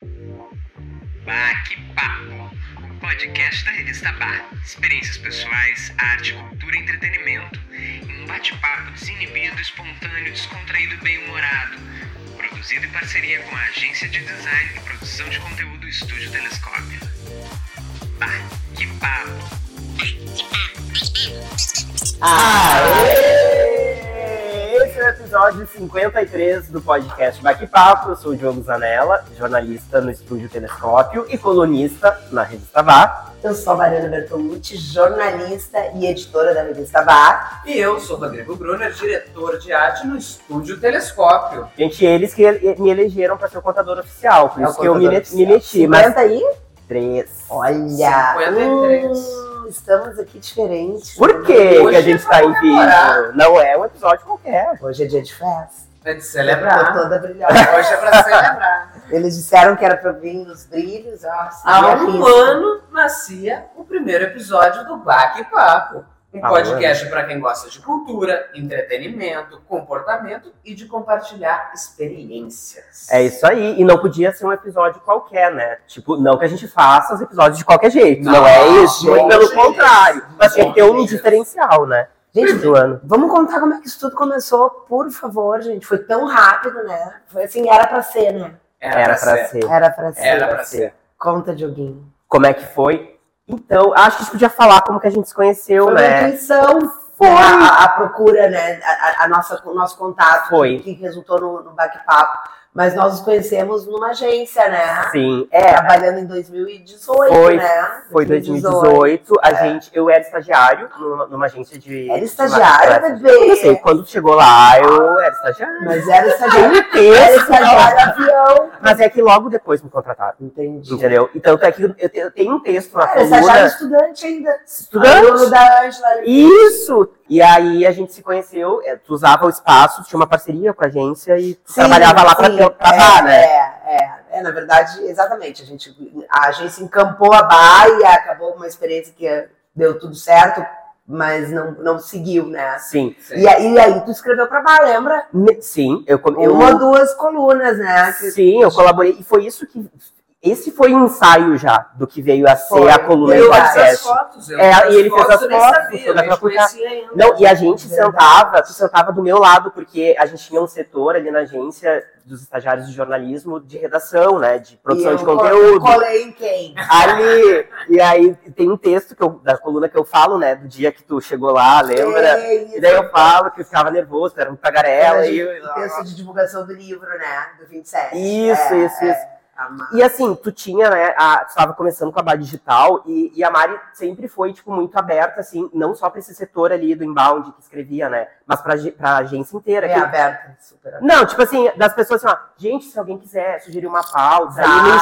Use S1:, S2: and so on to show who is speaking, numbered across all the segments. S1: Saque Ah, Papo, o podcast da revista Bar. Experiências pessoais, arte, cultura e entretenimento. Em um bate-papo desinibido, espontâneo, descontraído e bem-humorado. Produzido em parceria com a agência de design e produção de conteúdo Estúdio Telescópio. Bar, que papo!
S2: Aê! Esse é o episódio 53 do podcast Bate-Papo. Eu sou o Diogo Zanella, jornalista no Estúdio Telescópio e colunista na Revista Vá.
S3: Eu sou a Mariana Bertolucci, jornalista e editora da revista Bar.
S4: E eu sou Rodrigo Brunner, diretor de arte no Estúdio Telescópio.
S2: Gente, eles que ele- me elegeram para ser o contador oficial, por
S4: É o
S2: isso que eu me,
S4: contador
S2: met- me meti.
S4: oficial.
S2: Mas
S3: Comenta aí.
S2: três.
S3: Olha!
S4: 53.
S3: Hum, estamos aqui diferentes.
S2: Por que,
S4: Hoje
S2: que a gente
S4: é
S2: tá em
S4: comemorar.
S2: vídeo? Não é um episódio qualquer.
S3: Hoje é dia de festa.
S4: É de
S3: Eu Tô
S4: celebrar.
S3: toda brilhosa.
S4: Hoje é pra celebrar.
S3: Eles disseram que era pra eu vir nos brilhos. Nossa,
S4: Há
S3: minha
S4: um
S3: pista.
S4: ano nascia o primeiro episódio do Baque Papo. Um
S2: Há um
S4: podcast para quem gosta de cultura, entretenimento, comportamento e de compartilhar experiências.
S2: É isso aí. E não podia ser um episódio qualquer, né? Tipo, não que a gente faça os episódios de qualquer jeito. Não,
S4: Não,
S2: é isso. Muito pelo
S4: gente.
S2: contrário. Mas tem que ter um
S4: Gente.
S2: diferencial, né?
S3: Gente,
S2: do ano.
S3: vamos contar como é que isso tudo começou, por favor, gente. Foi tão rápido, né? Foi assim, era pra ser, né?
S2: Era pra ser.
S3: Era pra ser.
S4: Era pra ser.
S3: Conta, Dioguinho.
S2: Como é que foi? Então, acho que a gente podia falar como que a gente se conheceu,
S3: Foi uma
S2: né?
S3: intuição.
S2: Foi.
S3: Então, A, a procura, né? A, a- a nossa, o nosso contato
S2: Foi.
S3: que resultou no, no bate-papo. Mas nós nos conhecemos numa agência, né?
S2: Sim, é.
S3: Trabalhando em 2018,
S2: Foi.
S3: né?
S2: Foi 2018. A gente, eu era estagiário numa, numa agência de.
S3: É. Era
S2: de
S3: estagiária,
S2: marketing.
S3: bebê.
S2: Eu não sei, quando chegou lá, eu era estagiário.
S3: Mas era estagiário,
S2: Tem um
S3: era
S2: texto,
S3: estagiário avião.
S2: mas é que logo depois me contrataram.
S3: Entendi.
S2: Entendeu? Então é que eu te- eu tenho um texto na
S3: Era estagiário
S2: coluna.
S3: estudante ainda. Aluno
S2: Estudante.
S3: da Ângela. ali.
S2: Isso! E aí a gente se conheceu, é, tu usava o espaço, tinha uma parceria com a agência e tu
S3: Sim,
S2: trabalhava lá pra
S3: sim,
S2: ter- pra
S3: é,
S2: lá, né?
S3: É, é, é, na verdade, exatamente. A gente, a agência encampou a baia, acabou uma experiência que deu tudo certo, mas não, não seguiu, né?
S2: Sim.
S4: Sim.
S3: E aí, e aí tu escreveu pra baia, lembra?
S2: Ne- Sim, eu, com- eu
S3: Uma ou duas colunas, né? Que
S2: Sim, eu colaborei. E foi isso que. Esse foi o ensaio já do que veio a ser
S3: Foi,
S2: a coluna do
S4: Eu
S3: verdade.
S4: fiz as
S2: podcast.
S4: fotos. Eu
S2: É,
S4: fiz as
S2: e ele fez
S4: fotos,
S2: as
S4: eu nem
S2: fotos, toda
S4: sabia, eu nem te
S2: aquela coisa.
S4: conhecia ainda.
S2: Não, e a gente
S3: Verdade.
S2: sentava, tu sentava do meu lado, porque a gente tinha um setor ali na agência dos estagiários de jornalismo de redação, né? De produção
S3: eu
S2: de
S3: co-
S2: conteúdo.
S3: Colei em quem?
S2: Ali, e aí tem um texto que eu- da coluna que eu falo, né? Do dia que tu chegou lá, lembra?
S3: É isso. É,
S2: E daí eu falo que eu ficava nervoso, que era um tagarela.
S3: Era
S2: E,
S3: Texto de divulgação do livro, né? Do 27.
S2: Isso,
S3: É,
S2: isso, isso.
S3: amado.
S2: E assim, tu tinha, né, a, tu tava começando com a Bar Digital e, e a Mari sempre foi, tipo, muito aberta, assim, não só pra esse setor ali do inbound que escrevia, né, mas pra, ag- pra agência inteira.
S3: É
S2: que-
S3: aberto, super aberto.
S2: Não, tipo assim, das pessoas assim, ó, gente, se alguém quiser sugerir uma pauta,
S3: Exato.
S2: ir num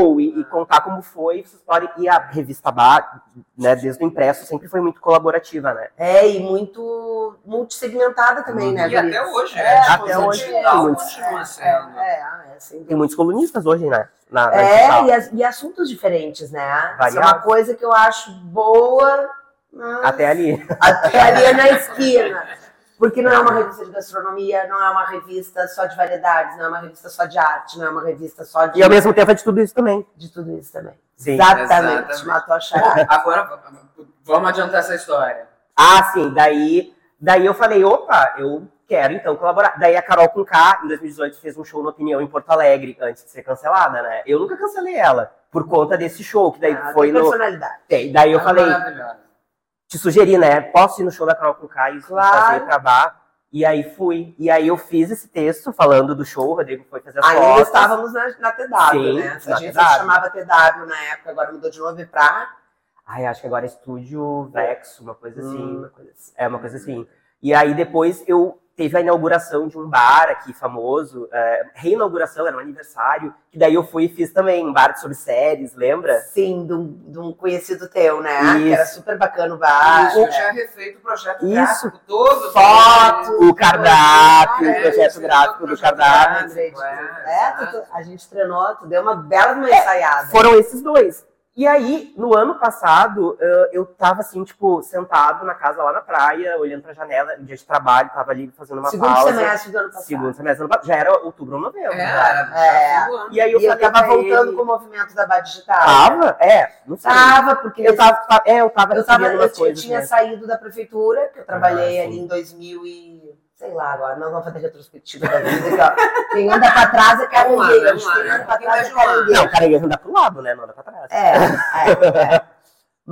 S2: show e, e contar como foi, vocês podem. E a revista Bar, né, desde o impresso, sempre foi muito colaborativa, né?
S3: É, e muito multissegmentada também, né?
S4: E até
S3: Gurias?
S4: hoje,
S3: É,
S4: né? Tipo,
S3: até
S4: o
S3: hoje
S4: digital
S2: é muito-
S4: continua
S3: É,
S4: sendo.
S3: é, é, sem
S2: Tem um
S3: dúvida.
S2: muitos colunistas hoje, né? Na, na
S3: É,
S2: digital.
S3: e, as- e assuntos diferentes, né? Isso é uma
S2: Variados.
S3: coisa que eu acho boa. mas
S2: Até ali.
S3: até ali é na esquina. Porque não é uma revista de gastronomia, não é uma revista só de variedades, não é uma revista só de arte, não é uma revista só de,
S2: E ao mesmo tempo é de tudo isso também.
S3: de tudo isso também.
S2: Sim.
S3: exatamente,
S4: Exatamente.
S3: matou a charada.
S4: Agora, v- vamos adiantar essa história.
S2: Ah, sim, daí, daí eu falei, opa, eu quero então colaborar. Daí a Carol com K, em 2018, fez um show no Opinião em Porto Alegre, antes de ser cancelada, né? Eu nunca cancelei ela, por conta desse show, que daí
S3: Ah,
S2: foi
S3: tem Ah,
S2: no.
S3: personalidade.
S2: Tem, Daí eu
S4: É
S2: falei,
S4: maravilhoso.
S2: te sugeri, né? Posso ir no show da Carol com K e
S3: Claro.
S2: fazer pra bar? E aí fui. E aí eu fiz esse texto falando do show, o Rodrigo foi fazer as
S3: Ainda
S2: fotos.
S3: estávamos na, na TW,
S2: Sim,
S3: né? A
S2: na
S3: gente
S2: TW.
S3: se chamava TW na época, agora mudou de nome pra.
S2: Ai, acho que agora é estúdio Vex, uma coisa assim.
S3: Hum, coisa assim.
S2: É uma coisa assim. E aí depois eu teve a inauguração de um bar aqui famoso, é, reinauguração, era um aniversário, que daí eu fui e fiz também um bar sobre séries, lembra?
S3: Sim, de um, de um conhecido teu, né? Que
S2: Isso.
S3: era super bacana o bar.
S4: Isso, eu
S3: né?
S4: tinha refeito o projeto
S2: ah, é. Isso.
S4: gráfico todo.
S2: Foto, o cardápio,
S3: Ah,
S2: o
S3: é,
S2: projeto
S4: isso,
S2: gráfico do
S4: projeto
S3: né?
S2: cardápio.
S4: gráfico,
S3: É, tu- tu- a gente treinou, tu deu uma bela de uma ensaiada.
S2: Foram esses dois. E aí, no ano passado, eh, eu tava assim, tipo, sentado na casa lá na praia, olhando pra janela, dia de trabalho, tava ali fazendo uma
S3: Segundo
S2: pausa.
S3: semestre do ano passado.
S2: Segundo semestre, ano passado. já era outubro ou novembro. né?
S3: É.
S4: era.
S2: E aí
S3: E eu,
S2: eu falei
S3: tava
S2: pra
S3: voltando
S2: ele-
S3: com o movimento da Bá Digital.
S2: Tava? É, não sei.
S3: Tava, porque
S2: eu tava, tava- é, eu tava
S3: eu, tava,
S2: recebendo
S3: eu
S2: umas
S3: tinha,
S2: coisas,
S3: tinha
S2: né?
S3: saído da prefeitura, que eu trabalhei
S2: Ah, sim.
S3: ali em 2000 e... Sei lá agora, nós vamos fazer retrospectiva da vida. aqui, ó. Quem anda pra trás é caranguejo.
S4: Vamos lá,
S3: Quem anda pra
S4: vamos lá.
S3: trás é caranguejo.
S2: Não, o cara ia andar pro lado, né? Não anda pra trás.
S3: É, é, é.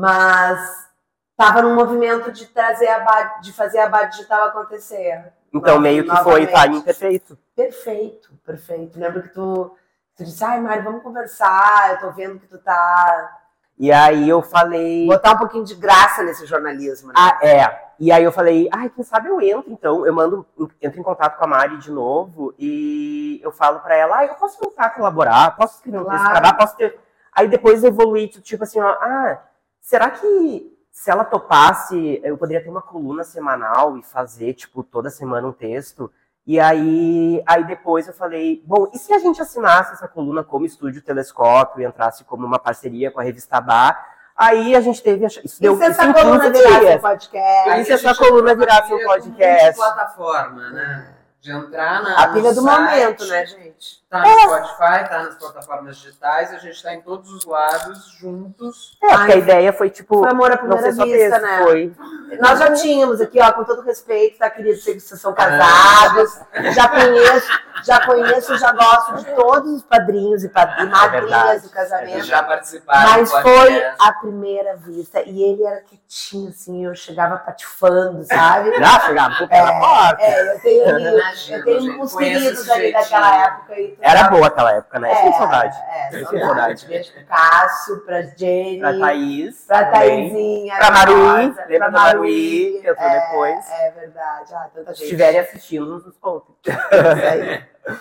S3: Mas tava num movimento de trazer a ba- de fazer a Bá Digital acontecer.
S2: Então,
S3: Não,
S2: meio que foi tá
S3: novamente.
S2: timing perfeito.
S3: Perfeito, perfeito. Lembro que tu, tu disse, ai, Mari, vamos conversar, eu tô vendo que tu tá.
S2: E aí eu falei.
S3: Botar um pouquinho de graça nesse jornalismo, né?
S2: Ah, é. E aí eu falei, ai, quem sabe eu entro, então. Eu mando, entro em contato com a Mari de novo e eu falo pra ela, ah, eu posso voltar a colaborar, posso escrever um texto
S3: Claro.
S2: pra dar, posso ter. Aí depois evolui, tipo assim, ó, ah, será que se ela topasse, eu poderia ter uma coluna semanal e fazer, tipo, toda semana um texto? E aí, aí depois eu falei, bom, e se a gente assinasse essa coluna como Estúdio Telescópio e entrasse como uma parceria com a revista Bar? Aí a gente teve a ch- Isso
S3: E
S2: deu
S3: se essa
S2: isso em
S3: coluna
S2: 15
S3: virasse
S2: dias.
S3: um podcast?
S2: Aí se a sua coluna virasse um podcast.
S4: plataforma, né? De entrar na.
S3: A pilha
S4: no
S3: do
S4: site,
S3: momento, né, gente?
S4: Tá no Spotify, tá nas plataformas digitais, a gente tá em todos os lados, juntos.
S2: É, porque
S3: Ai,
S2: a ideia foi tipo.
S3: Foi amor à
S2: Não
S3: primeira
S2: sei só
S3: vista,
S2: texto,
S3: né?
S2: foi.
S3: Nós já tínhamos aqui, ó, com todo respeito, tá, querido? Sei que vocês são casados, já conheço, já conheço, já gosto de todos os padrinhos e, pad- e madrinhas
S2: É verdade, é.
S3: do
S4: Eles
S3: casamento.
S4: já participaram.
S3: Mas
S4: do
S3: foi
S4: podcast.
S3: a primeira vista. E ele era quietinho, assim, eu chegava patifando, sabe?
S2: Já chegava com o pé na porta.
S3: É, eu tenho, ali-
S4: Imagino,
S3: eu tenho
S4: gente,
S3: uns
S4: conheço
S3: queridos
S4: esse
S3: ali
S4: jeitinho.
S3: daquela época. E tudo.
S2: Era boa aquela época, né? Sem saudade.
S3: É,
S2: Sem
S3: saudade.
S2: saudade.
S3: Beijo pro tipo, Cássio, pra Jenny,
S2: Pra Thaís.
S3: pra
S2: também.
S3: Thaizinha,
S2: Pra Maruí.
S3: Rosa,
S2: Lembra da
S3: pra
S2: Maruí? Que entrou
S3: É,
S2: depois.
S3: É verdade. Ah, tanta
S2: Se
S3: gente.
S2: estiverem assistindo, nos contem.
S3: Isso aí.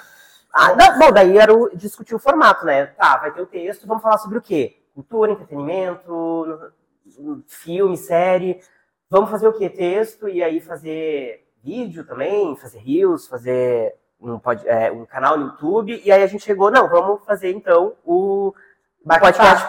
S2: Ah, não, bom, daí era o, discutir o formato, né? Tá, vai ter o texto, vamos falar sobre o quê? Cultura, entretenimento, filme, série. Vamos fazer o quê? Texto e aí fazer vídeo também, fazer reels, fazer um, pod- é, um canal no YouTube. E aí a gente chegou, não, vamos fazer então o
S3: Bate-papo.
S2: podcast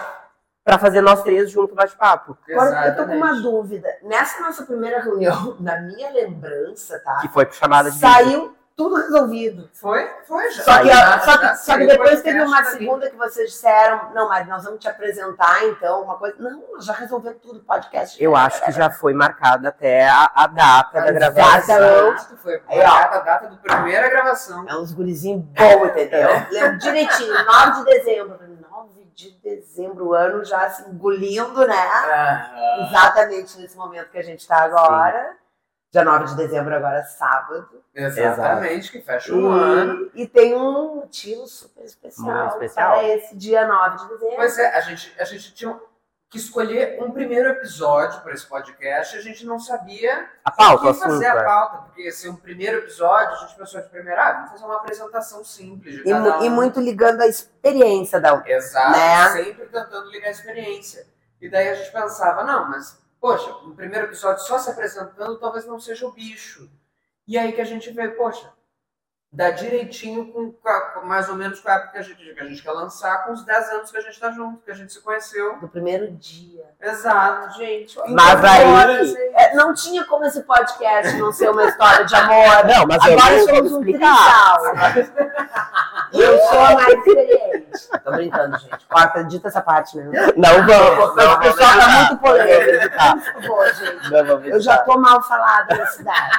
S2: pra fazer nós três junto bate-papo.
S3: Agora, eu tô com uma
S4: Exatamente.
S3: dúvida. Nessa nossa primeira reunião, na minha lembrança,
S2: Que
S3: tá?
S2: foi chamada de vídeo.
S3: Saiu tudo resolvido.
S4: Foi, foi já.
S3: Só que,
S4: Já-
S3: só
S4: já
S3: que, só que
S4: saiu
S3: depois
S4: podcast tá
S3: teve uma
S4: dali.
S3: segunda que vocês disseram, não, mas nós vamos te apresentar, então, uma coisa. Não, já resolveu tudo, podcast.
S2: Eu acho que já foi marcada até a, a data da gravação.
S4: Exato, foi
S3: Aí, ó.
S4: marcada a data da primeira gravação.
S3: É uns gurizinhos bons, entendeu?
S2: É.
S3: Lembro direitinho, 9 de dezembro. 9 de dezembro, o ano já se engolindo, né?
S4: Aham.
S3: Exatamente nesse momento que a gente tá agora. Dia 9 de dezembro, agora sábado.
S4: Exatamente, que fecha um ano.
S3: E, e tem um motivo super especial,
S2: Muito especial.
S3: para esse dia 9 de dezembro.
S4: Pois é, a gente, a gente tinha que escolher um primeiro episódio para esse podcast. A gente não sabia
S2: A pauta, o
S4: quem
S2: assunto.
S4: fazer a
S2: é.
S4: pauta, porque ia ser um primeiro episódio, a gente pensou de primeira, ah, vamos fazer uma apresentação simples de
S3: E,
S4: cada
S3: mu- e
S4: um.
S3: muito ligando a experiência da
S4: Exato,
S3: Né?
S4: sempre tentando ligar a experiência. E daí a gente pensava, não, mas, poxa, um primeiro episódio só se apresentando talvez não seja o bicho. E aí que a gente vê, poxa, dá direitinho com, com a- com mais ou menos com a época que a gente, que a gente quer lançar, com os 10 anos que a gente tá junto, que a gente se conheceu.
S3: do primeiro dia.
S4: Exato, gente.
S2: Mas aí-
S3: É, não tinha como esse podcast não ser uma história de amor.
S2: Não, mas eu
S3: Agora
S2: vou-
S3: somos
S2: vou
S3: um
S2: explicar.
S3: trisal. E eu sou a mais experiente. Tô brincando, gente. Corta, dita essa parte, né?
S2: Não vamos. Não
S3: O
S2: vamos
S3: pessoal tá
S2: editar.
S3: muito polêmico.
S2: Tá.
S3: Por favor, gente.
S2: Não vamos
S3: Eu já
S2: editar.
S3: tô mal falada na cidade.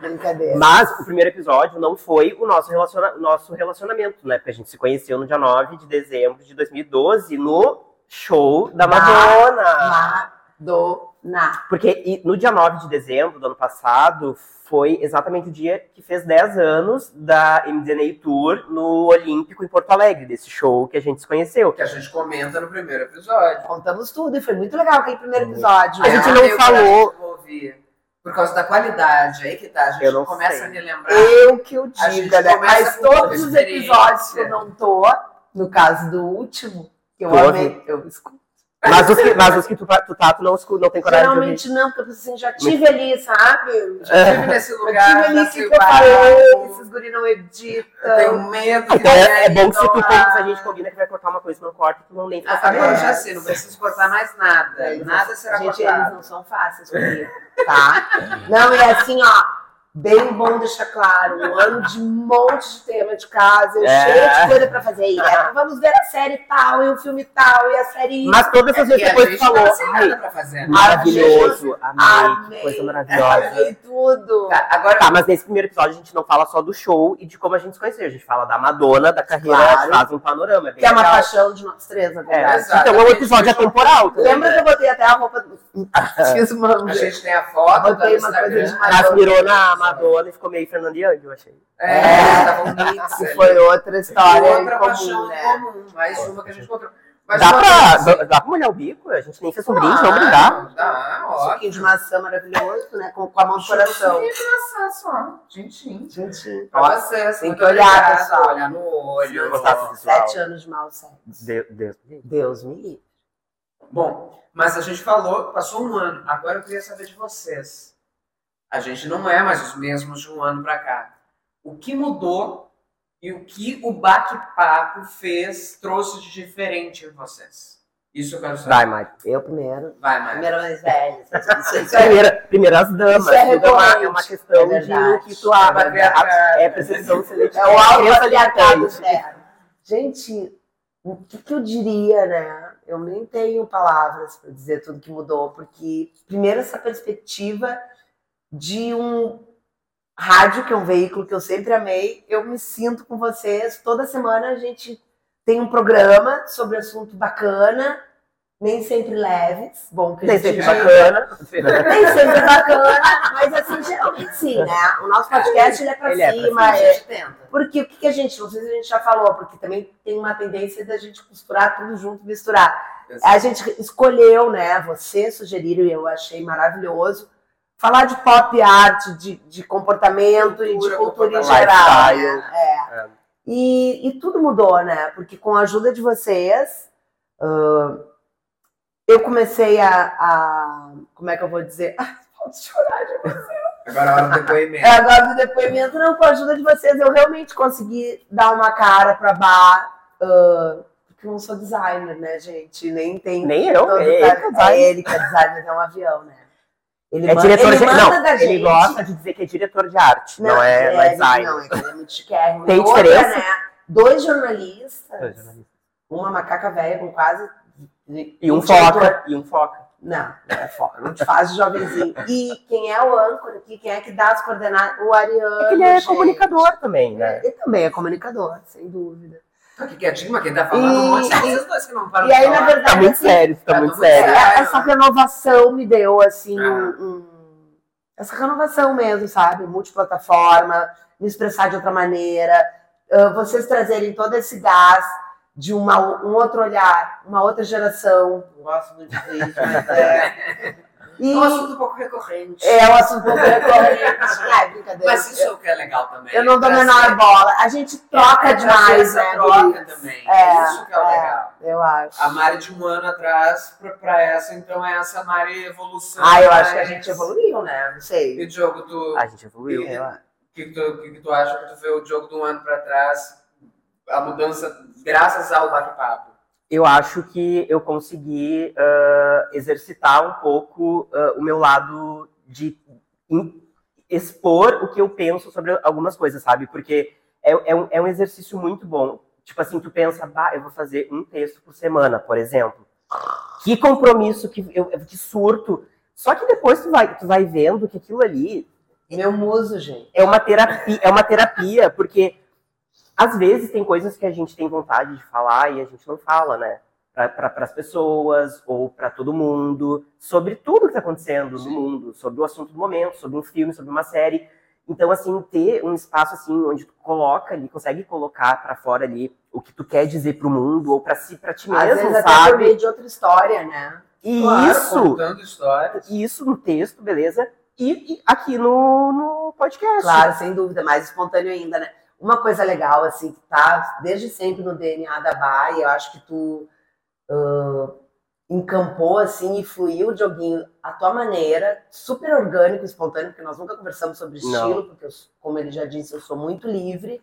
S3: Brincadeira.
S2: Mas o primeiro episódio não foi o nosso, relaciona- nosso relacionamento, né? Porque a gente se conheceu no dia 9 de dezembro de 2012 no show da
S3: Mas-
S2: Madonna.
S3: Madonna.
S2: Porque e no dia 9 de dezembro do ano passado foi exatamente o dia que fez 10 anos da MDNA Tour no Olímpico em Porto Alegre, desse show que a gente se conheceu.
S4: Que a gente comenta no primeiro episódio.
S3: Contamos tudo e foi muito legal aquele primeiro
S2: Muito.
S3: episódio.
S2: A
S3: né?
S2: gente
S4: Ah,
S2: não
S4: eu
S2: falou.
S4: quero ouvir. Por causa da qualidade, aí que tá. A
S2: Eu
S4: gente
S2: não
S4: começa
S2: sei.
S4: a relembrar.
S3: Eu que eu
S4: A gente
S3: diga, né?
S4: começa
S3: Mas
S4: com
S3: todos os
S4: experiência.
S3: episódios que eu não tô, no caso do último, que eu
S2: Tu ouve?
S3: amei, eu escuto.
S2: Mas os que, mas os que tu, tu tá, tu não, escu- não tem coragem
S3: Geralmente não, porque eu penso assim, já tive ali, sabe? Já
S4: Estive nesse lugar,
S3: tive ali
S4: nasci
S3: que eu falei, esses guri não
S4: Eu
S3: editam.
S4: tenho medo.
S2: de ouvir. Então é, é bom que se tu
S4: Então,
S2: tem,
S4: ah,
S2: se a gente combina que vai cortar uma coisa que não corta, tu não nem fica
S4: Agora eu
S2: sabendo.
S4: já sei, não preciso cortar mais nada.
S3: É, Eles não-
S4: nada será
S3: Gente,
S4: cortado.
S3: eles não são fáceis comigo, tá? Não, é assim, ó. Bem bom deixar claro. Um ano de um monte de tema de casa, eu
S2: É.
S3: cheio de coisa pra fazer. E é, vamos ver a série tal, e o filme tal, e a série.
S2: Mas todas as
S4: E
S2: vezes
S4: a
S2: depois
S4: gente
S2: tu falou,
S4: tá sem nada
S2: ai,
S4: pra fazer. né?
S2: maravilhoso, amei, que
S3: assim, Amei.
S2: coisa maravilhosa.
S3: E tudo.
S4: Tá, agora,
S2: Tá, mas nesse primeiro episódio a gente não fala só do show e de como a gente se conheceu. A gente fala da Madonna, da carreira,
S3: Claro.
S2: faz um panorama. É bem
S3: Que é uma
S2: legal.
S3: paixão de nós três, na
S2: É,
S3: verdade.
S4: Exato.
S2: então é um episódio atemporal. também,
S3: Lembra que
S2: né?
S3: eu botei até a roupa do. Fiz uma.
S4: a gente tem a foto do
S3: Botei uma coisa
S4: Instagram.
S3: de
S2: Mas
S3: Madonna.
S2: mirou na Madonna e ficou meio Fernanda Young, eu achei.
S4: É, tava um mix
S3: Que
S4: ali.
S3: foi outra história.
S4: outra
S3: comum,
S4: paixão
S3: né?
S4: comum, mais uma que a gente encontrou. Mas
S2: Dá
S4: uma
S2: pra,
S4: coisa-
S2: dá, dá pra molhar o bico? A gente nem fez um brinde,
S4: Claro,
S2: não brindar.
S4: Dá,
S3: Um
S4: ó.
S3: suquinho de maçã maravilhoso, né? Com, com a mão no coração.
S4: Sim, maçã só. Tintim.
S3: Gente,
S2: Então,
S4: Pra vocês.
S3: tem
S4: muito
S3: que olhar,
S4: obrigada,
S3: pessoal.
S4: Olhar no olho.
S2: Contato visual.
S3: um sete anos de mau sexo.
S2: De- Deus.
S3: Deus me livre.
S4: Bom, mas a gente falou, passou um ano. Agora eu queria saber de vocês. A gente não é mais os mesmos de um ano pra cá. O que mudou e o que o bate-papo fez, trouxe de diferente em vocês? Isso eu quero
S2: Vai,
S4: saber.
S2: Mari.
S3: Eu primeiro.
S4: Vai, Maia.
S3: Primeiro mais velho. Isso, isso é
S2: Primeira, primeiras damas.
S3: Isso é
S2: tudo uma- é, uma,
S3: recorrente.
S2: questão de
S3: É
S2: o
S3: verdade.
S2: que tu abre.
S4: É verdade.
S2: É percepção seletiva.
S3: É o
S2: crença
S3: autopatriarcado
S2: limitante.
S3: dela. né? Gente, o que, que eu diria, né? Eu nem tenho palavras para dizer tudo que mudou, porque primeiro essa perspectiva de um rádio, que é um veículo que eu sempre amei, eu me sinto com vocês. Toda semana a gente tem um programa sobre assunto bacana, nem sempre leves, bom que a
S2: Nem sempre
S3: gente diga.
S2: bacana.
S3: Nem sempre bacana, mas assim, geralmente sim, né? O nosso podcast ele é pra
S2: Ele é pra
S3: cima,
S2: cima.
S3: é- porque o que, que a gente, não sei se a gente já falou, porque também tem uma tendência da gente costurar tudo junto, misturar. A gente escolheu, né? Você sugeriram e eu achei maravilhoso. Falar de pop art, de, de comportamento e de cultura
S4: Cultura,
S3: em
S4: comportamento.
S3: geral.
S2: Lifestyle.
S3: né? É.
S2: É.
S3: E, e tudo mudou, né? Porque com a ajuda de vocês, ah, eu comecei a, a- Como é que eu vou dizer? Ai, posso chorar, gente.
S4: Agora a hora do
S3: É,
S4: depoimento.
S3: agora do depoimento, não, com a ajuda de vocês, eu realmente consegui dar uma cara pra bar. ah, porque eu não sou designer, né, gente? Nem tem.
S2: Nem eu.
S3: todo
S2: é
S3: cara-
S2: ele que vai.
S3: É ele que é designer, mas é um avião, né? Ele
S2: É
S3: manda-
S2: diretor
S3: ele
S2: de
S3: manda
S2: não,
S3: da gente.
S2: ele gosta de dizer que é diretor de arte, não, é, não é design.
S3: Não, é que ele é muito chiquérrimo.
S2: Tem
S3: E outra,
S2: diferença?
S3: né, dois jornalistas, uma macaca velha com quase.
S2: E um
S3: 20 anos.
S2: foca, e um foca.
S3: Não, não é foca, não te faz de jovenzinho. E quem é o âncora aqui, quem é que dá as coordenadas? O Ariano.
S2: É que ele é
S3: gente.
S2: comunicador também, né?
S3: Ele também é comunicador, sem dúvida.
S4: Tá aqui quietinho, mas quem tá falando um monte de
S3: E-
S4: vocês dois que não param
S3: e
S4: de
S3: aí,
S4: falar.
S3: na verdade,
S2: Tá muito
S3: assim,
S2: sério, tá
S4: tá
S2: muito
S4: muito
S2: sério.
S4: sério.
S3: é- essa renovação me deu, assim,
S4: Ah.
S3: um- um- essa renovação mesmo, sabe? Multiplataforma, me expressar de outra maneira, ah, vocês trazerem todo esse gás de uma- um outro olhar, uma outra geração. Eu Gosto muito disso, mas é. E
S4: É um assunto um pouco recorrente.
S3: é um assunto pouco recorrente. Ah, é brincadeira.
S4: Mas isso é o que é legal também.
S3: eu não dou a
S4: Pra
S3: menor
S4: ser-
S3: bola. A gente troca
S4: é pra ser
S3: demais,
S4: essa
S3: né?
S4: troca
S3: gurias?
S4: também.
S3: É,
S4: isso que é o
S3: é.
S4: legal.
S3: Eu acho.
S4: A Mari de um ano atrás pra, pra essa, então é essa Mari evolução.
S3: Ah, eu acho que a
S4: mas-
S3: gente Ah. evoluiu, né? Não sei.
S4: E Diogo, tu,
S2: A gente evoluiu.
S4: É. o que, tu, o que que tu acha que tu vê o Diogo de um ano pra trás? A mudança graças ao bate-papo.
S2: Eu acho que eu consegui ah, exercitar um pouco ah, o meu lado de in- expor o que eu penso sobre algumas coisas, sabe? Porque é, é um, é um exercício muito bom. Tipo assim, tu pensa, bah, eu vou fazer um texto por semana, por exemplo. Que compromisso, que, eu, que surto. Só que depois tu vai, tu vai vendo que aquilo ali
S3: Meu muso, gente.
S2: é uma terapia, é uma terapia, porque às vezes tem coisas que a gente tem vontade de falar e a gente não fala, né? Para as pessoas ou para todo mundo, sobre tudo que está acontecendo no mundo, sobre o assunto do momento, sobre um filme, sobre uma série. Então, assim, ter um espaço assim onde tu coloca ali, consegue colocar para fora ali o que tu quer dizer para o mundo ou para si, para ti
S3: Às
S2: mesmo,
S3: vezes até por
S2: sabe?
S3: meio de outra história, né?
S2: E
S4: Claro,
S2: isso,
S4: Contando histórias.
S2: isso no texto, beleza? E, e aqui no, no podcast.
S3: Claro, sem dúvida, mais espontâneo ainda, né? Uma coisa legal, assim, que tá desde sempre no DNA da Bá, e eu acho que tu ah, encampou assim e fluiu o joguinho à tua maneira, super orgânico, espontâneo, porque nós nunca conversamos sobre
S2: Não.
S3: estilo, porque eu sou- como ele já disse, eu sou muito livre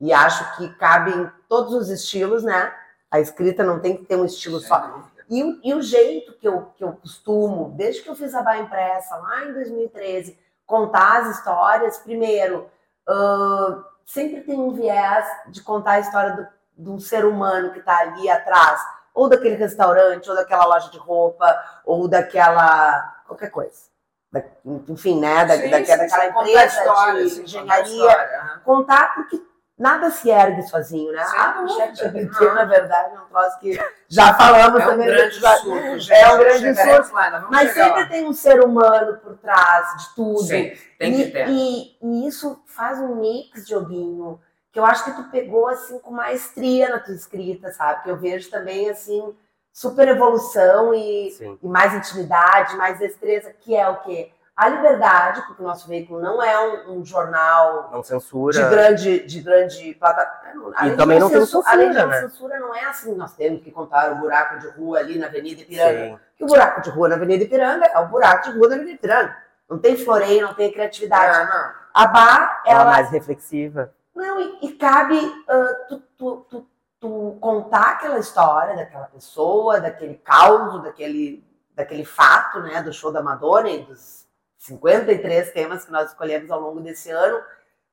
S3: e acho que cabe em todos os estilos, né? A escrita não tem que ter um estilo só. E, o- e o jeito que eu, que eu costumo, desde que eu fiz a Bá Impressa, lá em 2013, contar as histórias, primeiro, ahn, sempre tem um viés de contar a história do, de um ser humano que está ali atrás, ou daquele restaurante, ou daquela loja de roupa, ou daquela. qualquer coisa. Da- enfim, né? Da,
S4: Sim,
S3: daquela-
S4: sim,
S3: daquela
S4: sim, contar
S3: empresa
S4: história,
S3: de
S4: sim, contar
S3: engenharia,
S4: história, aham.
S3: contar porque nada se ergue sozinho, né?
S4: Sem
S3: ah, o
S4: dúvida,
S3: chat GPT,
S4: não.
S3: na verdade, é um troço que já falamos
S4: É um
S3: também. no
S4: grande
S3: episódio.
S4: surto, gente.
S3: É um grande
S4: chegaremos
S3: surto.
S4: lá, nós vamos
S3: Mas
S4: chegar
S3: sempre
S4: lá.
S3: tem um ser humano por trás de tudo. é
S4: Sim, tem
S3: e,
S4: que ter.
S3: E, e isso faz um mix, Dioguinho, que eu acho que tu pegou assim com maestria na tua escrita, sabe? Que eu vejo também assim super evolução e,
S2: Sim.
S3: e mais intimidade, mais destreza, que é o quê? A liberdade, porque o nosso veículo não é um- um jornal
S2: Não
S3: de
S2: censura.
S3: grande, de grande é, plataforma.
S2: também não tem censura,
S3: Além de não
S2: né?
S3: censura, não é assim. Nós temos que contar o buraco de rua ali na Avenida Ipiranga.
S2: Sim.
S3: Que o buraco de rua na Avenida Ipiranga é o buraco de rua na Avenida Ipiranga. Não tem floreio, não tem criatividade.
S4: Ah, não.
S3: A bar,
S2: Ela
S3: ela.
S2: é mais reflexiva.
S3: Não, e, e cabe ah, tu, tu- tu- tu contar aquela história daquela pessoa, daquele caos, daquele, daquele fato, né? Do show da Madonna e dos 53 temas que nós escolhemos ao longo desse ano,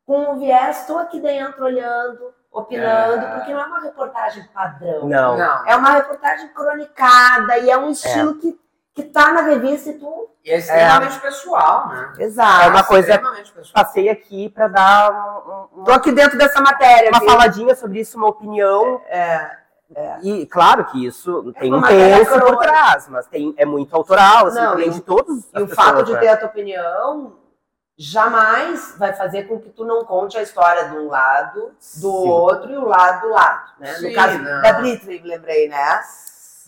S3: com o viés, estou aqui dentro olhando, opinando,
S4: É.
S3: porque não é uma reportagem padrão.
S2: Não.
S4: Não.
S3: É uma reportagem cronicada e é um estilo que, que tá na revista e tu.
S4: E é extremamente pessoal, né?
S3: Exato.
S2: É uma coisa-
S4: Extremamente pessoal.
S2: Passei aqui pra dar um- um-
S3: Tô aqui dentro dessa matéria.
S2: uma
S3: viu?
S2: faladinha sobre isso, uma opinião.
S3: É,
S2: E claro que isso tem
S3: uma
S2: um
S3: matéria
S2: penso por
S3: crônica.
S2: trás, mas tem, é muito autoral, assim,
S3: Não,
S2: também
S3: e o-
S2: de todos. né?
S3: e o fato de ter a tua opinião jamais vai fazer com que tu não conte a história de um lado, do
S2: Sim.
S3: outro e o lado do lado. Né?
S4: Sim,
S3: no caso
S4: não.
S3: da Britney, lembrei, né?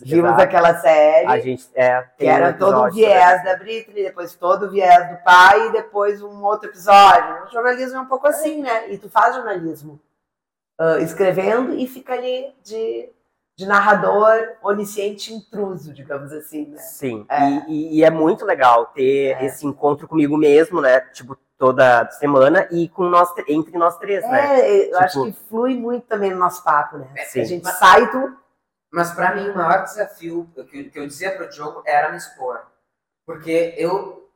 S3: Vimos
S2: Exato.
S3: aquela série.
S2: A gente é,
S3: Que
S2: tem um
S3: era todo o
S2: episódio sobre
S3: viés né?
S2: isso.
S3: da Britney, depois todo o viés do pai e depois um outro episódio. O jornalismo é um pouco assim, né? E tu faz jornalismo ah, escrevendo e fica ali de, de narrador onisciente intruso, digamos assim, né?
S2: Sim,
S3: É.
S2: E, e- e é muito legal ter esse encontro comigo mesmo, né? Tipo, toda semana e com nós, tr- entre nós três, né?
S3: É, eu acho que
S2: Tipo-
S3: flui muito também no nosso papo, né?
S4: É,
S2: Sim.
S3: A gente sai do.
S4: Mas pra mim, o maior desafio que, que eu dizia pro Diogo era me expor. Porque eu.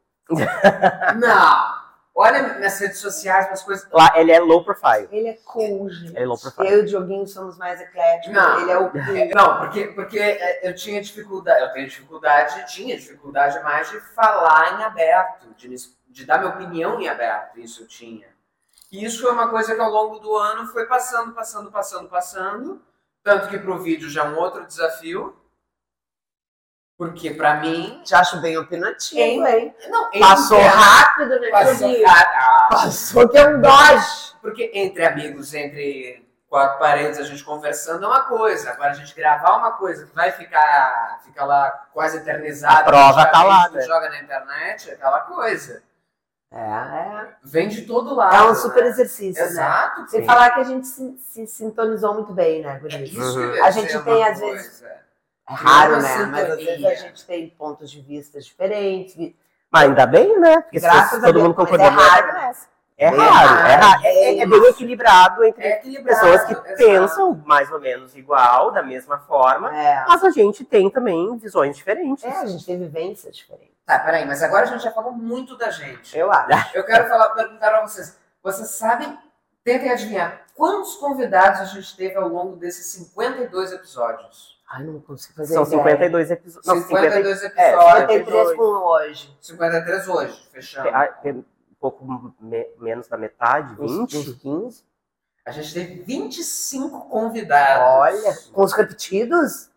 S4: não! Olha minhas redes sociais, minhas coisas.
S2: Lá, ele é low profile.
S3: Ele é cool, gente.
S2: Ele é low profile.
S3: Eu e o Dioguinho somos mais ecléticos.
S4: Não.
S3: Ele é o.
S4: Não, porque, porque é, eu tinha dificuldade, eu tenho dificuldade, tinha dificuldade mais de falar em aberto, de, me ex- de dar minha opinião em aberto, isso eu tinha. E isso foi uma coisa que ao longo do ano foi passando, passando, passando, passando, tanto que pro vídeo já é um outro desafio, porque pra mim...
S3: Te acho bem opinativo, hein?
S4: Não, entre-
S3: Passou rápido, né,
S4: Passou,
S3: Dioguinho?
S4: ah, ah,
S3: Passou que é um dodge.
S4: porque entre amigos, entre quatro paredes, a gente conversando é uma coisa. Agora a gente gravar é uma coisa que vai ficar fica lá quase eternizada.
S2: A prova tá lá,
S4: praticamente, tu Joga na internet, é aquela coisa.
S3: É, é.
S4: Vem de todo lado.
S3: É um super
S4: né?
S3: exercício, né?
S4: Exato.
S3: Sem
S4: sim.
S3: falar que a gente se, se sintonizou muito bem, né, Guri?
S4: Isso
S2: Uhum.
S4: que eu ia
S3: A
S4: dizer,
S3: gente
S4: é
S3: tem,
S4: uma
S3: às
S4: coisa. assim
S3: É raro,
S4: Uma
S3: né? Mas às vezes a
S4: sintonia.
S3: gente tem pontos de vista diferentes. vi-
S2: Mas ainda bem, né? Porque se
S3: Graças
S2: fosse
S3: a
S2: todo
S3: Deus,
S2: mundo
S3: mas
S2: concordando.
S3: é raro, né?
S2: É
S4: Bem
S2: raro, é
S4: raro.
S2: raro. É, é bem equilibrado entre
S4: É equilibrado.
S2: pessoas que
S4: exato.
S2: pensam mais ou menos igual, da mesma forma.
S3: É.
S2: Mas a gente tem também visões diferentes.
S3: É, a gente tem vivências diferentes.
S4: Tá, peraí, mas agora a gente já falou muito da gente.
S3: Eu acho.
S4: Eu quero falar, perguntar a vocês. Vocês sabem, tentem adivinhar, quantos convidados a gente teve ao longo desses 52 episódios?
S3: Ai, não consigo fazer
S2: São
S3: ideia.
S2: 52 episódios. Não, 50...
S4: 52
S2: é,
S4: episódios.
S3: 53 com hoje.
S4: 53 hoje, fechando.
S2: ah, tem Um pouco me- menos da metade,
S3: Uns
S2: 20.
S3: uns 15.
S4: A gente teve 25 convidados.
S3: Olha, com os repetidos?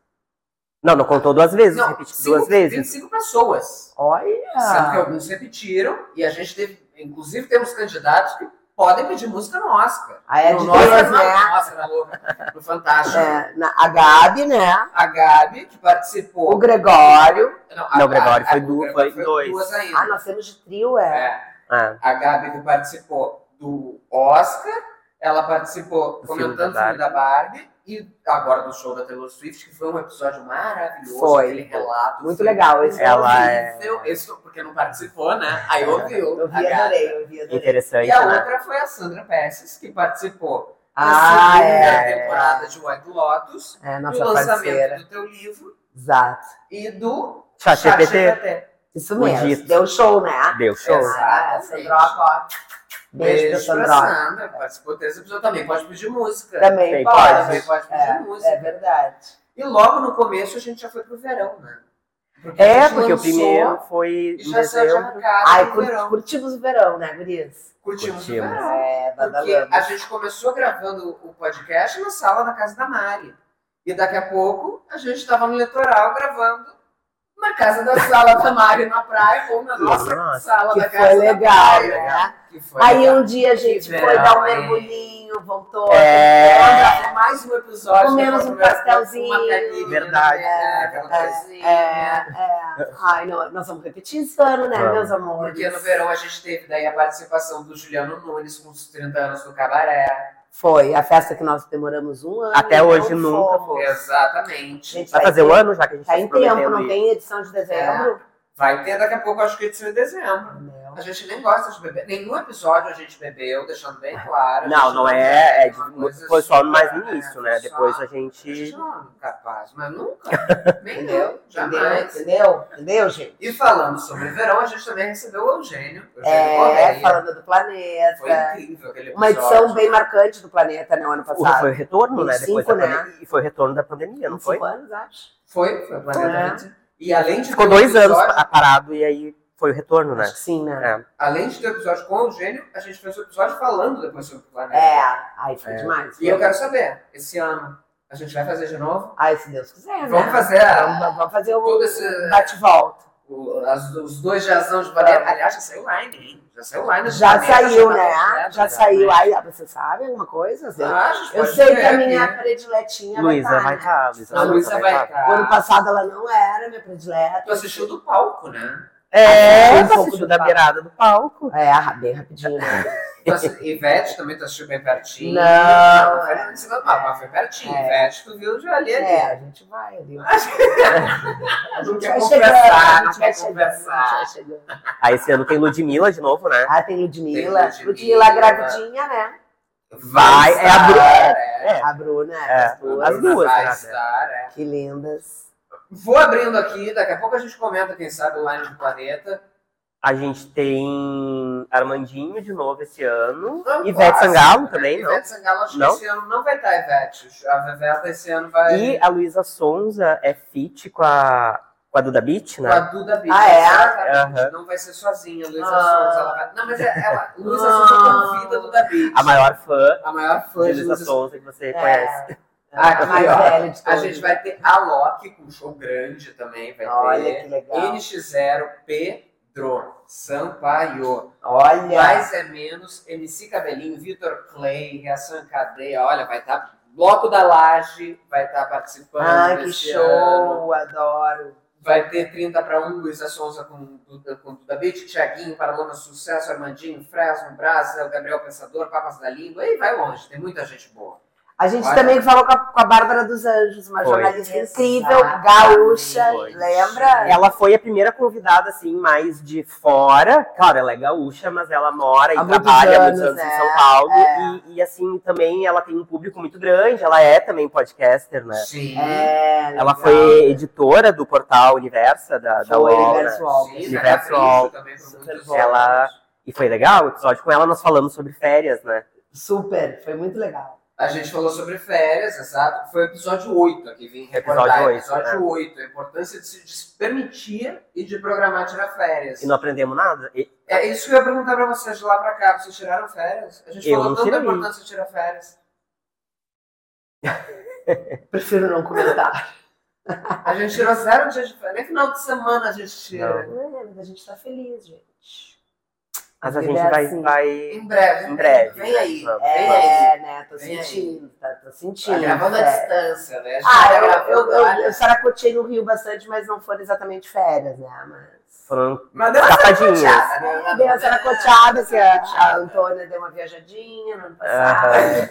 S2: Não, não contou duas vezes,
S4: Não,
S2: repetiu
S4: cinco-
S2: duas vezes.
S4: 25 pessoas.
S3: Ah.
S4: Sendo que
S3: Olha!
S4: alguns repetiram e a gente teve, inclusive temos candidatos que podem pedir música no Oscar.
S3: Aí é
S4: no
S3: de
S4: Oscar,
S3: duas,
S4: não,
S3: né?
S4: no Oscar, na louca, no Fantástico.
S3: É, na, a Gabi, né?
S4: A Gabi, que participou.
S3: O Gregório.
S4: a-
S2: Não, o Gregório
S4: a-
S2: foi
S4: a-
S2: du-
S4: o Gregório
S2: foi
S4: foi
S2: dois.
S4: duas ainda.
S3: Ah, nós temos de trio, é.
S4: É,
S2: Ah,
S4: a Gabi que participou do Oscar, ela participou
S2: Do filme
S4: comentando o
S2: da
S4: filme da Barbie E agora do show da Taylor Swift, que foi um episódio maravilhoso,
S3: Foi,
S4: aquele relato.
S3: Muito
S4: foi
S3: legal esse
S2: Ela é-
S4: horrível. Esse- porque não participou, né? Aí ouviu.
S3: Eu
S4: a
S3: vi,
S4: gata.
S3: adorei, eu vi, adorei.
S2: Interessante,
S4: E a
S2: né?
S4: outra foi a Sandra Pesses, que participou da
S3: Ah,
S4: segunda
S3: é.
S4: temporada de White Lotus,
S3: É,
S4: do
S3: nossa
S4: lançamento
S3: parceira.
S4: do teu livro
S3: Exato.
S4: e do
S2: Chat GPT
S4: GPT.
S3: Isso
S2: Bonito.
S3: mesmo. Deu show, né?
S2: deu show.
S4: Exato.
S3: Ah, Sandroca, ó. Beijo pra
S4: Beijo pra
S3: Sandroca.
S4: Sandra, participou desse episódio também. Pode pedir música.
S3: Também
S2: Tem
S3: pode.
S4: Também pode pedir música.
S3: É verdade.
S4: E logo no começo a gente já foi pro verão, né? Porque a
S2: É,
S4: gente
S2: porque o
S4: lançou
S2: primeiro foi
S4: E
S2: em
S4: já saiu de
S2: dezembro.
S4: arrancada
S3: Ai,
S4: no
S3: cur-
S4: é verão.
S3: curtimos o verão, né, gurias?
S4: Curtimos, o
S2: Curtimos.
S4: verão.
S3: É,
S4: Porque
S3: badalando.
S4: a gente começou gravando o podcast na sala da casa da Mari. E daqui a pouco a gente estava no litoral gravando na casa da sala da Mari na praia ou na nossa,
S2: Nossa,
S4: sala
S3: Que
S4: da
S3: foi
S4: casa da
S3: legal,
S4: praia.
S3: né?
S4: Que foi
S3: Aí
S4: legal.
S3: um dia a gente
S4: Que
S3: foi dar um
S4: verão, hein?
S3: mergulhinho, voltou.
S2: É,
S4: Ela gravou mais um episódio.
S3: Comemos um
S4: da primeira-
S3: pastelzinho.
S4: uma caipirinha,
S2: Verdade.
S4: né? Aquela
S3: É,
S4: coisinha.
S3: é. Ai, não, nós vamos repetir esse ano, né,
S2: Vamos.
S3: meus amores?
S4: Porque no verão a gente teve daí a participação do Juliano Nunes com os 30 anos do cabaré.
S3: Foi a festa que nós demoramos um ano.
S2: Até
S3: não
S2: hoje nunca
S3: fomos.
S4: Exatamente.
S3: Gente,
S2: vai fazer
S3: ter-
S2: um ano já que a gente
S3: Tá em
S2: se prometendo
S3: tempo, não
S2: ir.
S3: tem edição de dezembro?
S4: Vai ter daqui a pouco, acho que edição em dezembro.
S3: Não.
S4: A gente nem gosta de beber. Nenhum episódio a gente bebeu, deixando bem claro. A
S2: Não,
S4: gente
S2: não é. é de-
S4: uma coisa
S2: foi só mais no
S4: super,
S2: início,
S4: Foi
S2: né?
S4: é só-
S2: Depois a
S4: A gente
S2: gente.
S4: não é capaz, mas nunca. Nem eu,
S3: Entendeu? Entendeu?
S4: jamais.
S3: Entendeu? Entendeu, gente?
S4: E falando sobre verão, a gente também recebeu o Eugênio. Eugênio
S3: É,
S4: Correia.
S3: falando do planeta.
S4: Foi incrível né? aquele episódio.
S3: Uma edição bem marcante do planeta, né? O ano
S2: O-
S3: passado.
S2: Foi o retorno, né?
S3: 25,
S2: Depois da
S3: né?
S2: pandemia. E foi o retorno da pandemia, não foi?
S3: Cinco anos, acho.
S4: Foi, foi o Planeta
S3: É.
S4: 20. E além de
S2: Ficou
S4: ter um
S2: dois anos
S4: episódio-
S2: pa- parado e aí foi o retorno, né?
S3: Acho que sim, né?
S2: É.
S4: Além de ter o episódio com o Eugênio, a gente fez o episódio falando depois sobre o planeta.
S3: É, aí foi
S2: É.
S3: demais.
S4: E eu quero saber, esse ano, a gente vai fazer de novo?
S3: Ai, se Deus quiser, né?
S4: Vamos fazer a-
S3: Vamos, vamos fazer o
S4: todo esse-
S3: bate-volta.
S4: o- as- os dois jazão de planeta. Aliás, já saiu line, hein? Já saiu line.
S3: Já saiu, né? Já,
S4: Já
S3: saiu. Aí, ah, você sabe alguma coisa? Zé?
S4: Ah,
S3: eu sei que a
S4: né?
S3: minha prediletinha
S2: Luísa vai
S3: vai
S2: estar.
S3: estar.
S2: Luísa
S4: A Luísa vai
S2: tá.
S4: estar.
S3: O ano passado ela não era minha predileta.
S4: Tu assistiu do palco, né?
S2: É,
S3: Assistiu um pouco
S2: assistiu
S3: do
S2: da
S3: palco.
S2: beirada do palco.
S3: É, ah, bem rapidinho. Né?
S4: Tu assi- Então, assim, Ivete também tu assistiu bem pertinho.
S3: Não.
S4: Não,
S2: é.
S4: Ivete não ensinou mal, mas foi pertinho.
S3: É.
S4: Ivete, tu viu de ali ali.
S3: é, a gente vai ali. A
S4: Não
S3: gente
S4: quer
S3: vai
S4: conversar,
S3: chegando, a
S4: não
S3: gente vai
S4: quer
S3: chegando, a gente
S4: conversar.
S3: vai chegando.
S2: Aí esse ano tem Ludmilla de novo, né?
S3: Ah, tem Ludmilla.
S4: Tem Ludmilla.
S3: Ludmilla gravidinha, né?
S2: Vai, é a Bruna.
S4: Bruna.
S2: É.
S3: A Bruna,
S2: É,
S3: as duas.
S2: as duas,
S4: Vai
S2: né?
S4: estar, é.
S3: Que lindas.
S4: Vou abrindo aqui, daqui a pouco a gente comenta, quem sabe, o Line do Planeta.
S2: A gente tem Armandinho de novo esse ano.
S4: Não,
S2: Ivete
S4: clássico,
S2: Sangalo
S4: né?
S2: também, não?
S4: Ivete Sangalo, acho
S2: Não?
S4: que esse ano não vai estar, Ivete. A Veveta esse ano vai
S2: E a Luísa Sonza é fit com a, com a Duda Beat,
S4: com a
S2: né?
S4: Duda Bicha.
S3: Ah, é?
S4: exatamente.
S2: Aham.
S4: Não vai ser sozinha, Luísa
S3: Ah.
S4: Souza. Ela vai... Não, mas é- ela, Luísa
S3: Ah.
S4: Souza convida a Duda Bicha.
S2: A maior fã
S4: A maior
S2: de
S4: fã
S2: Ah,
S4: de
S2: Luísa
S4: Luísa
S2: Sonza que você
S3: É.
S2: conhece.
S4: Aqui,
S3: a mais
S4: ó,
S3: velha de
S4: Ah, A
S3: todas.
S4: gente vai ter a Loki com um show grande também, vai
S3: Olha
S4: ter.
S3: que legal.
S4: NX0 Pedro Sampaio.
S3: Olha.
S4: Mais é menos, MC Cabelinho, Vitor Clay, Reação em Cadeia. Olha, vai estar. Bloco da Laje vai estar participando.
S3: ah, que
S4: desse ano.
S3: show, adoro.
S4: Vai ter 30 para 1, Luísa Sonza com Duda, com Duda Beat, Thiaguinho, Paralama Sucesso, Armandinho, Fresno, Brasa, o Gabriel Pensador, Papas da Língua. E vai longe, tem muita gente boa.
S3: A gente
S4: Olha.
S3: também falou com a, com a Bárbara dos Anjos, uma
S2: Foi.
S3: jornalista
S4: Exatamente.
S3: incrível, gaúcha,
S2: Foi.
S3: lembra?
S2: Ela foi a primeira convidada, assim, mais de fora. Claro, ela é gaúcha, mas ela mora e
S3: Há muitos
S2: trabalha há muitos
S3: anos,
S2: anos em
S3: né?
S2: São Paulo. E, e, assim, também ela tem um público muito grande. Ela é também podcaster, né?
S4: Sim.
S3: É,
S2: Ela
S3: legal.
S2: foi editora do portal Universa, da, da
S3: Foi,
S2: UOL, né?
S3: Universo Alves.
S4: Sim,
S2: Universo
S4: Renato Rijo
S2: Alves.
S4: também foi
S3: Super
S4: muito
S3: bom.
S2: Ela- E foi legal o episódio com ela, nós falamos sobre férias, né?
S3: Super, foi muito legal.
S4: A gente falou sobre férias, exato. Foi o episódio 8 aqui, vim recordar.
S2: Episódio oito, né?
S4: episódio 8. A importância de se de se permitir e de programar tirar férias.
S2: E não aprendemos nada. E-
S4: É isso que eu ia perguntar pra vocês de lá pra cá. Vocês tiraram férias? A gente
S2: Eu
S4: falou
S2: não
S4: tanto da
S2: tirei.
S4: importância de tirar férias.
S3: Prefiro não comentar.
S4: A gente tirou zero dias de férias. Nem final de semana a gente tira.
S2: Não.
S3: É, mas a gente tá feliz, gente.
S2: Mas
S3: A
S2: a
S3: vida
S2: gente
S3: é
S2: vai,
S3: assim.
S2: vai.
S4: Em breve.
S2: Em breve.
S4: Vem aí.
S2: Vamos,
S4: vem aí.
S3: É, né? Tô
S4: Vem aí.
S3: sentindo, tá, tô
S4: Tá
S3: sentindo.
S4: gravando à
S3: é.
S4: distância, né? A gente
S3: Ah,
S4: tá
S3: eu, eu,
S4: gravando,
S3: eu,
S4: olha.
S3: eu saracotei no Rio bastante, mas não foram exatamente férias, né? Mas.
S2: Falando
S4: Mas deu uma
S2: tapadinhas.
S4: sacoteada, né?
S3: Deu uma saracoteada, que a, a Antônia deu uma viajadinha no ano passado.
S2: Aham.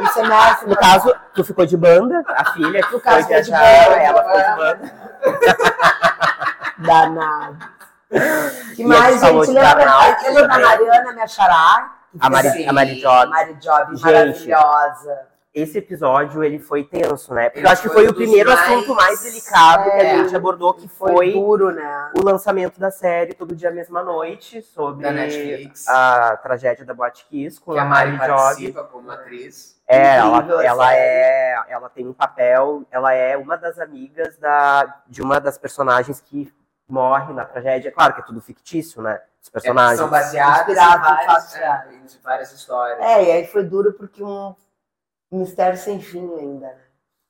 S3: No semestre,
S2: No caso, tu ficou de banda, a filha que
S3: No
S2: foi
S3: caso, foi de
S2: viajar,
S3: banda,
S2: ela ficou de banda.
S3: Danado. Que
S2: E a
S3: mais,
S2: gente falou
S3: gente?
S2: de
S3: Lembra,
S2: Danado
S3: lembra da
S2: também.
S3: Mariana, minha xará?
S2: A Mari,
S4: Sim.
S2: a Mari Job.
S3: Mari Job,
S2: Gente.
S3: maravilhosa.
S2: Esse episódio, ele foi tenso, né? Porque
S4: Ele
S2: eu acho que
S4: foi
S2: foi
S4: um
S2: o
S4: dos
S2: primeiro
S4: mais-
S2: assunto mais delicado que
S3: É.
S2: a gente abordou, que
S3: Foi,
S2: foi
S3: duro, né?
S2: o lançamento da série Todo Dia Mesma Noite, sobre
S4: Da Netflix.
S2: a tragédia da Boate Kiss com
S4: Que a
S2: a
S4: Mari
S2: Mari Job.
S4: participa como atriz.
S2: É,
S3: Incrível
S2: ela,
S3: a
S2: ela
S3: série.
S2: é, ela tem um papel, ela é uma das amigas da, de uma das personagens que morre na tragédia. Claro que é tudo fictício, né? Os
S4: É,
S2: personagens.
S4: são baseadas em
S3: Inspirado em
S4: várias,
S3: fatos
S4: é,
S3: reais.
S4: em várias histórias.
S3: É, e aí foi duro porque um mistério sem fim ainda, né?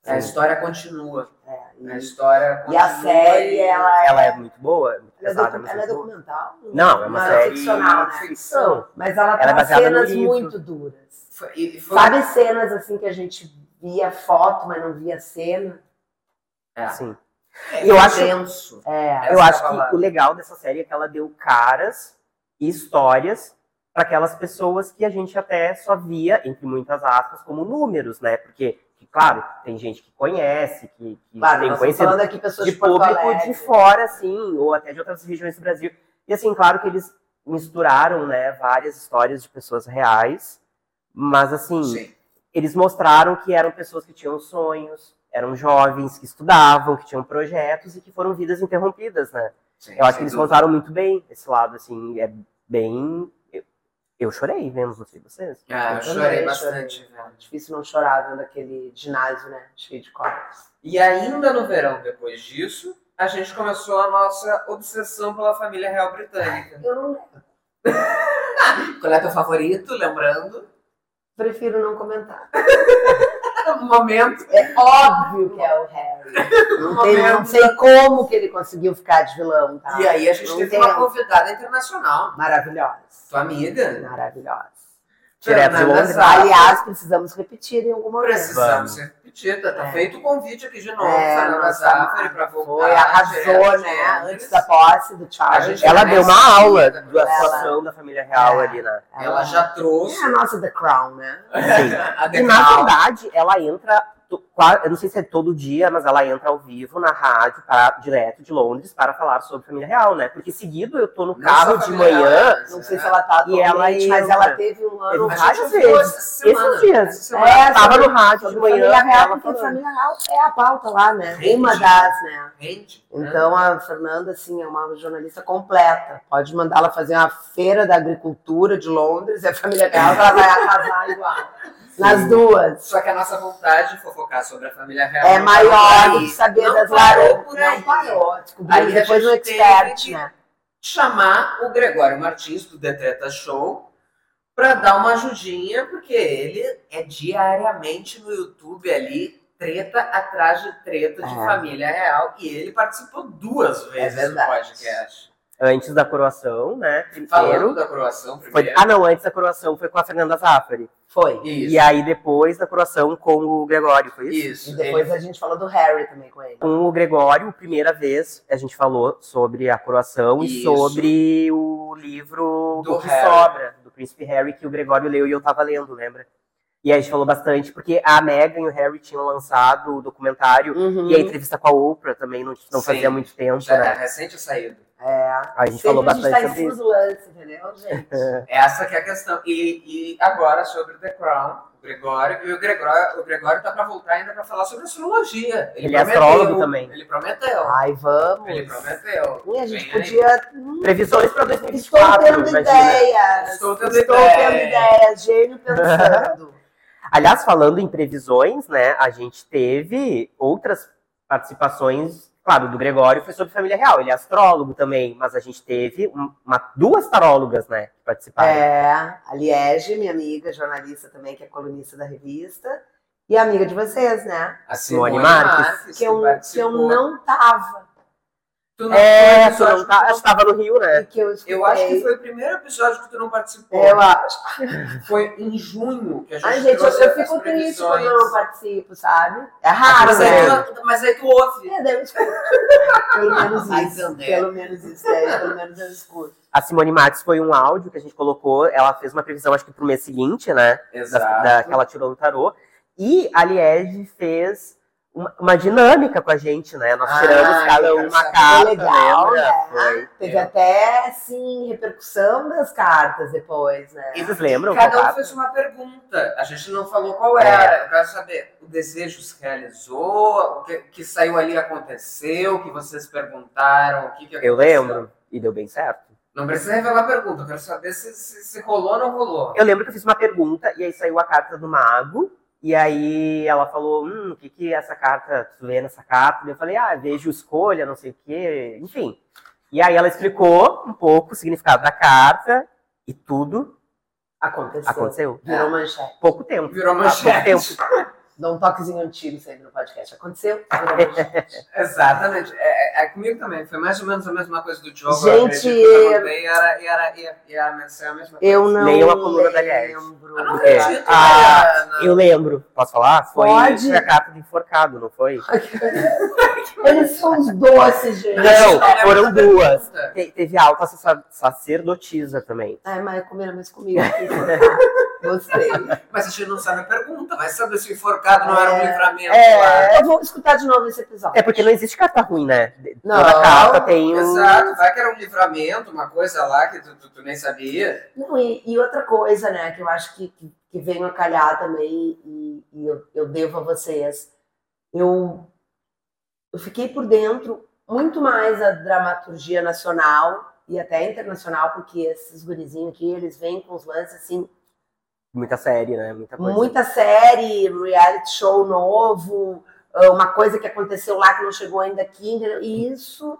S4: A história continua.
S3: É, e-
S4: A história
S3: E a
S4: continua
S3: série, ela
S2: Ela é muito boa, é muito
S3: ela é,
S2: pesada,
S3: docu-
S2: mas
S3: ela é
S2: muito boa.
S3: documental?
S2: Não, é uma
S3: Mas
S2: série-
S3: ficcional, né?
S4: ficção.
S3: Mas ela
S2: Ela é
S3: tem
S2: baseada no
S3: cenas
S2: livro.
S3: muito duras.
S4: Foi- e foi-
S3: Sabe cenas assim que a gente via foto, mas não via cena?
S4: É.
S2: Sim.
S4: É,
S2: eu
S4: foi
S2: acho-
S4: tenso.
S3: É.
S4: Essa
S2: Eu
S4: é a
S2: acho
S4: palavra.
S2: que o legal dessa série é que ela deu caras e histórias para aquelas pessoas que a gente até só via, entre muitas aspas, como números, né? Porque, claro, tem gente que conhece, que, que
S3: Claro,
S2: tem
S3: nós estamos
S2: conhecimento
S3: falando aqui pessoas de,
S2: Então, assim, de
S3: Porto
S2: público
S3: Alegre.
S2: de fora, assim, ou até de outras regiões do Brasil. E assim, claro que eles misturaram, né, várias histórias de pessoas reais, mas assim,
S4: Sim.
S2: eles mostraram que eram pessoas que tinham sonhos, eram jovens que estudavam, que tinham projetos e que foram vidas interrompidas, né?
S4: Sim,
S2: Eu acho
S4: sem
S2: que eles
S4: dúvida.
S2: contaram muito bem esse lado, assim, é bem... Eu, eu chorei vendo, não sei vocês.
S4: Ah, eu
S3: Eu
S4: chorei
S3: também
S4: bastante,
S3: chorei.
S4: velho.
S3: Difícil não chorar vendo aquele ginásio, né? Cheio de corpos.
S4: E ainda no verão, depois disso, a gente começou a nossa obsessão pela família real britânica.
S3: Eu não
S4: Qual é teu favorito, lembrando?
S3: prefiro não comentar.
S4: No Um momento.
S3: É óbvio que é o Harry. Não, tem- não sei como que ele conseguiu ficar de vilão, tá?
S4: E aí a gente
S3: Não
S4: teve
S3: tem.
S4: uma convidada internacional.
S3: Maravilhosa.
S4: Tua amiga?
S3: Maravilhosa.
S2: Direto de
S4: Fernanda
S2: Londres.
S4: Zá.
S3: Aliás, precisamos repetir em algum momento.
S4: Precisamos repetir, tá, tá
S3: É.
S4: feito o convite aqui de novo,
S3: É,
S4: Fernanda
S3: nossa,
S4: Zafari, pra voltar.
S3: Foi, arrasou,
S4: direto de
S3: né?
S4: Londres.
S3: Antes da posse do Charles.
S4: A gente
S2: Ela
S4: Ela
S2: deu
S4: é
S2: uma aula
S4: assumida,
S2: da
S3: ela-
S2: situação da família real
S3: É.
S2: ali, né?
S4: Ela já
S3: É
S4: trouxe
S3: a nossa The Crown, né?
S2: Sim.
S4: a
S2: E na
S3: um
S4: degrau.
S2: verdade, ela entra, to- qua- eu não sei se é todo dia, mas ela entra ao vivo na rádio, pra- direto de Londres, para falar sobre família real, né? Porque seguido eu tô no
S4: Não
S2: carro
S4: só
S2: de
S4: família real,
S2: manhã.
S4: mas,
S3: Não sei
S4: né?
S3: se ela tá
S2: E
S3: atualmente,
S2: ela
S3: mas
S2: entra.
S3: ela teve um ano
S2: Teve
S4: A
S2: várias
S3: rádio
S4: gente ouviu
S2: vezes.
S4: essa semana. né?
S2: Esses dias.
S4: Essa semana.
S3: É,
S2: Tava no rádio de
S3: sobre
S2: manhã.
S3: família real,
S2: ela
S3: porque
S2: falando.
S3: família real é a pauta lá, né?
S4: Gente.
S3: Uma das, né?
S4: Gente, né?
S3: Então a Fernanda, assim, é uma jornalista completa. Pode mandar ela fazer uma feira da agricultura de Londres e a família real ela vai arrasar igual. Nas duas.
S4: Só que a nossa vontade de fofocar sobre a família real
S3: É
S4: não tá
S3: maior
S4: parou
S3: do
S4: aí.
S3: que saber
S4: Não
S3: das
S4: parou
S3: laranjas.
S4: por aí.
S3: Não parou.
S4: Aí a
S3: Descobrimos depois
S4: gente
S3: no
S4: teve
S3: expert, né?
S4: Chamar o Gregório Martins, do Detreta Show, pra dar uma ajudinha, porque ele é diariamente no YouTube ali, treta atrás de treta de
S3: É.
S4: família real. E ele participou duas
S2: É
S4: vezes do
S3: verdade.
S4: podcast.
S2: Antes da coroação, né?
S4: Falando
S2: Primeiro.
S4: da coroação
S2: Foi,
S4: primeiro.
S2: ah, não, antes da coroação foi com a Fernanda Zaffari.
S3: Foi.
S4: Isso,
S2: E aí depois da coroação com o Gregório, foi isso?
S4: isso.
S3: E depois
S4: Ele-
S3: a gente falou do Harry também com ele.
S2: Com o Gregório, primeira vez, a gente falou sobre a coroação
S4: Isso.
S2: e sobre o livro
S4: Do
S2: O que
S4: Harry.
S2: sobra, do príncipe Harry, que o Gregório leu e eu tava lendo, lembra? E aí a gente falou bastante, porque a Meghan e o Harry tinham lançado o documentário
S3: Uhum.
S2: e a entrevista com a Oprah também não, não
S4: Uhum. Sim.
S2: fazia muito tempo,
S4: já é
S2: né?
S4: recente a saída.
S3: É.
S2: A gente
S3: Sempre
S2: falou
S3: a gente tá
S2: bastante
S3: em
S2: sobre
S3: cima
S2: isso.
S3: do lance, entendeu, gente?
S4: Essa que é a questão. E, e agora sobre The Crown, o Gregório. E o Gregório, o Gregório tá pra voltar ainda pra falar sobre astrologia.
S2: Ele é astrólogo também. Ah,
S4: Ele prometeu.
S3: Ai, vamos.
S4: Ele prometeu.
S3: E a gente
S4: Vem
S3: podia.
S2: Previsões para
S3: Estou
S2: 2024,
S3: tendo
S2: imagina.
S3: ideias.
S4: Estou tendo
S3: ideias.
S4: ideias.
S3: Gênio pensando.
S2: Aliás, falando em previsões, né, a gente teve outras participações. Claro, do Gregório foi sobre família real, ele é astrólogo também, mas a gente teve um- uma- duas tarólogas, né, que participaram.
S3: é. A Liege, minha amiga, jornalista também, que é colunista da revista. E amiga de vocês, né?
S4: A
S2: Simone
S4: Simone
S2: Marques.
S4: Marques,
S3: Que eu, que eu
S4: participou.
S3: não tava.
S4: Tu não foi
S2: É, tu
S4: no
S2: não
S4: episódio
S2: tá,
S4: que
S2: acho que tava no Rio, né?
S3: E que eu escutei.
S4: Eu acho que foi o primeiro episódio que tu não participou.
S3: É, Eu acho.
S4: Foi em junho que a gente
S3: Ai, gente, eu,
S4: trouxe
S3: eu
S4: as
S3: fico triste
S4: previsões.
S3: quando eu não participo, sabe? É raro,
S4: Mas
S3: né?
S4: aí, tu, mas aí tu ouve.
S3: É, daí eu escuto. Pelo menos
S4: Ai,
S3: isso.
S4: Zandé.
S3: Pelo menos isso, é, pelo menos eu escuto.
S2: A Simone Max foi um áudio que a gente colocou, ela fez uma previsão, acho que pro mês seguinte, né? Da, da- que ela tirou no tarô. E a Liege fez uma, uma dinâmica com a gente, né? Nós
S4: Ah,
S2: tiramos cada
S4: eu
S2: um
S4: quero
S2: uma
S4: saber.
S2: carta,
S3: Legal,
S2: lembra?
S3: né?
S2: Foi.
S3: Teve até, assim, repercussão das cartas depois, né?
S2: E vocês lembram? qual
S4: Cada um
S2: carta?
S4: fez uma pergunta. A gente não falou qual
S2: É.
S4: era. Eu quero saber, o desejo se realizou? O que, que saiu ali aconteceu? O que vocês perguntaram? O que, que aconteceu?
S2: Eu lembro. E deu bem certo.
S4: Não precisa revelar a pergunta. Eu quero saber se, se, se rolou ou não rolou.
S2: Eu lembro que eu fiz uma pergunta e aí saiu a carta do mago. E aí ela falou, hum, o que que essa carta, tu vê nessa carta? E eu falei, ah, vejo escolha, não sei o quê, enfim. E aí ela explicou um pouco o significado da carta e tudo
S3: Aconteceu.
S2: aconteceu.
S4: É.
S2: É. um
S3: Virou manchete.
S2: Pouco tempo.
S4: Virou
S2: Há pouco
S4: manchete.
S3: Dá um toquezinho antigo sempre no podcast. Aconteceu? Virou manchete.
S4: Exatamente. É, é- é comigo também. Foi mais ou menos a mesma coisa do Diogo.
S3: Gente,
S4: eu acredito que eu perguntei, e era, e era, e era, e era, a mesma coisa. um
S3: Eu não
S2: Leia uma coluna da Liege.
S3: lembro.
S4: Eu não
S2: É.
S4: acredito,
S2: Ah,
S4: Mariana.
S2: Eu lembro, posso falar? Foi,
S3: Pode.
S2: foi a carta do enforcado, não foi?
S3: Eles são os doces, gente.
S2: Não,
S4: Era a
S2: foram
S4: mesma pergunta.
S2: duas. Te- teve a alta sacer- sacerdotisa também.
S3: Ai, Maia, Ah, é, comeram mais comigo. Gostei.
S4: Mas a gente não sabe a pergunta. Vai saber se o enforcado não era um
S3: É.
S4: livramento. lá.
S3: É, eu vou escutar de novo esse episódio.
S2: É porque não existe carta ruim, né? De-
S3: Não.
S2: Toda carta tem um...
S4: Exato. Vai que era um livramento, uma coisa lá que tu, tu- tu nem sabia.
S3: Não, e, e outra coisa, né, que eu acho que, que, que veio a calhar também, e, e eu, eu devo a vocês, eu, eu fiquei por dentro muito mais da dramaturgia nacional e até internacional, porque esses gurizinhos aqui, eles vêm com os lances, assim,
S2: Muita série, né? Muita coisa.
S3: muita série, reality show novo, ah, uma coisa que aconteceu lá que não chegou ainda aqui, entendeu? e isso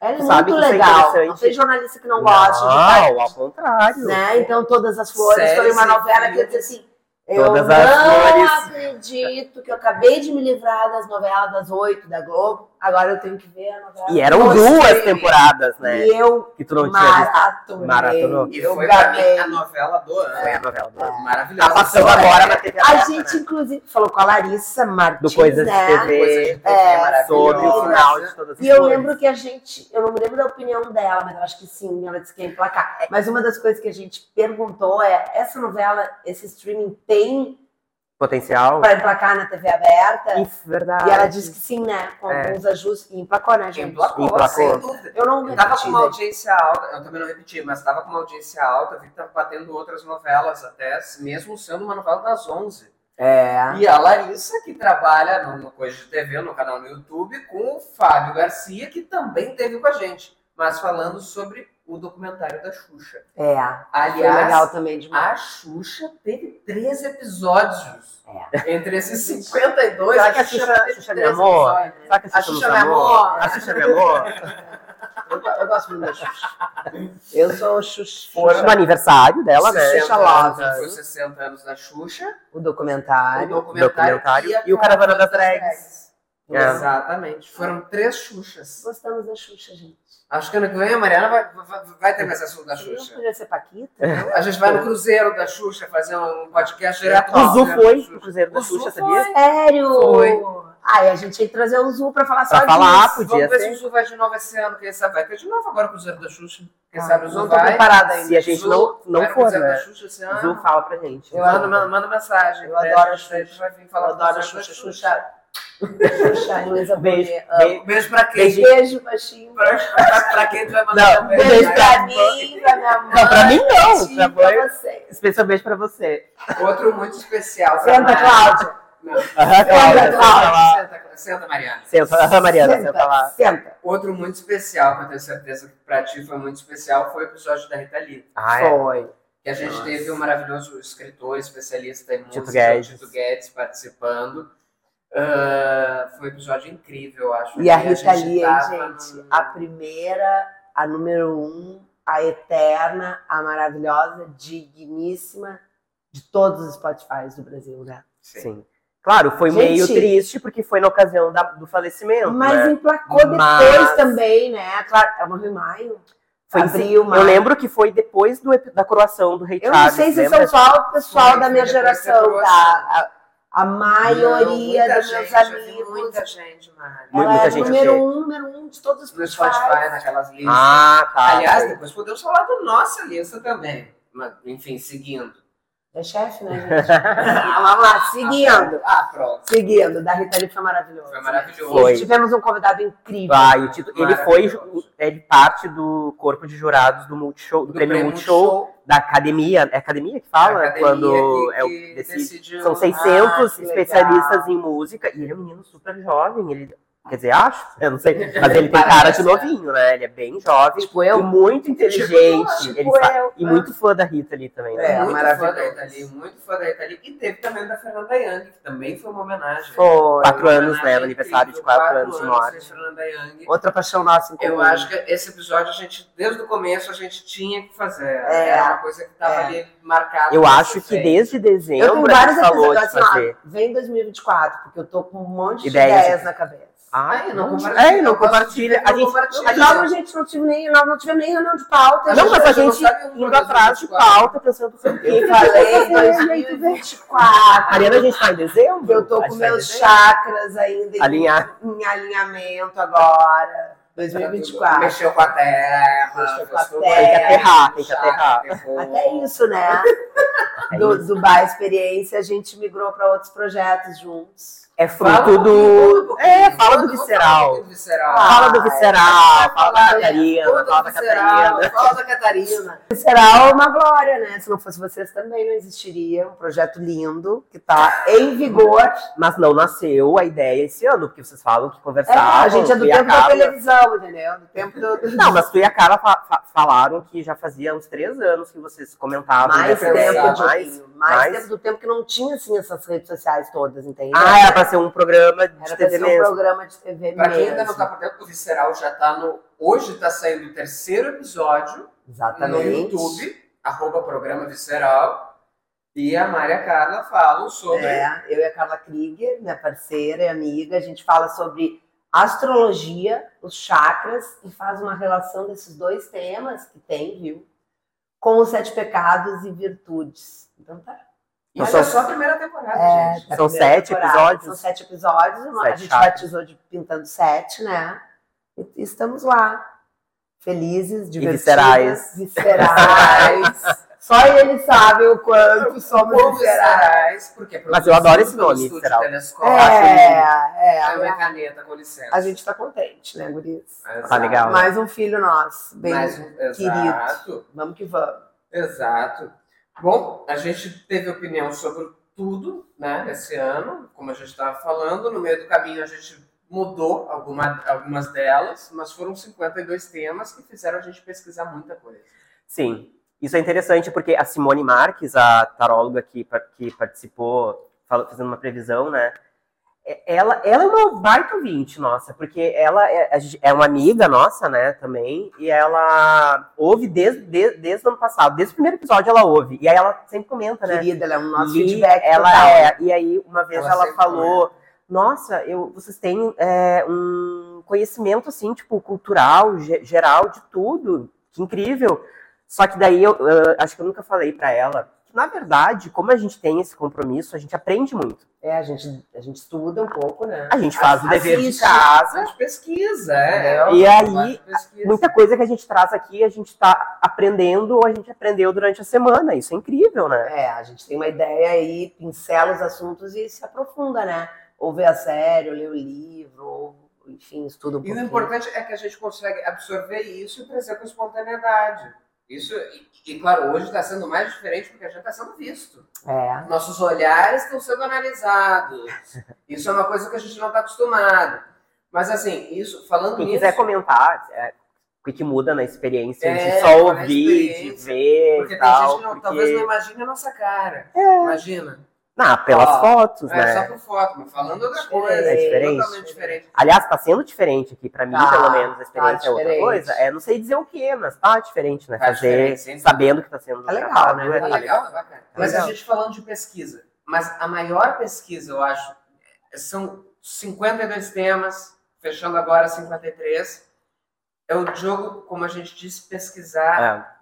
S3: é
S2: Tu sabe
S3: muito
S2: que isso é
S3: legal. não
S2: interessante?
S3: tem jornalista que não gosta de
S2: Não,
S3: estar
S2: ao contrário.
S3: né? Então, Todas as Flores
S4: Sério,
S3: foi uma
S4: sim.
S3: novela que eu disse assim. Eu
S2: Todas
S3: não
S2: as Flores.
S3: acredito que eu acabei de me livrar das novelas das oito da Globo. Agora eu tenho que ver a novela.
S2: E eram
S3: Gostei.
S2: duas temporadas, né?
S3: E eu
S2: Que tu não tinha visto.
S3: maratonei.
S2: Maratonou.
S4: E
S3: Eu
S4: foi pra
S3: gamei.
S4: mim a novela do ano.
S2: Foi a novela. do-
S4: Maravilhosa.
S2: Tá passando
S4: Só-
S2: agora na TV
S3: A
S2: aberta,
S3: gente,
S2: né?
S3: inclusive, falou com a Larissa Martins,
S2: Do Coisas de
S3: né?
S4: Coisa de
S2: TV.
S4: TV
S3: É,
S4: maravilhosa.
S2: Sobre o final de todas as
S3: E eu
S2: coisas.
S3: lembro que a gente, eu não me lembro da opinião dela, mas eu acho que sim, ela disse que ia emplacar. Mas uma das coisas que a gente perguntou é: essa novela, esse streaming tem
S2: Potencial.
S3: para emplacar na TV aberta?
S2: Isso, verdade.
S3: E ela disse que sim, né? Com
S2: É.
S3: alguns ajustes. E emplacou, né, gente?
S4: Emplacou,
S2: Emplacou.
S4: sem dúvida.
S3: Eu não
S4: Eu tava com
S3: repeti,
S4: uma
S3: né?
S4: audiência alta, eu também não repeti, mas tava com uma audiência alta, vi que tava batendo outras novelas até, mesmo sendo uma novela das 11.
S3: É.
S4: E a Larissa, que trabalha no, no Coisa de TV, no canal no YouTube, com o Fábio Garcia, que também teve com a gente, mas falando sobre o documentário da Xuxa.
S3: É. Foi
S4: Aliás,
S3: legal também demais.
S4: a Xuxa teve três episódios.
S3: É.
S4: Entre esses 52,
S2: Será que a Xuxa-
S4: teve
S2: Xuxa me
S4: três
S2: amou?
S4: episódios.
S2: Será que
S4: A
S2: a Xuxa nos
S4: Xuxa me
S2: amou?
S4: amou.
S2: A Xuxa me amou?
S3: Eu, eu gosto muito da Xuxa. Eu sou Xuxa.
S2: No aniversário dela, né?
S4: 60
S3: Xalá,
S4: anos, Foi
S3: né?
S4: 60 anos da Xuxa,
S3: O
S4: o
S3: documentário.
S4: documentário,
S2: documentário
S4: a
S2: e o Caravana das
S4: Drags.
S2: É.
S4: Exatamente. Foram três Xuxas.
S3: Gostamos da Xuxa, gente.
S4: Acho que ano que vem a Mariana vai, vai, vai ter mais assunto da
S3: Não
S4: Xuxa.
S3: podia ser Paquita? não?
S4: A gente vai no Cruzeiro da Xuxa fazer um podcast né? direto
S2: O
S4: ao
S2: Zu
S4: Cruzeiro
S2: foi
S4: da
S2: pro
S4: Xuxa.
S2: Cruzeiro da
S4: O Zu
S2: Xuxa,
S4: foi.
S2: sabia?
S3: Sério?
S4: Foi.
S3: Ai, a gente tinha que trazer o Zu pra falar só
S2: Pra falar,
S3: disso.
S2: podia
S4: Vamos ver se
S2: ser.
S4: o Zu vai de novo esse ano. Quem sabe vai ter de novo agora o Cruzeiro da Xuxa. Quem
S3: Ah,
S4: sabe o
S3: não
S4: Zu
S3: tô
S4: vai.
S3: preparada ainda.
S2: Se a gente
S4: Zu,
S2: não, não
S4: vai no
S2: for,
S4: Cruzeiro da
S2: né?
S4: Xuxa esse
S2: Zu,
S4: ano.
S2: fala pra gente.
S3: Eu
S4: Manda, manda- manda mensagem.
S3: Eu
S4: Daí
S3: adoro a
S4: gente
S3: Xuxa.
S4: Vai vir
S3: Eu
S4: falar do
S3: adoro a
S4: Cruzeiro
S3: Xuxa.
S4: da
S3: Xuxa. Xuxa, Luísa
S2: Beijo.
S3: Bonet.
S2: Beijo.
S4: Beijo pra quem?
S2: Beijo.
S3: Beijo, baixinho.
S4: Pra, pra- pra quem tu vai mandar
S2: Não,
S4: também. né?
S3: Beijo
S2: Beijo
S3: pra
S2: pra
S3: mim, pra minha mãe.
S2: Não, pra mim não.
S3: Sim,
S2: Pra
S3: pra
S2: você.
S3: você.
S2: Especialmente pra você.
S4: Outro muito especial. pra
S3: Senta,
S4: Mariana.
S3: Cláudia.
S4: Não.
S2: Aham, Cláudia,
S3: Cláudia.
S2: senta lá.
S4: Senta, senta, Mariana.
S2: Senta, aham, Mariana, senta, lá.
S3: Senta.
S4: Outro muito especial, que eu tenho certeza que pra ti foi muito especial, foi o episódio da Rita Lee.
S2: Ah, é.
S3: Foi.
S4: Que a gente
S2: Nossa.
S4: teve um maravilhoso escritor, especialista em música,
S2: Guedes.
S4: o Tito Guedes, participando. Ah, foi um episódio incrível, eu acho.
S3: E a
S4: que
S3: Rita
S4: gente
S3: Lee,
S4: tava
S3: hein, gente?
S4: num-
S3: A primeira, a número um, a eterna, a maravilhosa, digníssima de todos os Spotify do Brasil, né?
S4: Sim.
S2: Sim. Claro, foi
S3: Gente.
S2: meio triste, porque foi na ocasião da- do falecimento.
S3: Mas
S2: né?
S3: emplacou depois
S2: Mas-
S3: também, né? Claro, ela morreu em maio.
S2: Foi em
S3: abril,
S2: Eu
S3: maio.
S2: lembro que foi depois do epi- da coroação do Rei
S3: Assim, Eu não
S2: Charles.
S3: sei se
S2: lembra?
S3: São Paulo, o pessoal
S4: Foi,
S3: da minha
S4: foi depois que
S3: geração,
S4: eu
S3: tá? A, a
S4: Não,
S3: maioria
S4: muita
S3: dos meus
S4: gente, eu vi
S3: amigos.
S4: Muita gente, Mari.
S2: Mu-
S3: Ela
S2: muita
S3: era
S2: gente,
S3: o número
S2: achei.
S3: um, número um de todos os
S4: No
S3: festivais.
S4: Spotify, naquelas listas.
S2: Ah, tá.
S4: Aliás, depois podemos falar da nossa lista também. Mas, enfim, seguindo.
S3: É chefe, né, gente? Ah, Vamos lá, seguindo.
S4: Ah, pronto.
S3: Seguindo, da Rita Lee foi maravilhoso.
S4: Foi maravilhoso.
S2: Foi.
S3: Tivemos um convidado incrível.
S2: Ah, e o título- ele foi
S4: Maravilhoso.
S2: ele parte do corpo de jurados do Multishow, do, prêmio, Multishow, da academia, é academia que fala
S4: Academia
S2: quando
S4: que-
S2: é o
S4: que um-
S2: decide-
S4: decidiu-
S2: são
S3: Ah,
S2: 600
S3: que
S2: especialistas
S3: legal.
S2: em música e ele é um menino super jovem, ele quer dizer, acho, eu não sei, mas ele tem cara de
S4: Parece, né?
S2: novinho, né? Ele é bem jovem,
S3: Tipo
S2: e
S3: eu. tipo
S2: muito inteligente, ele sabe-
S3: eu.
S2: e muito fã da Rita ali também.
S3: É,
S2: Né?
S4: Ah, muito
S3: maravilhoso.
S4: fã da Itali, muito fã da Itali. E teve também da Fernanda Young, que também foi uma homenagem.
S3: Foi.
S2: Quatro
S4: Uma
S2: anos, né?
S4: homenagem
S2: O aniversário de
S4: incrível,
S2: quatro anos de
S4: da
S2: morte.
S4: Fernanda Young.
S3: Outra paixão nossa em comum.
S4: Eu acho que esse episódio, a gente, desde o começo, a gente tinha que fazer.
S3: É.
S4: Era uma coisa que estava
S3: É.
S4: ali marcada.
S2: Eu
S4: pra
S2: acho
S4: ser
S2: que
S4: feita.
S2: desde dezembro
S3: Eu tenho
S2: a
S3: vários
S2: gente falou
S3: episódios
S2: de
S3: assim, ó,
S2: fazer.
S3: vem 2024, porque eu tô com um monte de
S2: Ideias.
S3: ideias, na cabeça.
S2: Ai,
S4: Ai, não compartilha.
S2: é, não
S4: Eu gosto de
S2: compartilha.
S4: ver que
S2: A
S4: não
S2: gente,
S4: compartilha.
S2: a
S3: Mas
S2: gente tá
S3: logo, gente, não tive nem, nós não tivemos nem reunião de pauta.
S2: Não,
S3: gente.
S2: mas a
S4: não
S2: gente
S4: sabe um
S2: indo
S4: programa
S2: atrás de
S4: 24.
S2: pauta, pensando sobre o que
S3: Eu
S2: fazer,
S3: falei
S2: gente, vê.
S3: 2024.
S2: Mariana, a gente tá em dezembro?
S3: que eu tô
S2: A
S3: com
S2: gente tá em
S3: meus
S2: dezembro?
S3: chakras ainda em,
S2: Alinhar.
S3: em alinhamento agora. 2024.
S4: Mexeu com a terra.
S3: Mexeu com a
S4: fez tudo.
S3: terra.
S2: Tem que aterrar, tem que aterrar.
S3: Até isso, né? Do, do Bar Experiência, a gente migrou para outros projetos juntos.
S2: É
S4: Fala
S2: fruto
S4: um pouquinho,
S2: do... É, fala do visceral.
S4: Fala do visceral.
S3: Ah,
S2: Fala do visceral, fala da
S4: falar, né?
S2: Catarina, fala da Catarina.
S4: Fala da Catarina.
S3: Será uma glória, né? Se não fosse vocês também não existiria. Um projeto lindo que tá em vigor.
S2: Mas não nasceu a ideia esse ano, porque vocês falam que
S3: É,
S2: conversaram.
S3: a gente é do
S2: tu e a
S3: tempo da
S2: Carla.
S3: televisão, entendeu? Do tempo do. do-
S2: Não, mas tu e a Carla fa- fa- falaram que já fazia uns três anos que vocês comentavam.
S3: mais
S2: dessa
S3: tempo,
S4: é
S2: ideia,
S4: verdade.
S3: de, mais, mais
S2: mais?
S3: tempo do tempo que não tinha assim essas redes sociais todas, entendeu?
S2: Ah, era pra ser um programa de
S3: Era pra
S2: TV
S3: ser um
S2: mesmo.
S3: programa de TV
S4: Pra quem ainda não
S3: mesmo.
S4: tá por dentro, o visceral já tá no. Hoje tá saindo o terceiro episódio no
S3: Exatamente.
S4: YouTube, arroba programa visceral. E a Maria Carla falam sobre.
S3: É, eu e a Carla Krieger, minha parceira e amiga, a gente fala sobre astrologia, os chakras e faz uma relação desses dois temas que tem, viu? Com os sete pecados e virtudes. Então tá.
S4: E
S2: Eu
S4: olha
S2: sou-
S4: só a primeira temporada,
S3: É,
S4: gente.
S3: tá
S2: São
S3: a primeira
S2: sete
S3: temporada.
S2: episódios?
S3: São sete episódios. uma- a
S2: Sete
S3: gente
S2: chakras.
S3: batizou de Pintando Sete, né? E- E estamos lá. Felizes, divertidas.
S2: viscerais.
S3: Viscerais. Só eles sabem o quanto somos
S4: Como
S3: viscerais.
S4: viscerais, porque é
S2: Mas eu adoro esse
S4: produzido pelo
S2: nome,
S4: Estúdio
S2: visceral.
S4: Telescópio.
S3: É, é.
S4: É uma caneta, com licença.
S3: A gente tá contente, né, guris?
S2: Tá legal.
S3: Mais um filho nosso, bem
S4: Mais um-
S3: querido.
S4: Exato,
S3: Vamos que vamos.
S4: exato. Bom, a gente teve opinião sobre tudo, né, esse ano, como a gente estava falando. No meio do caminho a gente mudou alguma, algumas delas, mas foram 52 temas que fizeram a gente pesquisar muita coisa.
S2: Sim. Isso é interessante porque a Simone Marques, a taróloga que, par- que participou, fala- fazendo uma previsão, né? é- Ela, ela é uma baita ouvinte, nossa, porque ela é, a gente- é uma amiga nossa, né, também, e ela ouve desde, desde, desde o ano passado, desde o primeiro episódio ela ouve, e aí ela sempre comenta, né?
S3: Querida, ela é um nosso
S2: E
S3: feedback
S2: ela
S3: total. né?
S2: é- e aí uma vez
S4: Ela
S2: ela,
S4: sempre
S2: falou nossa eu vocês têm é, um conhecimento assim tipo cultural ge- geral de tudo que incrível só que daí eu eh, acho que eu nunca falei pra ela que na verdade como a gente tem esse compromisso a gente aprende muito
S3: É, a gente, a gente estuda um pouco, né?
S2: a gente faz o dever de
S3: assiste.
S4: A
S2: casa
S4: gente pesquisa, é.
S2: E
S4: é um
S2: aí,
S4: trabalho de pesquisa.
S2: muita coisa que a gente traz aqui a gente tá aprendendo ou a gente aprendeu durante a semana isso é incrível né
S3: É, a gente tem uma ideia aí, pincela os assuntos e se aprofunda, né? Ou vê a série, ou lê o livro, ou, enfim, estuda um
S4: E o
S3: pouquinho.
S4: importante é que a gente consegue absorver isso e trazer com espontaneidade. Isso, e, e, claro, hoje está sendo mais diferente porque a gente está sendo visto.
S3: É,
S4: Nossos olhares estão sendo analisados. Isso é uma coisa que a gente não está acostumado. Mas assim, isso falando
S2: quem
S4: nisso,
S2: quiser comentar é, o que, que muda na experiência
S4: É,
S2: de só
S4: qual é a
S2: ouvir de
S4: experiência?
S2: ver
S4: porque
S2: e
S4: tem
S2: tal É.
S4: gente que não, talvez não imagine a nossa cara. Imagina.
S2: Ah, pelas
S4: Ó,
S2: fotos,
S4: É,
S2: né?
S4: só por foto, mas falando outra
S3: Diferente.
S4: coisa.
S2: É diferente.
S4: Totalmente diferente.
S2: Aliás, tá sendo diferente aqui, pra mim,
S3: Tá,
S2: pelo menos, a experiência
S3: tá
S2: é outra
S3: diferente.
S2: coisa. É, não sei dizer o que, mas tá diferente, né?
S4: Tá
S2: Fazer,
S4: diferente, sem dúvida.
S2: sabendo que tá sendo
S3: Tá legal,
S2: gravado,
S3: né?
S2: é-
S4: Tá Ah, legal, tá bacana. Mas a
S2: Legal.
S4: gente falando de pesquisa. Mas a maior pesquisa, eu acho, é, são 52 temas, fechando agora 53. É o jogo, como a gente disse, pesquisar
S2: É.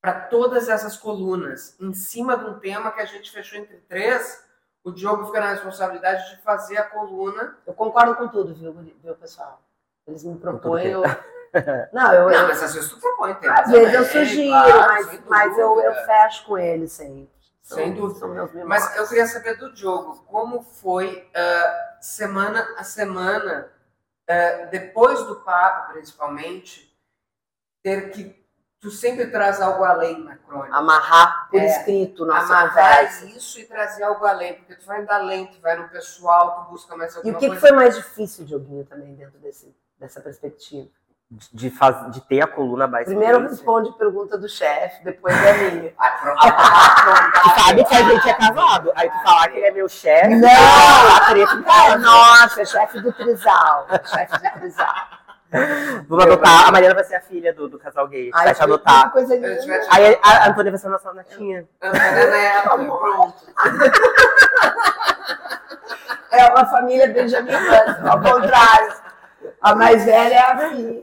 S4: para todas essas colunas. Em cima de um tema que a gente fechou entre três, o Diogo fica na responsabilidade de fazer a coluna.
S3: Eu concordo com tudo, viu, guri- viu pessoal? Eles me propõem.
S2: Com
S3: Eu... Não, eu,
S4: Não,
S3: eu-
S4: mas às vezes tu propõe temas.
S3: às vezes eu
S4: também,
S3: sugiro,
S4: claro, é sem
S3: mas, mas eu, eu
S4: dúvida.
S3: fecho com eles sempre. São-
S4: Sem dúvida.
S3: são meus mimos.
S4: Mas eu queria saber do Diogo, como foi ah, semana a semana, ah, depois do papo, principalmente, ter que. Tu sempre traz algo além na crônica.
S3: Amarrar por
S4: É,
S3: escrito nossa
S4: Amarrar
S3: conversa.
S4: isso e trazer algo além, porque tu vai dar além, tu vai no pessoal, tu busca mais
S3: E
S4: alguma
S3: o que, que
S4: coisa.
S3: foi mais difícil, Dioguinho, também, dentro desse, dessa perspectiva?
S2: De, de faz- de ter a coluna mais. assim.
S3: Primeiro
S2: extensa.
S3: responde pergunta do chefe, depois é a minha.
S4: Ah, pronto.
S2: Tu sabe que a gente é casado. Aí tu falar que ele é meu chefe.
S3: Não!
S2: tá treta em
S3: Ah,
S2: casa.
S3: Nossa, chefe do Trisal. Chefe do Trisal.
S2: Vamos adotar. A Mariana vai ser a filha do, do casal gay.
S3: Ai,
S2: vai te
S3: foi
S2: adotar.
S3: uma Coisa
S4: Eu
S3: linda.
S4: tive a-
S2: Aí a a Antônia vai ser nossa netinha.
S4: Antonella, né? pronto.
S3: É uma família Benjamin Button, ao contrário. A mais velha é a filha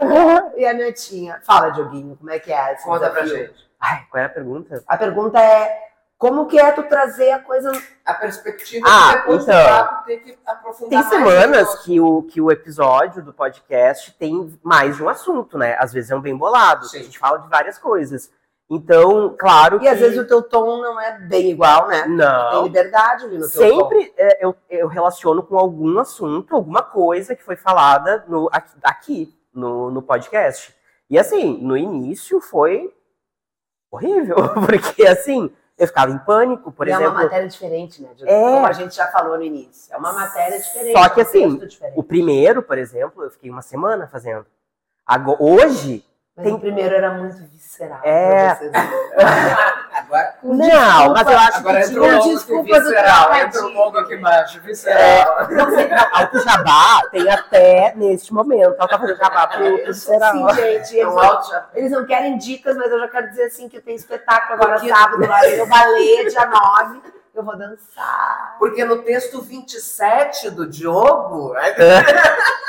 S3: e a netinha. Fala, Dioguinho, como é que é esse
S4: Conta pra
S3: desafio?
S4: gente.
S2: Ai, qual era a pergunta?
S3: A pergunta é, como que é tu trazer a coisa...
S4: A perspectiva
S2: Ah,
S4: de depois
S2: então.
S4: do papo ter que aprofundar
S2: Tem
S4: mais
S2: semanas
S4: ainda.
S2: que o, que o episódio do podcast tem mais de um assunto, né? Às vezes é um bem bolado.
S4: Sim.
S2: A gente fala de várias coisas. Então, claro que.
S3: E às vezes o teu tom não é bem igual, né? Tem
S2: Não.
S3: liberdade ali no teu tom.
S2: Sempre é, eu, eu relaciono com algum assunto, alguma coisa que foi falada no, aqui, aqui, no, no podcast. E assim, no início foi horrível, porque assim, eu ficava em pânico, por
S3: E é
S2: exemplo.
S3: uma matéria diferente, né? Diogo?
S2: É.
S3: Como a gente já falou no início. É uma matéria diferente.
S2: Só que assim,
S3: é um texto diferente.
S2: O primeiro, por exemplo, eu fiquei uma semana fazendo. Ago- hoje,
S3: Mas o primeiro era muito visceral.
S2: É.
S3: pra vocês verem.
S4: Ah, Agora,
S2: não, mas eu acho
S4: Agora
S2: que
S4: entrou
S2: tinha.
S3: um-
S4: logo
S3: desculpa
S4: desculpa
S3: do
S4: visceral,
S3: trocadilho.
S4: entrou logo aqui embaixo, visceral.
S2: Não sei, Alto jabá tem até neste momento. Ela tá fazendo jabá pro pro geral.
S3: Sim, assim, gente. Eles
S4: Então,
S3: não,
S4: alto já-
S3: eles não querem dicas, mas eu já quero dizer assim que tem espetáculo agora
S4: Porque-
S3: sábado lá no balé, dia 9. Eu vou dançar.
S4: Porque no texto 27 do Diogo, é,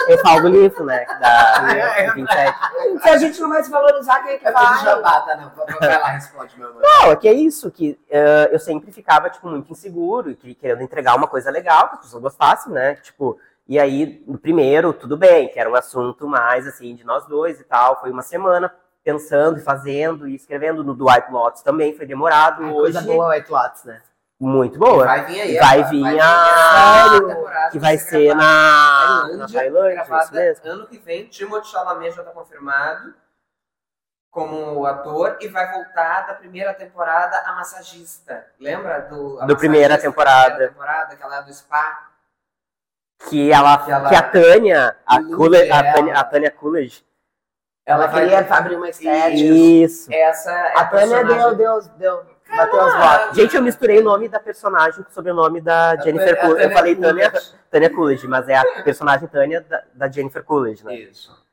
S2: Eu falo o livro, né? que dá 27.
S3: Se a gente não vai se valorizar, quem é que
S4: é tudo
S3: vai?
S4: jabata, não. Vai lá, responde, meu amor.
S2: Não, é que é isso, que eh, eu sempre ficava, tipo, muito inseguro e que- querendo entregar uma coisa legal, que as pessoas gostassem, né? Tipo, e aí, no primeiro, tudo bem, que era um assunto mais, assim, de nós dois e tal. Foi uma semana pensando e fazendo e escrevendo. No do White Lotus também foi demorado.
S3: Ai,
S2: Hoje,
S3: Coisa boa, White Lots, né?
S2: muito boa.
S4: Vai vir aí.
S2: Vai
S4: agora,
S2: vir
S4: essa
S2: a-
S4: temporada
S2: que vai
S4: ser
S2: ser
S4: gravada
S2: na
S4: em
S2: na
S4: Tailândia,
S2: Tailândia, isso
S4: gravada
S2: mesmo.
S4: ano que vem. Timothée Chalamet já está confirmado como ator e vai voltar da primeira temporada a massagista. Lembra do a
S2: Do primeira
S4: massagista da
S2: temporada.
S4: primeira temporada, aquela do spa?
S2: Que, ela,
S4: Que ela-
S2: que a Tânia, a,
S4: Lúcia,
S2: Coolidge, a, Tânia,
S4: ela-
S2: a Tânia Coolidge.
S3: Ela,
S4: vai-
S3: queria abrir uma
S4: É
S3: estética. um
S2: Isso.
S4: Essa é
S3: A Tânia Né, deu,
S4: personagem-
S3: deu, deu. Bateu as botas.
S2: Gente, eu misturei o nome da personagem com o sobrenome da Jennifer
S4: É a
S2: Coolidge. Eu
S4: Tânia
S2: falei Tânia,
S4: Coolidge.
S2: Tânia Coolidge, mas é a personagem Tânia da, da Jennifer Coolidge, né?
S4: Isso.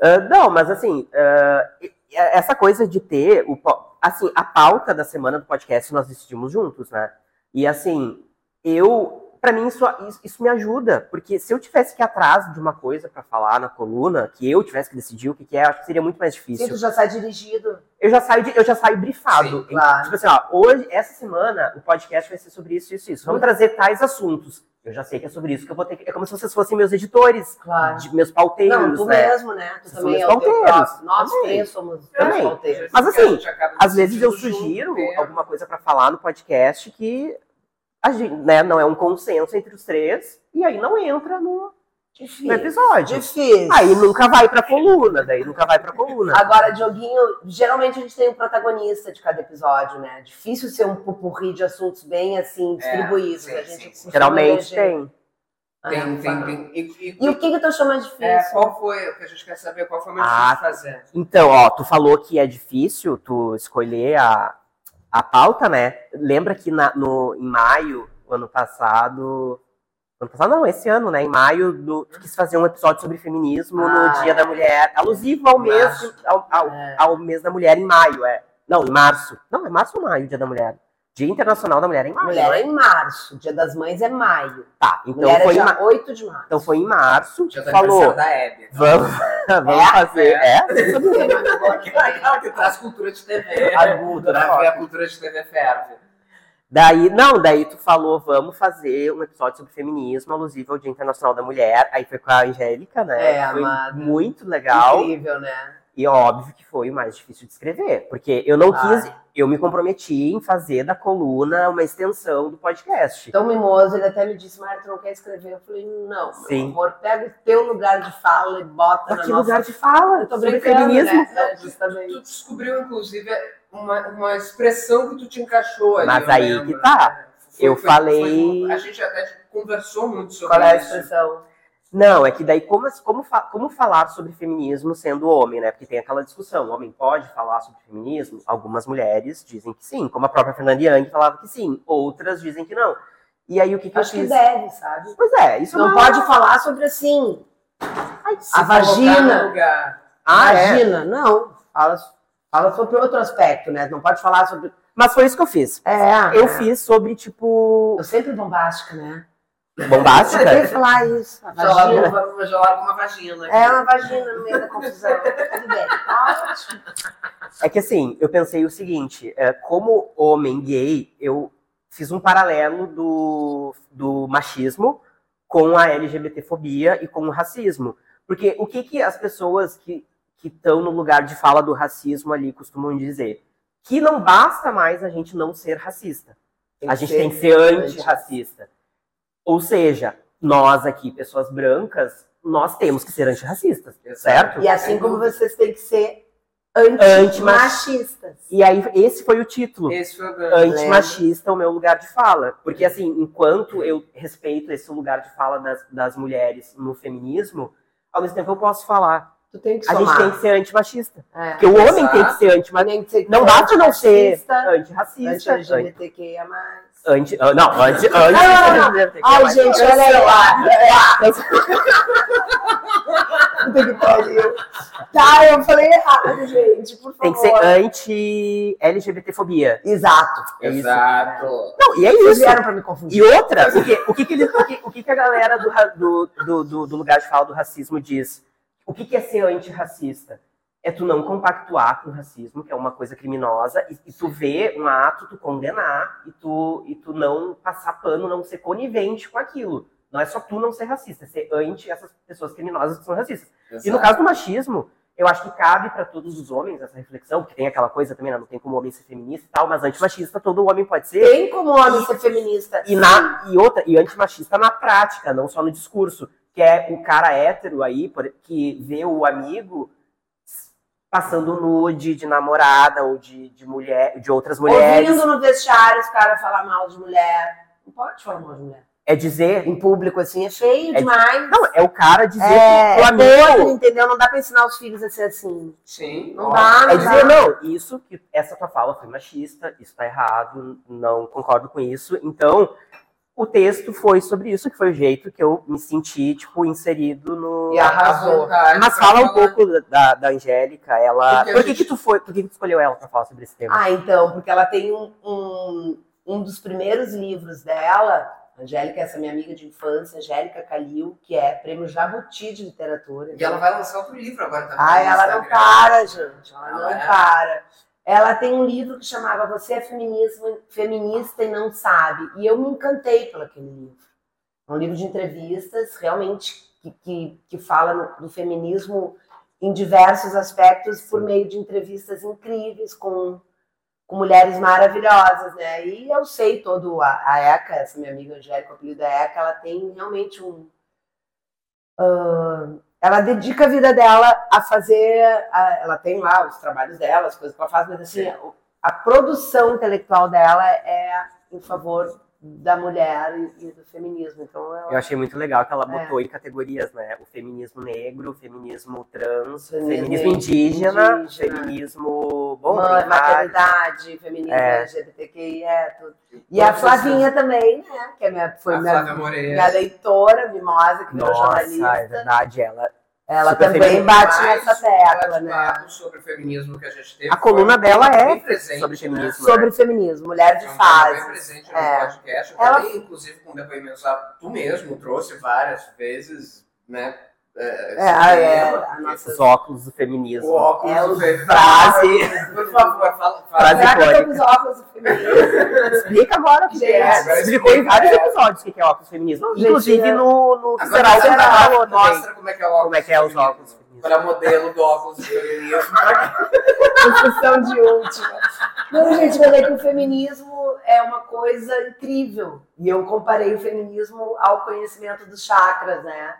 S2: Ah, não, mas assim, ah, e- e essa coisa de ter o po- assim, a pauta da semana do podcast nós decidimos juntos, né? E assim, eu pra mim isso, isso- isso me ajuda, porque se eu tivesse que ir atrás de uma coisa pra falar na coluna, que eu tivesse que decidir o que, que é, acho que seria muito mais
S3: Sim,
S2: difícil.
S3: tu já sai dirigido.
S2: Eu já saio, de- eu já saio brifado.
S4: Sim,
S2: Então,
S3: claro.
S2: Tipo assim, ó, hoje, essa semana, o podcast vai ser sobre isso, isso, isso. Vamos trazer tais assuntos. Eu já sei que é sobre isso que eu vou ter que. É como se vocês fossem meus editores,
S3: Claro.
S2: de- meus pauteiros,
S3: Não, tu
S2: né?
S3: mesmo, né? Tu
S2: Vocês
S3: também é
S2: são
S3: o teu
S2: solteiros.
S3: próximo. Nós
S2: Também.
S3: três somos
S2: Também.
S3: solteiros.
S2: Mas,
S4: Porque a
S2: assim,
S4: gente acaba
S2: Às vezes eu
S4: decidindo
S2: sugiro
S4: junto, é.
S2: alguma coisa pra falar no podcast que a gente, né, não é um consenso entre os três, e aí não entra no, no
S3: Difícil.
S2: episódio.
S3: Difícil.
S2: Aí nunca vai pra coluna, daí nunca vai pra coluna.
S3: Agora, Dioguinho, geralmente a gente tem um protagonista de cada episódio, né? Difícil ser um pupurri de assuntos bem assim, distribuídos. que a
S4: É, sim, sim,
S3: gente
S4: sim.
S3: costuma
S2: Geralmente
S3: eleger.
S2: tem.
S3: Ah,
S4: Tem, tem,
S3: não.
S4: tem. E, e-
S3: E o que que tu chama difícil?
S4: é, qual foi, o que a gente quer saber, qual foi o mais
S2: Ah,
S4: difícil de fazer?
S2: Então, ó, tu falou que é difícil tu escolher a, a pauta, né? Lembra que na- no, em maio, ano passado. Ano passado, não, esse ano, né? Em maio, do, tu quis fazer um episódio sobre feminismo
S3: Ah,
S2: no Dia
S3: é.
S2: da Mulher, alusivo ao mês,
S4: Março.
S2: ao, ao,
S3: É.
S2: ao mês da mulher, em maio, é. Não, em março. Não, é março ou maio, Dia da Mulher? Dia Internacional da Mulher em maio.
S3: Mulher
S2: né?
S3: é em março, Dia das Mães é maio.
S2: Tá, então
S3: Mulher
S2: foi,
S3: é
S2: em
S3: dia
S2: ma-
S3: 8 de março.
S2: então foi em março.
S4: Dia do
S2: Falou,
S4: aniversário da Hebe.
S2: vamos, vamos fazer. É?
S4: Aquela que traz cultura de TV.
S2: Adulto, né?
S4: Pra ver a cultura de TV ferve.
S2: Daí, não, daí tu falou, vamos fazer um episódio sobre feminismo, alusivo ao Dia Internacional da Mulher. Aí foi com a Angélica, né?
S3: É,
S2: foi
S3: amada.
S2: muito legal.
S3: Incrível, né?
S2: E óbvio que foi o mais difícil de escrever, porque eu não
S3: Claro.
S2: quis, eu me comprometi em fazer da coluna uma extensão do podcast.
S3: Tão mimoso, ele até me disse, Mário, tu não quer escrever? Eu falei, não, meu
S2: Sim.
S3: amor, pega o teu lugar de fala e bota
S2: Mas
S3: na
S2: que
S3: nossa...
S2: lugar de fala?
S3: Eu tô
S2: sobre
S3: brincando,
S2: feminismo.
S3: né? É, justamente.
S4: Tu descobriu, inclusive, uma, uma expressão que tu te encaixou ali.
S2: Mas
S4: eu
S2: aí
S4: lembro,
S2: que tá.
S4: né?
S2: Eu falei-
S4: a gente até conversou muito sobre
S3: Qual é a
S4: isso.
S3: expressão?
S2: Não, é que daí como, como, fa- como falar sobre feminismo sendo homem, né? Porque tem aquela discussão, o homem pode falar sobre feminismo? Algumas mulheres dizem que sim, como a própria Fernanda Young falava que sim, outras dizem que não. E aí o que, que eu
S3: Acho que
S2: fiz?
S3: deve, sabe?
S2: Pois é, isso
S3: Não pode falar sobre assim,
S2: Ai,
S3: a
S4: Colocar
S3: vagina.
S4: no lugar.
S2: Ah, é.
S3: Imagina, não. Fala, fala sobre outro aspecto, né? Não pode falar sobre.
S2: Mas foi isso que eu fiz.
S3: É.
S2: Eu fiz sobre, tipo,
S3: Eu sempre bombástica, né? Eu
S2: bombástica.
S3: sempre falar isso. A
S4: Já largou
S3: vagina.
S4: uma- já largou uma vagina.
S3: É uma vagina no meio da confusão. Tudo bem. Tá ótimo.
S2: É que assim, eu pensei o seguinte: é, como homem gay, eu fiz um paralelo do, do machismo com a LGBTfobia e com o racismo. Porque o que, que as pessoas que estão no lugar de fala do racismo ali costumam dizer? Que não basta mais a gente não ser racista. A gente tem que ser antirracista. Ou seja, nós aqui, pessoas brancas, nós temos que ser antirracistas, certo?
S3: E assim como vocês têm que ser antimachistas.
S2: E aí, esse foi o título.
S4: Esse foi o grande.
S2: Antimachista, é o meu lugar de fala. Porque,
S3: Uhum.
S2: assim, enquanto eu respeito esse lugar de fala das, das mulheres no feminismo, ao mesmo tempo eu posso falar.
S3: Tu tem que
S2: A gente
S3: somar.
S2: tem que ser antimachista.
S3: É.
S2: Porque o homem tem que ser
S3: Mas
S2: antimachista.
S3: nem que ser
S2: Não basta não ser
S3: antirracista,
S2: antirracista. Anti,
S3: Anti-LGBTQIA+.
S2: anti, ah, não, anti, anti,
S3: não, Ai, gente, olha aí. É. Puta que pariu. Tá, eu falei errado, gente, por favor.
S2: Tem que ser anti-LGBTfobia.
S3: Exato.
S2: É isso.
S4: Exato.
S2: Não, e é
S3: Vocês
S2: isso.
S3: vieram pra me confundir.
S2: E outra, o que, o que, que, eles- o que- o que que a galera do, ra- do, do, do- do lugar de fala do racismo diz? O que, que é ser antirracista? É tu não compactuar com o racismo, que é uma coisa criminosa, e, e tu ver um ato, tu condenar, e tu, e tu não passar pano, não ser conivente com aquilo. Não é só tu não ser racista, é ser anti essas pessoas criminosas que são racistas. E no caso do machismo, eu acho que cabe para todos os homens essa reflexão, porque tem aquela coisa também, né, não tem como homem ser feminista e tal, mas antimachista todo homem pode ser.
S3: Tem como homem ser feminista.
S2: E, na, e outra, e antimachista na prática, não só no discurso, que é o cara hétero aí, por- que vê o amigo passando nude de namorada ou de, de mulher, de outras mulheres.
S3: Ouvindo no vestiário os caras falar mal de mulher. Não pode falar mal de mulher.
S2: É dizer.
S3: Em público, assim, é feio
S2: É
S3: demais.
S2: Não, é o cara dizer
S3: É, né?
S2: pro
S3: podre,
S2: amigo.
S3: entendeu? Não dá pra ensinar os filhos a ser assim.
S4: Sim.
S3: Não dá,
S2: É
S3: não dá.
S2: dizer, não, isso que essa tua fala foi machista, isso tá errado, não concordo com isso. Então, o texto foi sobre isso, que foi o jeito que eu me senti, tipo, inserido no.
S3: E arrasou.
S2: Mas fala um pouco da- da, da Angélica, ela.
S4: Porque a
S2: Por que,
S4: gente-
S2: que tu foi? Por que, que tu escolheu ela pra falar sobre esse tema?
S3: Ah, então, porque ela tem um, um, um dos primeiros livros dela, Angélica, essa minha amiga de infância, Angélica Calil, que é prêmio Jabuti de literatura.
S4: E ela vai lançar outro livro agora também.
S3: Ai,
S4: Tá no
S3: ela não tá.
S4: Instagram.
S3: para, gente. Ela
S4: Ela
S3: não
S4: é.
S3: para. Ela tem um livro que chamava Você é Feminismo, Feminista e Não Sabe. E eu me encantei pelo aquele livro. É um livro de entrevistas, realmente, que, que, que fala no- do feminismo em diversos aspectos por meio de entrevistas incríveis com, com mulheres maravilhosas, né? E eu sei todo a, a Eka, essa minha amiga Angélica, o apelido da Eka, ela tem realmente um ela dedica a vida dela a fazer. a- ela tem lá os trabalhos dela, as coisas que ela faz, mas assim, a, a produção intelectual dela é em favor da mulher e, e do feminismo. Então,
S2: Eu
S3: ela,
S2: achei muito legal que ela
S3: É.
S2: botou em categorias, né? O feminismo negro, o feminismo trans, o
S3: Feminismo
S2: feminismo indígena, o
S3: indígena.
S2: feminismo bom,
S3: é mãe,
S2: tem vários.
S3: maternidade, feminismo,
S2: É.
S3: LGBTQIA, tudo. E a
S4: Todas
S3: Flavinha também, né? Que é minha, foi
S4: A
S3: minha,
S4: Flávia Moreira.
S3: minha leitora, mimosa, que virou
S2: Nossa, é
S3: jornalista.
S2: verdade, ela
S3: Ela
S2: Super
S3: também
S2: feminista.
S3: bate nessa tecla, né?
S4: bate sobre o feminismo que a gente teve.
S2: A coluna dela
S4: foi um
S2: é
S4: bem presente,
S2: sobre
S4: né?
S2: feminismo.
S3: Sobre feminismo, mulher de
S4: Foi um tema Bem
S3: fases.
S4: presente no
S3: É.
S4: podcast. Eu
S3: Ela-
S4: falei, inclusive, com depoimentos lá, tu mesmo trouxe várias vezes, né?
S3: É,
S4: É, sobre
S3: é,
S4: ela,
S3: a nossa-
S2: Esses óculos do
S4: O
S2: feminismo.
S4: óculos
S3: É,
S4: do
S3: o
S4: feminino.
S2: frase-
S4: Por favor, fala. fala.
S2: Frase-
S3: Será que eu tô
S2: icônica.
S3: com os óculos do feminismo?
S2: Explica agora o que é.
S3: Gente,
S4: agora
S2: Explicou em
S4: explica,
S2: vários
S4: é.
S2: episódios o que que é óculos feminismo.
S3: Gente,
S2: Inclusive
S3: é.
S2: no, no
S4: Agora
S2: Será o que
S4: será?
S2: ela falou também.
S4: Mostra como é que é o óculos.
S2: Como é que é os
S4: feminino.
S2: óculos femininos.
S4: Para modelo do óculos do feminismo.
S3: Discussão de última. Não, gente, mas é que o feminismo é uma coisa incrível. E eu comparei o feminismo ao conhecimento dos chakras, né?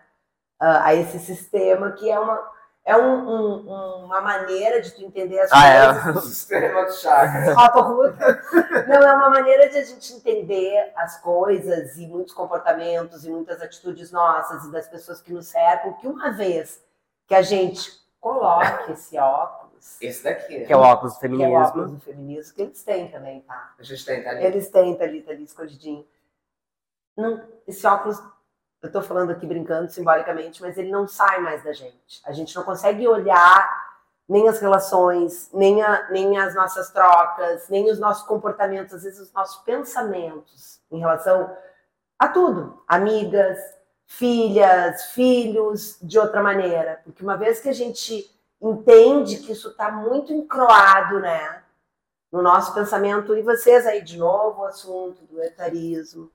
S3: Ah, a esse sistema que é uma, é um- um- uma maneira de tu entender as
S2: Ah, é.
S3: coisas.
S4: o sistema do chakra.
S3: Rota Ruta. Não, é uma maneira de a gente entender as coisas e muitos comportamentos e muitas atitudes nossas e das pessoas que nos cercam, que uma vez que a gente coloque esse óculos,
S4: Esse daqui. né?
S2: Que é o óculos do
S3: que é o óculos
S2: feminismo.
S3: do feminismo, que eles têm também, tá?
S4: A gente tem, tá ali.
S3: Eles têm, tá ali, tá ali escondidinho. Não, esse óculos, eu tô falando aqui brincando simbolicamente, mas ele não sai mais da gente. A gente não consegue olhar nem as relações, nem, a- nem as nossas trocas, nem os nossos comportamentos, às vezes os nossos pensamentos em relação a tudo. Amigas, filhas, filhos, de outra maneira. Porque uma vez que a gente entende que isso tá muito encroado, né? no nosso pensamento. E vocês aí, de novo, o assunto do etarismo.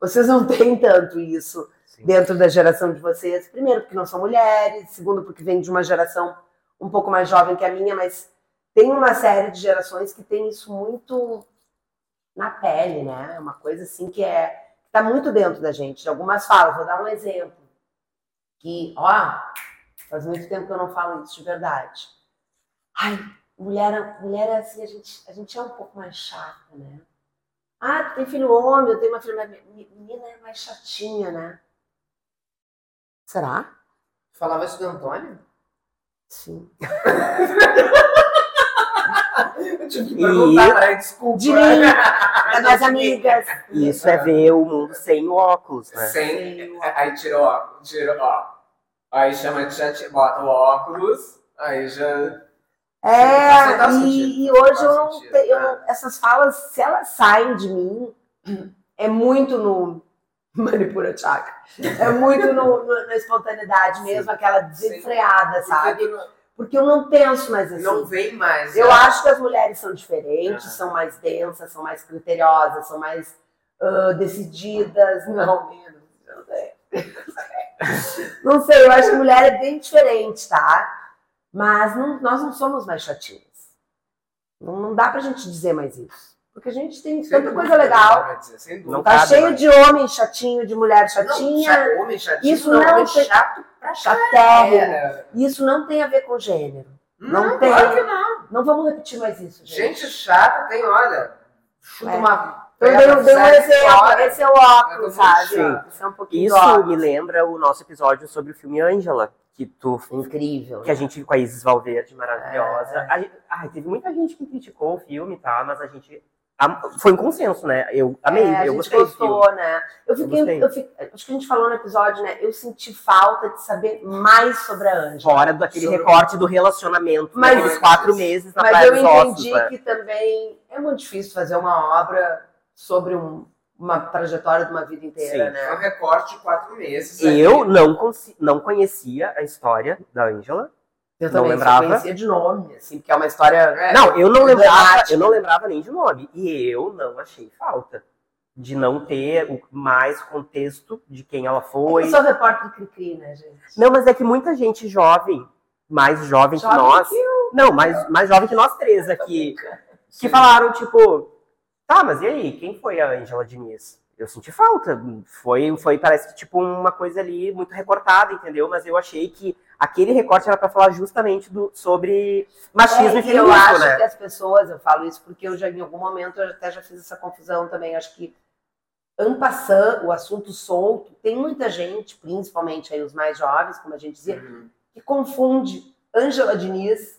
S3: Vocês não têm tanto isso
S2: Sim.
S3: dentro da geração de vocês. Primeiro, porque não são mulheres. Segundo, porque vem de uma geração um pouco mais jovem que a minha. Mas tem uma série de gerações que tem isso muito na pele, né? É uma coisa assim que é está muito dentro da gente. De algumas falas, vou dar um exemplo. Que, ó, faz muito tempo que eu não falo isso de verdade. Ai, mulher, mulher assim, a gente, a gente é um pouco mais chata, né? Ah, tu tem filho homem, eu tenho uma filha. mas me- Menina é mais chatinha, né? Será?
S4: Falava isso do Antônio?
S3: Sim.
S4: Eu tive que
S2: E-
S4: perguntar, né? desculpa.
S3: De mim, das minhas amigas.
S2: Isso é ver o mundo sem o óculos, né?
S4: Sem. é, Aí tira o óculos, tira, ó. Aí chama de chat, bota o óculos, aí já. Faz
S3: É,
S4: total sentido.
S3: e, e hoje eu
S4: Faz
S3: não
S4: sentido,
S3: tenho. eu
S4: é.
S3: não- Essas falas, se elas saem de mim, é muito no. Manipura chakra. É muito no, no- na espontaneidade mesmo, aquela desenfreada, sabe?
S4: Porque não-
S3: Porque eu não penso mais assim.
S4: Não vem mais.
S3: Eu
S4: né?
S3: acho que as mulheres são diferentes,
S4: Ah.
S3: são mais densas, são mais criteriosas, são mais ah, decididas. Não, menos. não sei. Não sei, eu acho que mulher é bem diferente, tá? Mas não- nós não somos mais chatinhas. Não, não dá pra gente dizer mais isso. Porque a gente tem
S4: Sem
S3: tanta
S4: dúvida,
S3: coisa legal.
S4: vai dizer, sem dúvida.
S2: Não
S3: Tá
S2: cabe
S3: cheio
S2: mais.
S3: de homem chatinho, de mulher
S4: Não,
S3: chatinha,
S4: chato, homem chatinho,
S3: Isso
S4: não,
S3: não
S4: homem
S3: tem-
S4: chato pra chato.
S3: chatérrimo. E isso não tem a ver com gênero. Não tem.
S4: Hum, Claro que não.
S3: Não vamos repetir mais isso, gente.
S4: Gente chata tem, olha, chuta
S3: É.
S4: uma.
S3: Eu
S4: pega,
S3: dei, eu dei um
S4: sai
S3: exemplo,
S4: fora.
S3: esse é o óculos,
S4: Sim.
S3: sabe? Esse é um pouquinho do
S2: Isso
S3: óculos.
S2: me lembra o nosso episódio sobre o filme Ângela, que tu
S3: Incrível.
S2: que a gente com a Isis Valverde maravilhosa.
S3: É.
S2: A gente- ai, teve muita gente que criticou o filme, tá? Mas a gente am- foi um consenso, né? Eu amei,
S3: É, a
S2: eu
S3: gente
S2: gostei do filme.
S3: gostou, né? Eu fiquei, eu
S2: gostei.
S3: fi- acho que a gente falou no episódio, né? Eu senti falta de saber mais sobre a Ângela.
S2: Fora daquele
S4: Sobre-
S2: recorte do relacionamento,
S3: Mas-
S2: daqueles quatro meses na
S3: Mas
S2: Praia
S3: eu
S2: dos Ossos,
S3: entendi
S2: né?
S3: que também é muito difícil fazer uma obra sobre um- uma trajetória de uma vida inteira,
S2: Sim.
S4: É
S3: né?
S4: um recorte de quatro meses.
S2: Eu
S3: é
S4: aqui.
S2: não, consi- não conhecia a história da Ângela.
S3: Eu
S2: Não
S3: também só
S2: lembrava.
S3: conhecia de nome, assim, porque é uma história...
S4: É.
S2: Não, eu não lembrava,
S3: Dramática.
S2: eu não lembrava nem de nome. E eu não achei falta de não ter o mais contexto de quem ela foi.
S3: Eu sou repórter do Cricri, né, gente?
S2: Não, mas é que muita gente jovem, mais jovem,
S3: Jovem
S2: que nós.
S3: que
S2: Não, mais, mais jovem que nós três aqui. Que
S4: Sim.
S2: falaram, tipo, tá, mas e aí, quem foi a Angela Diniz? Eu senti falta. Foi, foi, parece que, tipo, uma coisa ali muito recortada, entendeu? Mas eu achei que aquele recorte era pra falar justamente do, sobre machismo
S3: É,
S2: e
S3: e eu
S2: feminismo,
S3: acho
S2: né?
S3: que as pessoas, eu falo isso porque eu já em algum momento eu até já fiz essa confusão também. Acho que ano passando, o assunto solto, tem muita gente, principalmente aí os mais jovens, como a gente dizia,
S4: Uhum.
S3: que confunde Ângela Diniz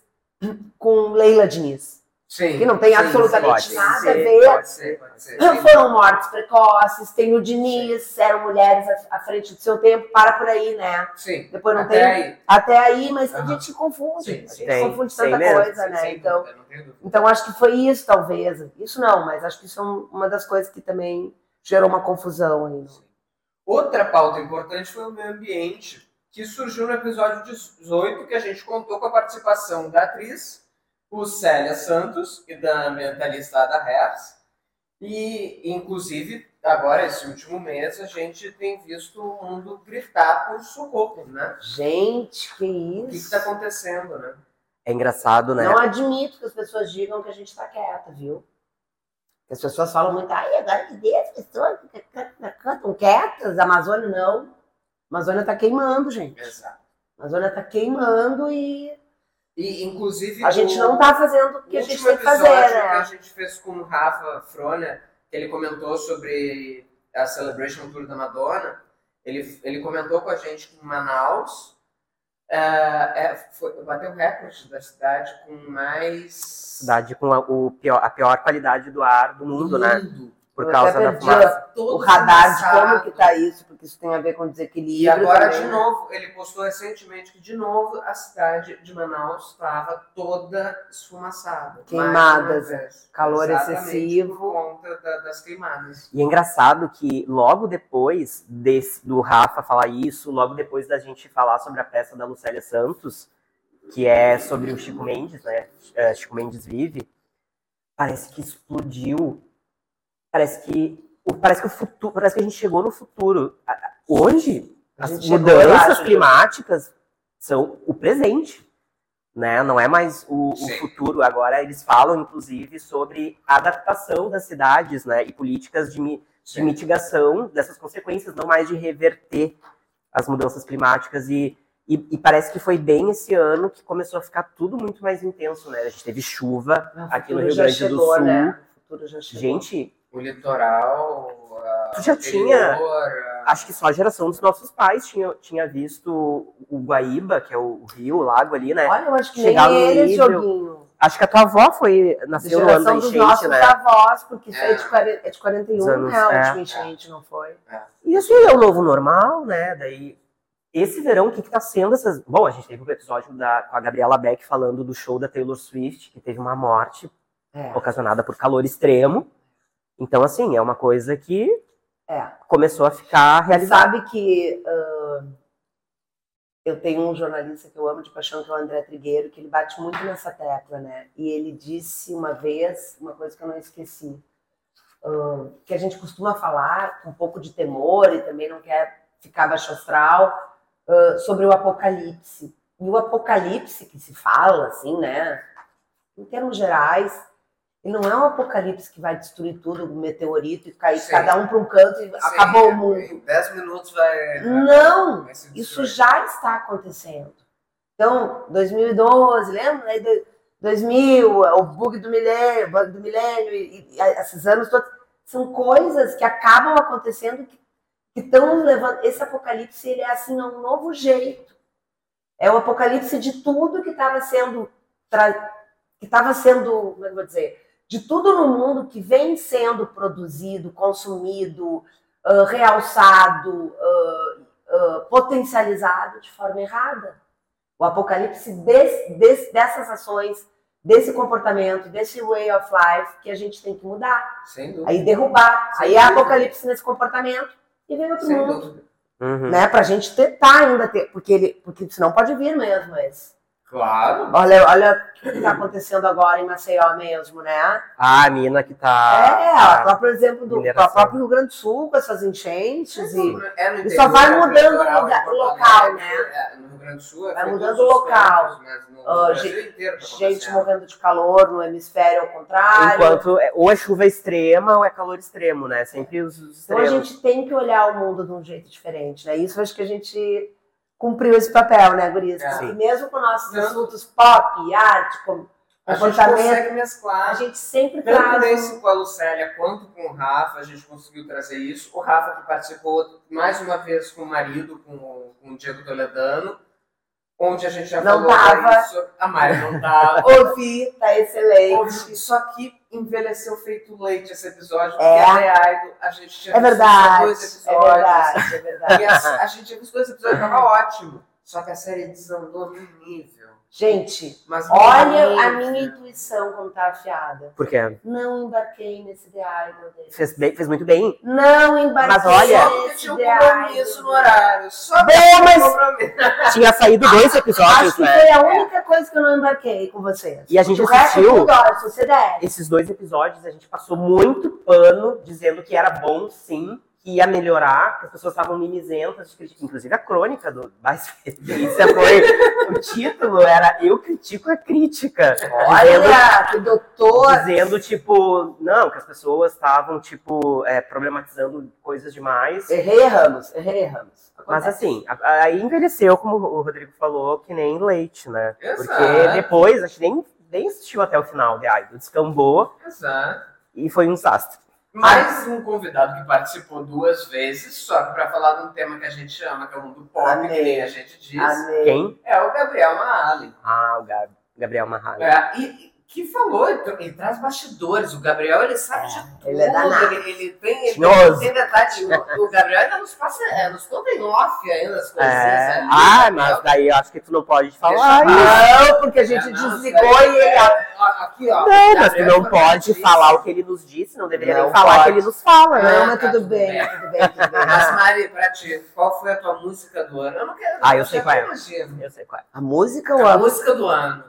S3: com Leila Diniz.
S4: Sim.
S3: Que não tem
S4: sim,
S3: absolutamente
S4: sim,
S3: nada
S4: sim,
S3: a ver.
S4: Pode ser, pode ser. sim.
S3: Foram mortes precoces, tem o Diniz, eram mulheres à- à frente do seu tempo, para por aí, né?
S4: Sim.
S3: Depois não
S4: Até
S3: tem.
S4: aí.
S3: Até aí, mas a
S4: Aham.
S3: gente confunde.
S4: Sim,
S3: a
S4: sim.
S3: gente
S2: Tem,
S3: confunde
S2: tem
S3: tanta
S2: mesmo,
S3: coisa,
S4: Sim,
S3: né?
S4: sem
S3: Então,
S4: dúvida, não tenho dúvida.
S3: então acho que foi isso, talvez. Isso não, mas acho que isso é um- uma das coisas que também gerou uma confusão aí.
S4: Outra pauta importante foi o meio ambiente, que surgiu no episódio 18, que a gente contou com a participação da atriz, o Célia Santos, e da ambientalista Ada Herz. E, inclusive, agora, esse último mês, a gente tem visto o mundo gritar por socorro, né?
S3: Gente, que
S4: O que
S3: isso!
S4: está acontecendo, né?
S2: É engraçado, né?
S3: Não admito que as pessoas digam que a gente está quieta, viu? Que as pessoas falam muito, ai, agora que dê as pessoas que can- can- cantam quietas, a Amazônia não. A Amazônia está queimando, gente.
S4: Exato.
S3: A Amazônia está queimando e
S4: E, inclusive,
S3: a gente
S4: o-
S3: não tá está fazendo o que a
S4: No
S3: gente
S4: último
S3: tem que fazer,
S4: episódio que é a
S3: né?
S4: gente fez com o Rafa Frona, que ele comentou sobre a Celebration Tour da Madonna, ele, ele comentou com a gente que em Manaus eh, é, foi- bateu o recorde da cidade com mais...
S2: Cidade com a, o pior, a pior qualidade do ar do mundo, né? Por
S3: Eu
S2: causa
S3: até
S2: da
S3: perdi
S2: fumaça.
S3: o
S4: Todo
S3: radar de como
S4: amassado.
S3: que tá isso, porque isso tem a ver com desequilíbrio.
S4: E agora,
S3: também,
S4: de
S3: né?
S4: novo, ele postou recentemente que, de novo, a cidade de Manaus estava toda esfumaçada. mais
S3: Queimadas,
S4: uma vez.
S3: calor
S4: Exatamente
S3: excessivo.
S4: Por conta da- das queimadas.
S2: E é engraçado que logo depois desse, do Rafa falar isso, logo depois da gente falar sobre a peça da Lucélia Santos, que é sobre o Chico Mendes, né? É, Chico Mendes vive, parece que explodiu. Parece que. o- Parece que o futuro. Parece que a gente chegou no futuro. A- a- Hoje,
S3: A
S2: as
S3: gente chegou lá,
S2: mudanças
S3: gente.
S2: climáticas são o presente. Né? Não é mais o, o
S4: Sim.
S2: futuro. Agora eles falam, inclusive, sobre a adaptação das cidades né? e políticas de, mi- de mitigação dessas consequências, não mais de reverter as mudanças climáticas. E, e, e parece que foi bem esse ano que começou a ficar tudo muito mais intenso, né? A gente teve chuva.
S3: O
S2: aqui no
S3: futuro
S2: Rio
S3: já
S2: Grande do
S3: chegou,
S2: Sul.
S3: né? O futuro já chegou.
S2: Gente,
S4: O litoral, a-
S2: tu já
S4: o
S2: tinha.
S4: interior, a-
S2: Acho que só a geração dos nossos pais tinha, tinha visto o Guaíba, que é o rio, o lago ali, né?
S3: Olha, eu acho que nem
S2: Chegar no
S3: eles,
S2: nível-
S3: joguinho.
S2: Acho que a tua avó foi. Nasceu no ano da
S3: Geração dos nossos
S2: enchente, né?
S3: avós, porque isso aí é de,
S4: É.
S3: 40, é de 41,
S2: Os anos,
S3: né? A
S2: é.
S3: última enchente, não foi?
S2: E assim, é o novo normal, né? Daí, esse verão, o que, que tá sendo essas. Bom, a gente teve um episódio da, com a Gabriela Beck falando do show da Taylor Swift, que teve uma morte
S3: É.
S2: ocasionada por calor extremo. Então, assim, é uma coisa que
S3: É.
S2: começou a ficar
S3: Você
S2: realizada.
S3: sabe que ah, eu tenho um jornalista que eu amo de paixão, que é o André Trigueiro, que ele bate muito nessa tecla, né? E ele disse uma vez, uma coisa que eu não esqueci, ah, que a gente costuma falar com um pouco de temor e também não quer ficar baixo astral, ah, sobre o apocalipse. E o apocalipse que se fala, assim, né? Em termos gerais, ele não é um apocalipse que vai destruir tudo, um meteorito e cair
S4: Sim.
S3: cada um para um canto e
S4: Sim,
S3: acabou o mundo.
S4: Em 10 minutos vai.
S3: Não!
S4: vai se
S3: Isso
S4: destruir.
S3: já está acontecendo. Então, 2012, lembra? Aí, do- 2000, o bug do milênio, bug do milênio e, e a- esses anos todos, são coisas que acabam acontecendo que que estão levando esse apocalipse, ele é assim, é um novo jeito. É o apocalipse de tudo que estava sendo tra- que estava sendo, como é que eu vou dizer, de tudo no mundo que vem sendo produzido, consumido, ah, realçado, ah, ah, potencializado de forma errada. O apocalipse des- des- dessas ações, desse comportamento, desse way of life que a gente tem que mudar,
S4: Sem dúvida.
S3: aí derrubar,
S4: Sem
S3: aí é
S4: dúvida.
S3: apocalipse nesse comportamento e vem outro
S4: Sem
S3: mundo,
S4: dúvida.
S2: Uhum.
S3: né? Pra gente tentar ainda ter, porque ele, porque senão pode vir mesmo esse.
S4: Claro.
S3: Olha, olha o que tá acontecendo agora em Maceió mesmo, né?
S2: Ah, a mina que tá.
S3: é,
S2: tá-
S3: lá, por exemplo, do
S2: mineração.
S3: o próprio Rio Grande do Sul com essas enchentes e
S4: É no
S3: e só vai
S4: interior,
S3: mudando
S4: no litoral,
S3: o lugar-
S4: em Porto
S3: local,
S4: Alegre,
S3: né?
S4: é, No Rio Grande do Sul é
S3: Vai
S4: feito
S3: mudando
S4: todos os
S3: o local.
S4: cantos, mas no
S3: Ah,
S4: Brasil inteiro tá
S3: gente
S4: acontecendo.
S3: morrendo de calor no hemisfério ao contrário.
S2: Enquanto é- ou é chuva extrema ou é calor extremo, né? Sempre os os
S3: Então a
S2: extremos.
S3: gente tem que olhar o mundo de um jeito diferente, né? Isso eu acho que a gente cumpriu esse papel, né, Gurias?
S4: É.
S3: E mesmo com nossos
S4: Sim.
S3: assuntos pop, arte, com-
S4: A gente
S3: comportamento,
S4: consegue mesclar.
S3: a gente sempre
S4: Tanto
S3: traz. um-
S4: nesse com a Lucélia quanto com o Rafa, a gente conseguiu trazer isso. O Rafa que participou mais uma vez com o marido, com, o- com o Diego Toledano, onde a gente já
S3: Não
S4: falou
S3: tava.
S4: isso. A Mari não tava.
S3: Ouvi, tá excelente.
S4: Ouve, Só que envelheceu feito leite esse episódio, porque
S3: É.
S4: ela é idol, a gente tinha
S3: É
S4: visto
S3: verdade,
S4: dois
S3: é
S4: episódios.
S3: verdade, Uhum. é
S4: E
S3: verdade.
S4: a, a gente tinha visto dois episódios, tava ótimo. Só que a série desandou num nível.
S3: Gente,
S4: Mas
S3: olha
S4: num
S3: a
S4: nível.
S3: minha intuição como tá afiada.
S2: Porque
S3: Não embarquei nesse The Idol dele.
S2: fez, bem- fez muito bem.
S3: Não embarquei
S2: Mas olha-
S4: Só porque
S3: nesse
S4: tinha um
S3: The Idol.
S4: compromisso no horário. Só porque
S2: Bom,
S4: tinha um
S2: mas-
S4: compromisso.
S2: Tinha saído dois episódios,
S3: Acho que
S2: né?
S3: foi a única coisa que eu não embarquei com vocês.
S2: E a gente
S3: o resto eu
S2: assistiu
S3: adoro, se você der.
S2: esses dois episódios, a gente passou muito pano dizendo que era bom, sim, que ia melhorar, que as pessoas estavam mimizentas de crítica. Inclusive a crônica do Mais Felícia foi. o título era Eu Critico a Crítica. Dizendo,
S3: Olha, que doutor.
S2: dizendo, tipo, não, que as pessoas estavam, tipo, é, problematizando coisas demais.
S3: Errei, Ramos, errei, Ramos.
S2: Mas
S3: Acontece.
S2: assim, a- a- aí envelheceu, como o Rodrigo falou, que nem leite, né? Porque
S4: Exato.
S2: depois, a gente nem, nem assistiu até o final de Idol, descambou
S4: Exato.
S2: e foi um desastre.
S4: Mais um convidado que participou duas vezes, só que pra falar de um tema que a gente ama, que é o mundo pop, que
S3: Amei.
S4: nem a gente diz,
S3: Amei.
S2: Quem?
S4: é o Gabriel Maali.
S2: Ah, o Gab- Gabriel Marrado.
S4: É, e, e que falou, ele, tra- ele traz bastidores, o Gabriel ele sabe de tudo.
S3: ele é danado.
S4: Ele, ele tem, ele
S2: Tinhoso.
S4: tem detalhe. O, o Gabriel ainda nos passa, é, nos conta em off ainda as coisinhas
S2: É.
S4: ali.
S2: Ah,
S4: Gabriel.
S2: mas daí eu acho que tu não pode falar.
S4: Deixa eu
S2: isso.
S3: Não, porque a
S4: É,
S3: gente
S4: não,
S3: desligou
S4: sério,
S3: e ele.
S4: é, ó, Aqui, ó.
S2: Não, mas tu
S4: Gabriel
S2: não
S4: foi
S2: pode
S4: disso.
S2: falar o que ele nos disse, não deveria
S3: Não
S2: nem falar o
S3: pode.
S2: que ele nos fala, né?
S3: Não,
S4: Ah,
S3: mas
S4: tá,
S3: tudo
S4: tudo
S3: bem,
S4: bem.
S3: tudo bem, tudo bem.
S4: Mas, Mari, pra ti, qual foi a tua música do ano? Eu não quero.
S2: Ah, eu sei qual é.
S4: Imagino.
S2: Eu sei qual é.
S3: A música eu
S4: A
S3: amo.
S4: música do ano.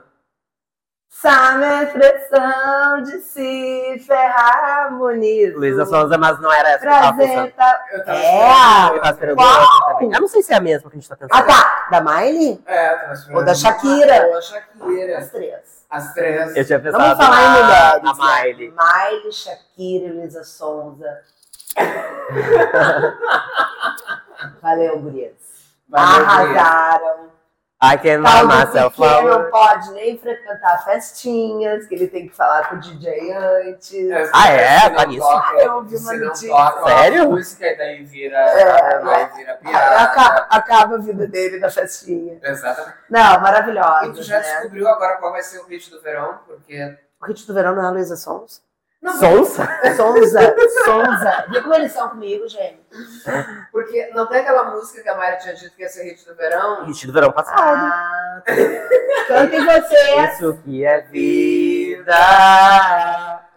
S3: Sabe a expressão né? de se ferrar bonito.
S2: Luísa Sonza, mas não era essa que eu tava pensando.
S3: Prazer tá...
S4: Eu tava
S3: É!
S4: esperando.
S2: Eu tava esperando essa também. Eu não sei se é a mesma que a gente tá pensando.
S3: Ah tá, da Miley?
S4: É, eu tava esperando.
S3: Ou da Shakira.
S4: Ou da Shakira.
S3: As três.
S4: As três.
S2: Eu tinha pensado
S3: Vamos falar em
S2: na-
S3: mulheres.
S2: na
S3: né?
S2: Miley.
S3: Miley, Shakira e Luísa Sonza. Valeu, gurias.
S4: Valeu,
S3: Ah, Arrasaram.
S2: I can
S3: Paulo
S2: myself
S3: Piquet
S2: flower.
S3: não pode nem frequentar festinhas, que ele tem que falar com o DJ antes.
S4: As
S2: Ah, é?
S4: se não
S2: Tá nisso?
S4: toca-
S3: Eu ouvi uma
S4: se não
S3: notícia.
S4: toca
S2: Sério?
S4: A música e daí vira.
S3: É,
S4: daí vira
S3: Acaba,
S4: piada.
S3: acaba a vida dele na festinha.
S4: Exatamente.
S3: Não, maravilhosa.
S4: E tu já
S3: né?
S4: descobriu agora qual vai ser o hit do verão? Porque.
S3: O hit do verão não é a Luísa Sons?
S2: Sonsa?
S3: Sonza, Sonza. Vê como eles são comigo, gente.
S4: Porque não tem aquela música que a Mari tinha dito que ia ser hit do verão?
S2: Hit do verão passado.
S3: Ah, tá. cantem vocês.
S2: Isso que é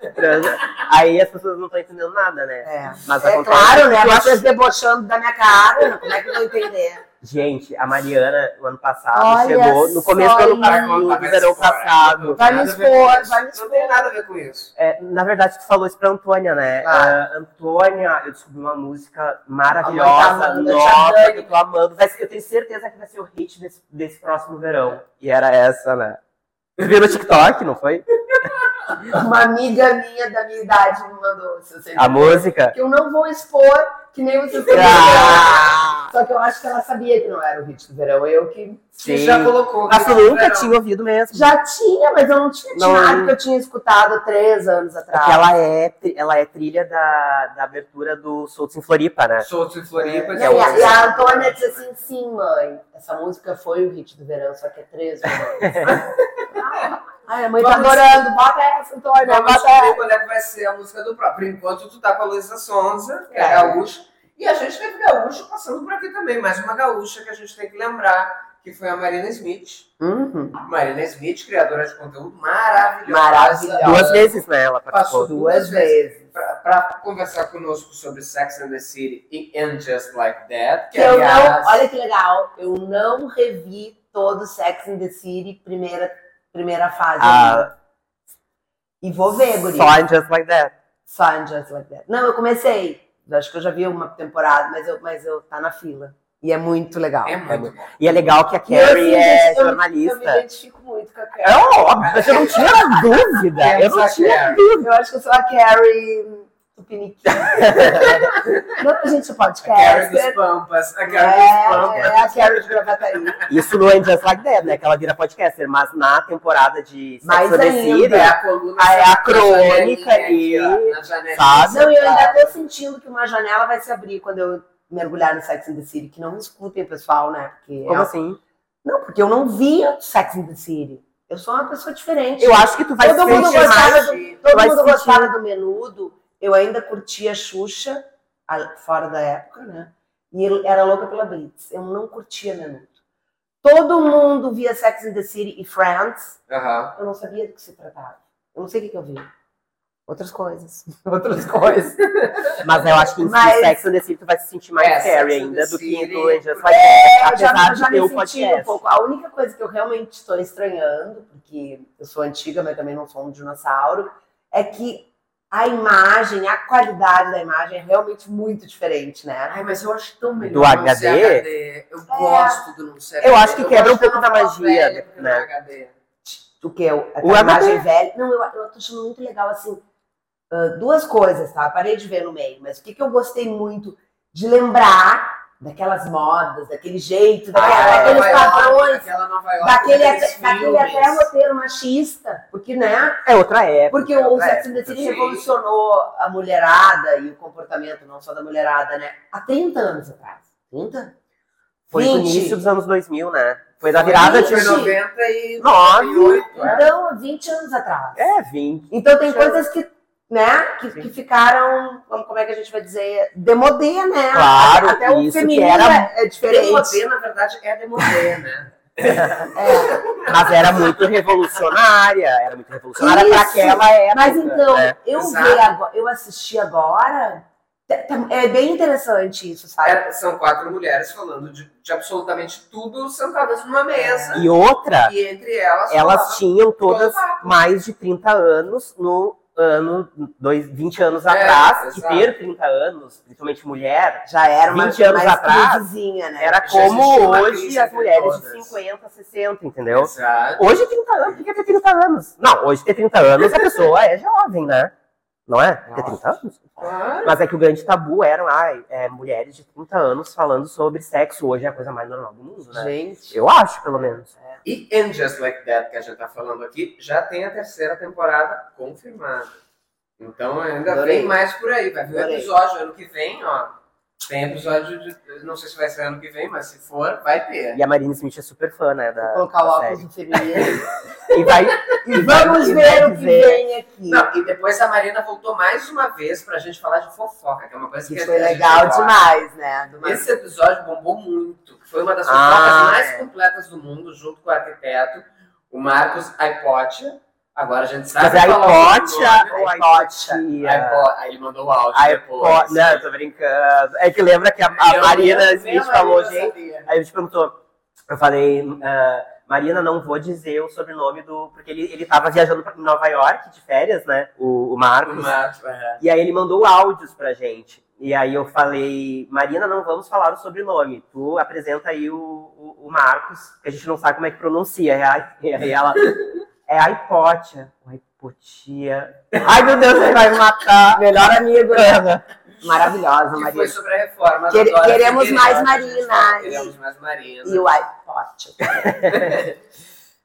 S2: vida. Aí as pessoas não estão entendendo nada, né?
S3: É.
S2: Mas
S3: É
S2: acontece
S3: claro, né?
S2: que eu acho-
S3: Vocês debochando da minha cara, como é que eu vou entender?
S2: Gente, a Mariana, no ano passado,
S3: Olha
S2: chegou no começo do
S3: só
S2: ano
S4: isso.
S2: passado, do verão passado.
S3: Vai me
S4: Nada a ver com
S3: expor,
S4: isso.
S3: vai me
S4: Não tem
S3: expor.
S4: nada a ver com isso.
S2: É, na verdade, tu falou isso pra Antônia, né?
S3: Claro.
S2: Ah, Antônia, eu descobri uma música
S3: A mãe
S2: maravilhosa,
S3: tá amando, eu te
S2: nova,
S3: adoro.
S2: que eu tô amando. Vai ser- eu tenho certeza que vai ser o hit desse, desse próximo verão. E era essa, né? Você viu no TikTok, não foi?
S3: Uma amiga minha da minha idade me mandou, se
S4: Ah.
S3: você
S2: A música?
S3: que eu não vou expor, que nem vocês sabia.
S2: Ah,
S3: Só que eu acho que ela sabia que não era o hit do verão. Eu que
S2: sim.
S4: Que já colocou.
S2: Mas tu
S4: hit do
S2: nunca
S4: verão.
S2: tinha ouvido mesmo.
S3: já tinha, mas eu não tinha
S2: Não.
S3: nada que eu tinha escutado há três anos atrás.
S2: Porque ela é, tri- ela é trilha da, da abertura do Soltos em Floripa, né?
S4: Solto em É. Floripa.
S3: E
S2: é
S3: a,
S2: outra.
S3: e a Antônia disse assim: sim, mãe, essa música foi o hit do verão, só que é três verões." Ai, a mãe tá
S4: Vamos-
S3: adorando, bota essa, Antônia,
S4: Vamos
S3: bota
S4: descobrir
S3: essa.
S4: quando é que vai ser a música do próprio. Enquanto tu tá com a Luísa Sonza, que é,
S3: É.
S4: gaúcha, e a gente teve gaúcho passando por aqui também. Mais uma gaúcha que a gente tem que lembrar, que foi a Marina Smith.
S3: Uhum.
S4: Marina Smith, criadora de conteúdo maravilhosa.
S3: Maravilhosa.
S2: Duas vezes, né? Ela
S4: Passou
S2: participou.
S3: Duas vezes.
S4: Pra, pra conversar conosco sobre Sex and the City e And Just Like That.
S3: Que eu
S4: aliás,
S3: não, olha que legal, eu não revi todo Sex and the City, primeira, primeira fase.
S2: Ah.
S3: ainda. E vou ver, guria.
S2: Só em Just Like That.
S3: Só em Just Like That. Não, eu comecei. Eu Acho que eu já vi uma temporada, mas eu, mas eu tá na fila. E é muito legal.
S4: É muito bom.
S2: E é legal que a
S3: E eu, assim,
S2: Carrie é
S3: gente, eu- Eu me
S2: jornalista.
S3: identifico muito com a
S2: É
S3: Carrie.
S2: óbvio, mas eu não tinha
S3: É,
S2: dúvida. Eu
S4: Temos
S2: não
S4: a
S2: tinha.
S4: Carrie.
S3: Eu acho que eu sou a Carrie Tupiniquim. não, gente, o
S4: A Carrie
S3: podcast.
S4: dos
S3: É,
S4: Pampas. A Carrie dos Pampas.
S3: é a Carrie de Gravataí.
S2: Isso no And Just Like That, né? Que ela vira podcaster, mas na temporada de
S3: Mais
S2: Sex and the
S3: ainda.
S2: City,
S4: É a coluna.
S2: Ah, é a
S4: na
S2: crônica
S4: janelinha aqui,
S2: ali,
S4: ó, na janelinha.
S2: sabe?
S3: né? Não, e eu ainda tô sentindo que uma janela vai se abrir quando eu mergulhar no Sex and the City. Que não me escutem, pessoal, né? Porque é
S2: Como
S3: um-
S2: assim?
S3: Não, porque eu não via Sex and the City. Eu sou uma pessoa diferente.
S2: Eu acho que tu vai
S3: Todo
S2: se
S3: mundo
S2: sentir
S3: gostava
S2: mais-
S3: do- Todo
S2: vai
S3: mundo
S2: sentir-
S3: gostava do menudo. Eu ainda curtia Xuxa, a- fora da época, né? E eu era louca pela Blitz. Eu não curtia menudo. Todo mundo via Sex and the City e Friends.
S4: Aham.
S3: Eu não sabia do que se tratava. Eu não sei o que, que eu vi. Outras coisas. Outras coisas.
S2: Mas eu acho que em
S3: Mas-
S2: Sex and the City tu vai se sentir mais
S4: É, Sex
S2: Carrie
S4: and
S2: ainda
S4: the
S2: do que
S4: City.
S2: em Angels. Vai...
S3: É, eu já,
S2: Apesar
S3: eu
S2: de
S3: já
S2: ter o
S3: me senti
S2: podcast.
S3: um pouco. A única coisa que eu realmente estou estranhando, porque eu sou antiga, mas também não sou um dinossauro, é que a imagem, a qualidade da imagem é realmente muito diferente, né?
S4: Ai, mas eu acho tão melhor
S2: Do
S4: não
S2: HD?
S4: ser HD. Eu gosto do não ser
S2: Eu acho que
S4: HD.
S2: quebra um
S4: gosto
S2: pouco da
S4: novela
S2: magia,
S4: velha, porque
S2: né?
S4: não é HD.
S3: O que? O,
S2: O
S3: a imagem
S2: HD.
S3: velha? Não, eu, eu tô achando muito legal, assim, ah, duas coisas, tá? Eu Parei de ver no meio, mas o que, que eu gostei muito de lembrar daquelas modas, daquele jeito, daquela-
S4: Ah,
S3: daqueles
S4: Nova York,
S3: padrões,
S4: daquela Nova York,
S3: daquele,
S4: daqueles
S3: até, daquele
S4: filmes.
S3: até roteiro machista, porque, né?
S2: É outra época.
S3: Porque
S2: é
S3: o
S2: outra
S3: Sex and the
S2: época.
S3: City
S4: sim.
S3: revolucionou a mulherada e o comportamento, não só da mulherada, né? Há 30 anos atrás. 30?
S2: Foi no
S3: 20.
S2: início dos anos 2000, né? Foi na virada de...
S4: Foi
S3: Gente.
S4: 90 e
S2: 9...
S4: 98, é.
S3: Então, há 20 anos atrás.
S2: É, 20.
S3: Então tem
S4: Já-
S3: coisas que, né, que, que ficaram, como como é que a gente vai dizer, demodê, né?
S2: Claro,
S3: Até o
S2: isso que
S3: feminismo
S2: era-
S3: é é diferente.
S4: Demodê, na verdade, é Demodê, né?
S3: É.
S2: Mas era muito revolucionária. Era muito revolucionária
S3: Isso.
S2: pra aquela época.
S3: Mas então,
S2: né?
S3: eu
S4: Exato.
S3: ver agora, eu assisti agora, tá- tá- é bem interessante isso, sabe?
S4: Era- É, são quatro mulheres falando de, de absolutamente tudo sentadas numa mesa.
S2: E outra,
S4: E, entre elas,
S2: elas
S4: falava
S2: tinham todas
S4: papo.
S2: mais de 30 anos no ano... Dois, 20 anos
S4: É,
S2: atrás. Que
S4: exato.
S2: ter 30 anos, principalmente mulher...
S3: Já era uma
S2: 20 anos
S3: mais
S2: atrás,
S3: crisezinha, né?
S2: Era
S4: Já existia
S2: como
S4: uma
S2: hoje
S4: crise
S2: as
S4: entre
S2: mulheres de
S4: todas.
S2: 50, 60, entendeu?
S4: Exato.
S2: Hoje 30 anos, por que ter 30 anos? Não, hoje ter 30 anos a pessoa é jovem, né? Não é? Ter 30 anos?
S4: Claro.
S2: Mas é que o grande tabu eram ai, é, mulheres de 30 anos falando sobre sexo. Hoje é a coisa mais normal do mundo, né?
S3: Gente. É.
S2: Eu acho, pelo menos.
S4: E And Just Like That, que a gente tá falando aqui, já tem a terceira temporada confirmada. Então ainda
S3: Adorei.
S4: vem mais por aí. Vai vir o
S3: Adorei.
S4: episódio ano que vem, ó. Tem episódio de. Não sei se vai ser ano que vem, mas se for, vai ter.
S2: E a Marina Smith é super fã, né? Da,
S3: Vou colocar o
S2: da
S3: óculos do feminino.
S2: série. E vai.
S3: E vamos
S2: e
S3: ver
S2: vai
S3: o que
S2: dizer-
S3: vem aqui.
S4: Não, e depois a Marina voltou mais uma vez pra gente falar de fofoca, que é uma coisa que,
S3: que
S4: a
S3: foi
S4: gente
S3: legal
S4: gosta.
S3: demais, né? Do mais-
S4: Esse episódio bombou muito. Foi uma das
S2: Ah,
S4: fofocas mais
S2: é.
S4: completas do mundo, junto com o arquiteto, o Marcos Aipotia. Agora a gente sabe
S2: Mas é a
S4: falar o nome.
S2: Ipotia ou a
S3: Ipotia.
S2: Ipotia?
S4: Aipo- Aí ele mandou o áudio
S2: Aí, É, pô,
S4: depois.
S2: não, eu tô brincando. É que lembra que a, né? a
S4: Eu-
S2: Marina
S4: eu-
S2: Smith
S4: minha
S2: falou,
S4: Marina
S2: gente.
S4: sabia.
S2: Aí a gente perguntou. Eu falei, ah, Marina, não vou dizer o sobrenome do. Porque ele, ele tava viajando pra em Nova York de férias, né? O, o Marcos.
S4: Mas, é.
S2: E aí ele mandou áudios pra gente. E aí eu falei, Marina, não vamos falar o sobrenome. Tu apresenta aí o, o, o Marcos, que a gente não sabe como é que pronuncia. E aí- E aí ela. É a Hipotia. Ou Hipotia. Ai, meu Deus, ele vai me matar. É.
S3: Melhor amigo, né? Maravilhosa,
S4: Que foi
S3: Maria.
S4: sobre a reforma. da
S3: Quere-
S4: Dora
S3: queremos
S4: Figueiredo.
S3: mais Marina.
S4: Queremos mais Marina.
S3: E o iPod.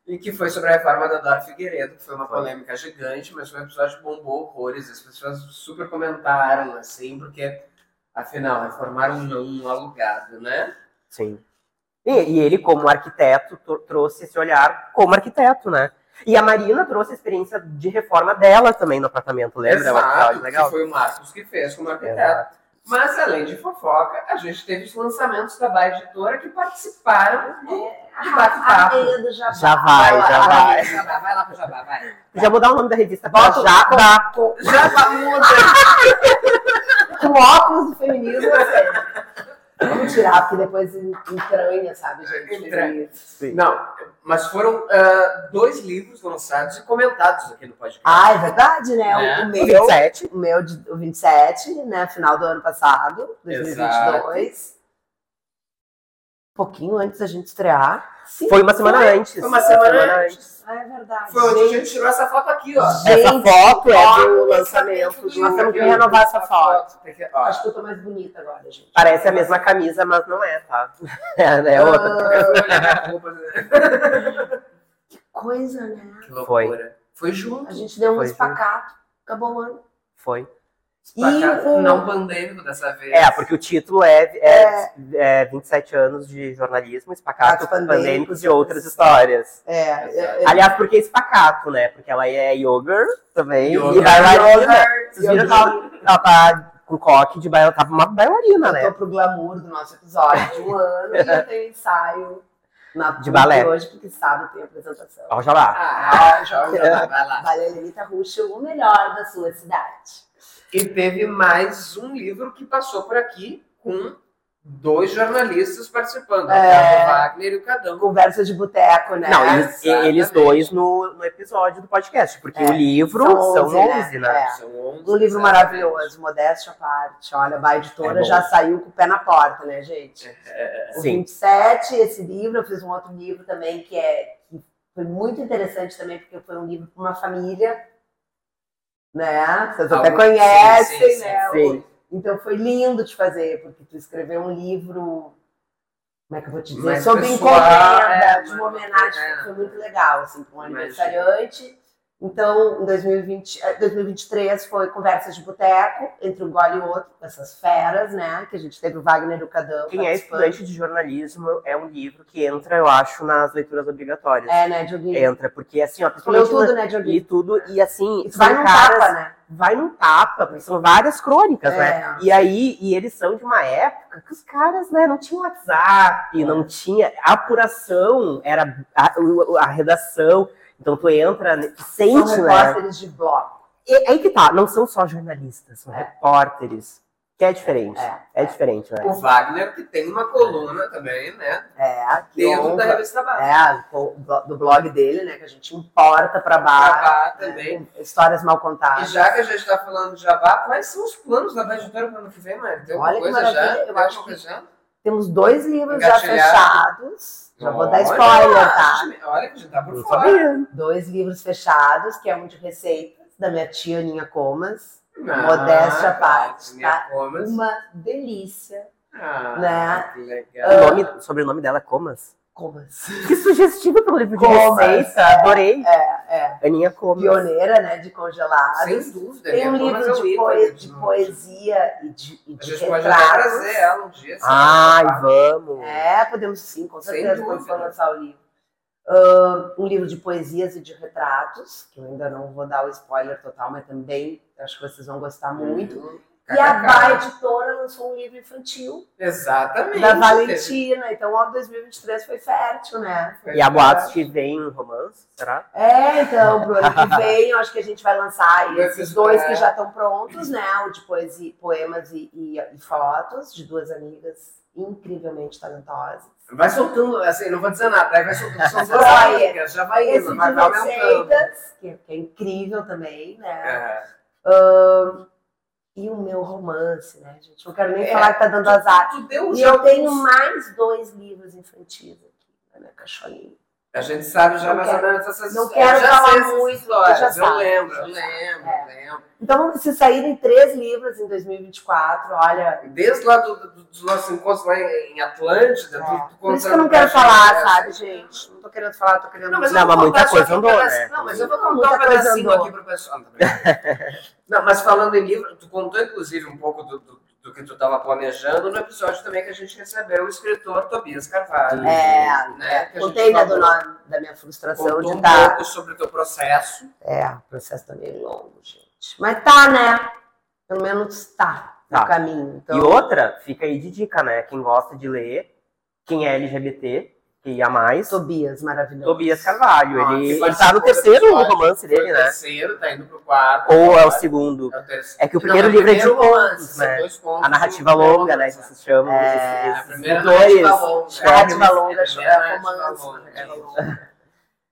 S4: E que foi sobre a reforma da Dora Figueiredo, que foi uma polêmica gigante, mas foi um episódio que bombou horrores. As pessoas super comentaram, assim, porque, afinal, reformaram um não um alugado, né?
S2: Sim. E, e ele, como arquiteto, tro- trouxe esse olhar como arquiteto, né? E a Marina trouxe a experiência de reforma dela também no apartamento, lembra? É um
S4: Exato,
S2: episódio
S4: que
S2: legal.
S4: foi o Marcos que fez como arquiteto.
S2: Exato.
S4: Mas, além de fofoca, a gente teve os lançamentos da Baia Editora que participaram do bate-papo.
S3: Rainha do Jabá.
S2: Já vai,
S3: lá,
S2: já vai.
S4: pro Jabá, vai lá pro Jabá, vai.
S2: Já mudar o nome da revista pra tá?
S3: Bota o-
S2: Jabá.
S4: Jabá muda!
S3: Com óculos do feminismo, assim. Vamos tirar, porque depois entranha, sabe, gente?
S4: Entranha.
S2: Sim.
S4: Não, mas foram ah, dois livros lançados e comentados aqui no podcast.
S3: Ah, é verdade, né?
S4: É.
S3: O
S2: O
S3: meu,
S2: 27.
S3: o meu de, o 27, né? Final do ano passado, 2022. Um pouquinho antes da gente estrear. Sim,
S2: Foi uma semana antes.
S4: Foi uma semana antes.
S3: Ah, é verdade.
S4: Foi onde
S3: Gente,
S4: a gente tirou essa foto aqui, ó.
S3: Gente,
S2: Essa foto é
S3: olha
S2: do
S3: o
S2: lançamento
S3: lançamento
S2: do...
S3: do-
S2: Nós temos que renovar essa foto.
S4: Tem que- ó,
S3: Acho que eu tô mais bonita agora, gente.
S2: Parece a mesma camisa, mas não é, tá? Ah, É, né?
S4: eu
S2: Outra.
S3: Ah,
S4: vou olhar a roupa, né?
S3: Coisa, né?
S4: Que loucura. Foi junto.
S3: A gente deu um
S2: Foi,
S3: espacato. Acabou o ano.
S2: Foi.
S3: E o-
S4: Não pandêmico dessa vez.
S2: É, porque o título é, é, é 27 anos de jornalismo, espacato,
S3: Atos
S2: pandêmicos,
S3: pandêmicos
S2: e outras histórias.
S3: É, é, é,
S2: Aliás, porque é espacato, né? Porque ela é yogurt também
S4: Yoga.
S2: e bailarina.
S3: Yogurt,
S2: Vocês viram que
S3: yogurt.
S2: ela, ela tá com coque de bailarina, tava uma bailarina,
S3: Eu
S2: né?
S3: tô pro glamour do nosso episódio de um ano e eu tenho ensaio na
S2: De
S3: PUC
S2: balé.
S3: hoje, porque sábado tem apresentação.
S2: Ó, já lá.
S4: Ah, Jorge, vai lá.
S3: Balé Lelita Ruxa, o melhor da sua cidade.
S4: E teve mais um livro que passou por aqui com dois jornalistas participando,
S3: É.
S4: o Ricardo Wagner e o Cadão.
S3: Conversa de boteco, né?
S2: Não, eles,
S4: Exatamente.
S2: eles dois no, no episódio do podcast, porque
S3: É,
S2: o livro
S3: são
S2: são
S3: 11, né?
S2: 11, né?
S3: É.
S4: São 11,
S3: Um livro
S4: exatamente.
S3: maravilhoso, modéstia à parte. Olha, a editora
S2: É bom. É.
S3: já saiu com o pé na porta, né, gente? o
S2: Sim.
S3: 27, esse livro, eu fiz um outro livro também que é que foi muito interessante também, porque foi um livro para uma família, né? Vocês
S4: Ah,
S3: até
S4: sim,
S3: conhecem,
S4: sim, sim,
S3: né?
S2: sim.
S3: o- Então foi lindo de fazer, porque tu escreveu um livro, como é que eu vou te dizer?
S4: Mais
S3: Sobre
S4: pessoal,
S3: encomenda,
S4: é,
S3: de
S4: mais-
S3: uma homenagem,
S4: é.
S3: foi muito legal, assim, para um
S4: Imagino.
S3: aniversariante. Então, em 2020, eh, 2023 foi conversas de boteco entre um gole e outro, com essas feras, né? Que a gente teve o Wagner e o Cadão.
S2: Quem é
S3: participando.
S2: estudante de jornalismo é um livro que entra, eu acho, nas leituras obrigatórias.
S3: É, né, Dioguinho?
S2: Entra, porque assim, ó,
S3: Tu leu
S2: principalmente na-
S3: tudo, né,
S2: e
S3: Dioguinho?
S2: tudo, e assim,
S3: E tu vai
S2: são
S3: num
S2: caras-
S3: tapa, né?
S2: vai num tapa, porque são várias crônicas,
S3: É.
S2: né? E aí, e eles são de uma época que os caras, né, não tinham
S3: É.
S2: WhatsApp, não tinha. A apuração era a, o- a redação. Então tu entra, né, tu
S3: São
S2: sente, né?
S3: repórteres de bloco.
S2: E, aí que tá, não são só jornalistas, são
S3: É.
S2: repórteres. Que é diferente.
S3: É,
S2: É, diferente, né?
S4: O Wagner, que tem uma coluna também, né?
S3: é, que
S4: Dentro da
S3: honra.
S4: revista Barra.
S3: É, do do blog dele, né, que a gente importa pra barra.
S4: Jabá também.
S3: Histórias mal
S4: E
S3: contadas.
S4: já que a gente tá falando de Jabá, quais são os planos da Bad Editora pro ano que vem, Mário? Tem
S3: Olha
S4: alguma
S3: que
S4: coisa já?
S3: maravilha, eu
S4: Tem
S3: acho
S4: alguma coisa já?
S3: Temos dois livros já
S4: Engatilhado.
S3: fechados. Já vou dar spoiler,
S4: Olha,
S3: tá?
S4: a gente- Olha que a gente tá por
S2: Não
S4: fora.
S2: sabia.
S3: Dois livros fechados, que é um de receitas, da minha tia Aninha Comas.
S4: Ah,
S3: Modéstia à parte,
S4: minha
S3: tá?
S4: Comas.
S3: Uma delícia.
S4: Ah,
S3: Né? tá
S4: que
S2: O
S4: legal.
S2: nome, sobrenome dela é Comas.
S3: Comas.
S2: Que sugestivo para um livro de
S3: Comas,
S2: receita.
S3: é,
S2: Adorei.
S3: É, é.
S2: Aninha Comas.
S3: Pioneira, né, de congelados.
S4: Sem dúvida.
S3: Tem um
S4: minha
S3: livro
S4: Comas é um
S3: de,
S4: ícone
S3: poe-
S4: de
S3: de
S4: nós.
S3: poesia e de, e
S4: A
S3: de
S4: gente pode até
S3: retratos. Ah,
S4: trazer ela um dia. se
S2: Ai,
S4: ela topar.
S2: vamos.
S3: É, podemos sim, com
S4: Sem
S3: certeza, quando
S4: dúvida.
S3: for lançar o livro. Ahn, um livro de poesias e de retratos, que eu ainda não vou dar o spoiler total, mas também acho que vocês vão gostar
S4: Uhum.
S3: muito. E a Bá
S4: Kkk.
S3: Editora lançou um livro infantil
S4: Exatamente.
S3: da Valentina. Então, ó, 2023 foi fértil, né?
S4: Teve-
S2: E a boatos que vem um romance, será?
S3: É, então, pro ano que vem, eu acho que a gente vai lançar aí
S4: Esses
S3: esses dois
S4: é.
S3: que já estão prontos, né? O de poesia, poemas e, e- e fotos de duas amigas incrivelmente talentosas.
S4: Vai soltando, assim, não vou dizer nada, aí vai soltando suas
S3: Vai.
S4: vagas, já vai
S3: Esse
S4: indo,
S3: de
S4: vai vai aumentando.
S3: receitas, que, é- que é incrível também, né?
S4: É.
S3: E o meu romance, né, gente? Não quero nem
S4: É.
S3: falar que tá dando azar.
S4: Tu deu
S3: E
S4: já
S3: eu tenho
S4: alguns-
S3: mais dois livros infantis aqui na minha caixolinha.
S4: A gente sabe já
S3: Não
S4: mais
S3: quero-
S4: ou menos essas
S3: não
S4: histórias.
S3: quero
S4: já
S3: falar
S4: sei essas
S3: muito,
S4: histórias,
S3: eu já
S4: Eu
S3: sabe,
S4: lembro,
S3: já
S4: eu
S3: sabe,
S4: lembro,
S3: é.
S4: eu lembro.
S3: Então, se saírem três livros em 2024, olha,
S4: Desde lá do, do- dos nossos encontros lá em, em Atlântida, tu, tu
S3: É. Por isso que eu
S4: contando
S3: não quero
S4: pra gente,
S3: falar,
S4: né?
S3: sabe, gente? Não tô querendo falar, tô querendo.
S4: Não, mas, eu
S2: Não,
S4: vou
S2: mas muita
S4: contar só
S2: coisa
S4: aqui um
S2: andou,
S4: pedaço-
S2: né?
S4: Não, mas eu vou contar um
S3: Muita coisa
S4: pedacinho
S3: andou.
S4: aqui pro pessoal. Não, brincadeira. Não, mas falando em livro, tu contou inclusive um pouco do, do, do que tu estava planejando no episódio também que a gente recebeu o escritor Tobias Carvalho.
S3: É,
S4: né? que a gente
S3: Contei, né, do
S4: falou-
S3: nome da minha frustração
S4: Contou
S3: de
S4: um
S2: tá
S3: estar.
S4: pouco sobre o teu processo.
S3: É, o processo tá meio longo, gente. Mas tá, né? Pelo menos tá no
S2: Tá.
S3: caminho. Então,
S2: E outra, fica aí de dica, né? Quem gosta de ler, quem é LGBT, que ia é mais,
S3: Tobias, maravilhoso.
S2: Tobias Carvalho.
S3: Ah,
S2: ele,
S4: que
S2: ele tá
S4: participou
S2: no
S4: do
S2: terceiro
S4: episódio,
S2: romance
S4: Foi
S2: dele,
S4: o
S2: né?
S4: terceiro, tá indo pro quarto.
S2: Ou é o
S4: agora.
S2: segundo.
S4: É o terceiro.
S2: É que o
S4: Não,
S2: primeiro
S4: é
S2: livro é de
S4: primeiro romance,
S2: contos,
S4: são
S2: né?
S4: dois contos
S2: A narrativa
S4: e um
S2: longa, né?
S4: romance.
S2: Que vocês chamam.
S3: É,
S2: esses-
S4: a
S2: esses
S4: primeira
S2: dois.
S4: narrativa longa.
S2: Narrativa
S3: longa,
S4: É,
S3: é
S4: narrativa
S3: romance,
S4: longa,
S3: né?
S4: é longa.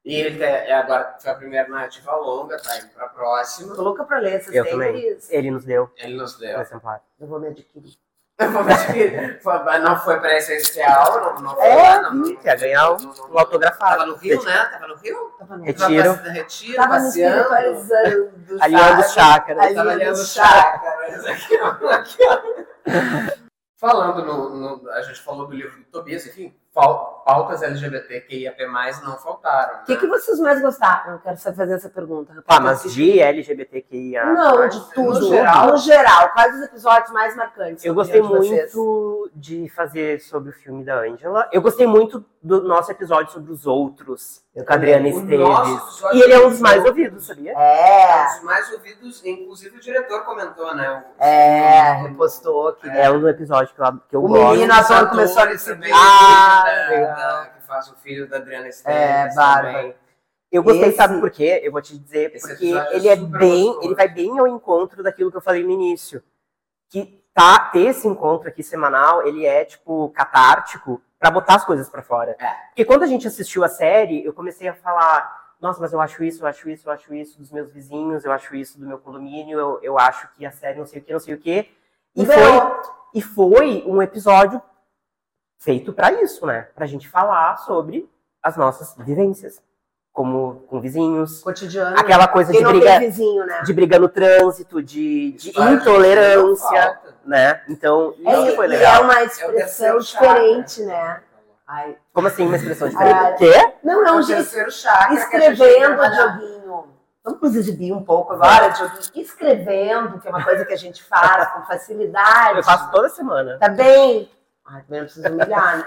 S4: E ele tem- é agora foi a primeira narrativa longa, tá indo pra próxima.
S3: Tô louca pra ler, vocês
S2: Eu
S3: têm
S2: também.
S3: Tobias?
S2: Ele nos deu
S4: Ele nos
S2: o
S4: deu.
S2: exemplar.
S3: Eu vou me adquirir.
S4: Vamos que foi- não foi pré-essencial, não, não foi
S2: É,
S4: lá, não, não-
S2: quer ganhar
S4: não- não-
S2: o autografado.
S4: Tava no Rio, né? Tava no Rio?
S3: Tava no,
S2: Retiro.
S4: Tava passe- retiro,
S3: tava me
S4: É tipo passeando.
S3: espiritualizando.
S4: é
S2: Alinhando os
S3: sabe?
S2: chakras.
S3: Ali-
S4: né? Tava lendo
S3: no né?
S4: chácaras. Aqui, ó, aqui, ó. Falando no, no- A gente falou do livro do Tobias, enfim, fal- pautas LGBTQIAP+, não faltaram, né?
S3: O que, que vocês mais gostaram? Eu quero só fazer essa pergunta.
S2: Tá, mas de LGBTQIA.
S3: Não,
S4: mas
S3: de
S4: no
S3: tudo. No geral,
S4: geral-
S3: quais os episódios mais marcantes?
S2: Eu
S3: na
S2: gostei
S3: opinião de vocês?
S2: muito de fazer sobre o filme da Angela. Eu gostei muito do nosso episódio sobre os outros, com a Adriana
S4: O nosso
S2: Esteves.
S4: episódio
S2: E ele é um dos
S4: sobre
S2: mais
S4: os
S2: ouvidos, sabia?
S3: É,
S4: Os mais ouvidos, inclusive o diretor comentou, né? O-
S3: é, repostou aqui.
S2: É um episódio que eu, que eu
S3: O
S2: gosto.
S3: menino
S4: Os
S3: ator
S4: atores
S3: começou a me seguir.
S4: também, o filho
S3: Ah,
S4: da-
S3: legal.
S4: da- né, que faz o filho da Adriana Esteves.
S3: É,
S4: também.
S3: bárbaro.
S2: Eu gostei,
S3: Esse-
S2: sabe por quê? Eu vou te dizer,
S4: Esse
S2: porque
S4: episódio é
S2: ele é
S4: super
S2: bem,
S4: gostoso.
S2: ele vai bem ao encontro daquilo que eu falei no início. Que tá ter esse encontro aqui semanal, ele é tipo catártico pra botar as coisas pra fora.
S4: É.
S2: Porque quando a gente assistiu a série, eu comecei a falar, nossa, mas eu acho isso, eu acho isso, eu acho isso dos meus vizinhos, eu acho isso do meu condomínio, eu, eu acho que a série não sei o que, não sei o que. E foi
S3: Ganhou.
S2: e foi um episódio feito pra isso, né? Pra gente falar sobre as nossas vivências, como com vizinhos,
S3: Cotidiano.
S2: aquela coisa
S3: Quem
S2: de
S3: não
S2: briga,
S3: tem vizinho, né?
S2: de briga no trânsito, de, de
S4: Claro,
S2: intolerância,
S4: falta.
S2: né? Então,
S3: É,
S2: isso
S3: e-
S2: foi
S3: e
S2: legal.
S3: é uma
S4: É o
S3: expressão
S4: terceiro
S3: diferente,
S4: chakra. Tá
S3: né? Ai,
S2: Como assim, uma expressão
S3: Ah,
S2: diferente? O quê?
S3: Não, é
S4: É
S3: um
S4: o
S3: jeito
S4: terceiro chakra que a gente né?
S3: escrevendo,
S4: trabalha.
S3: Dioguinho. Vamos nos exibir um pouco agora, Dioguinho. Escrevendo, que é uma coisa que a gente faz com facilidade.
S2: Eu faço toda semana.
S3: Tá bem? Ai, também não preciso humilhar, né?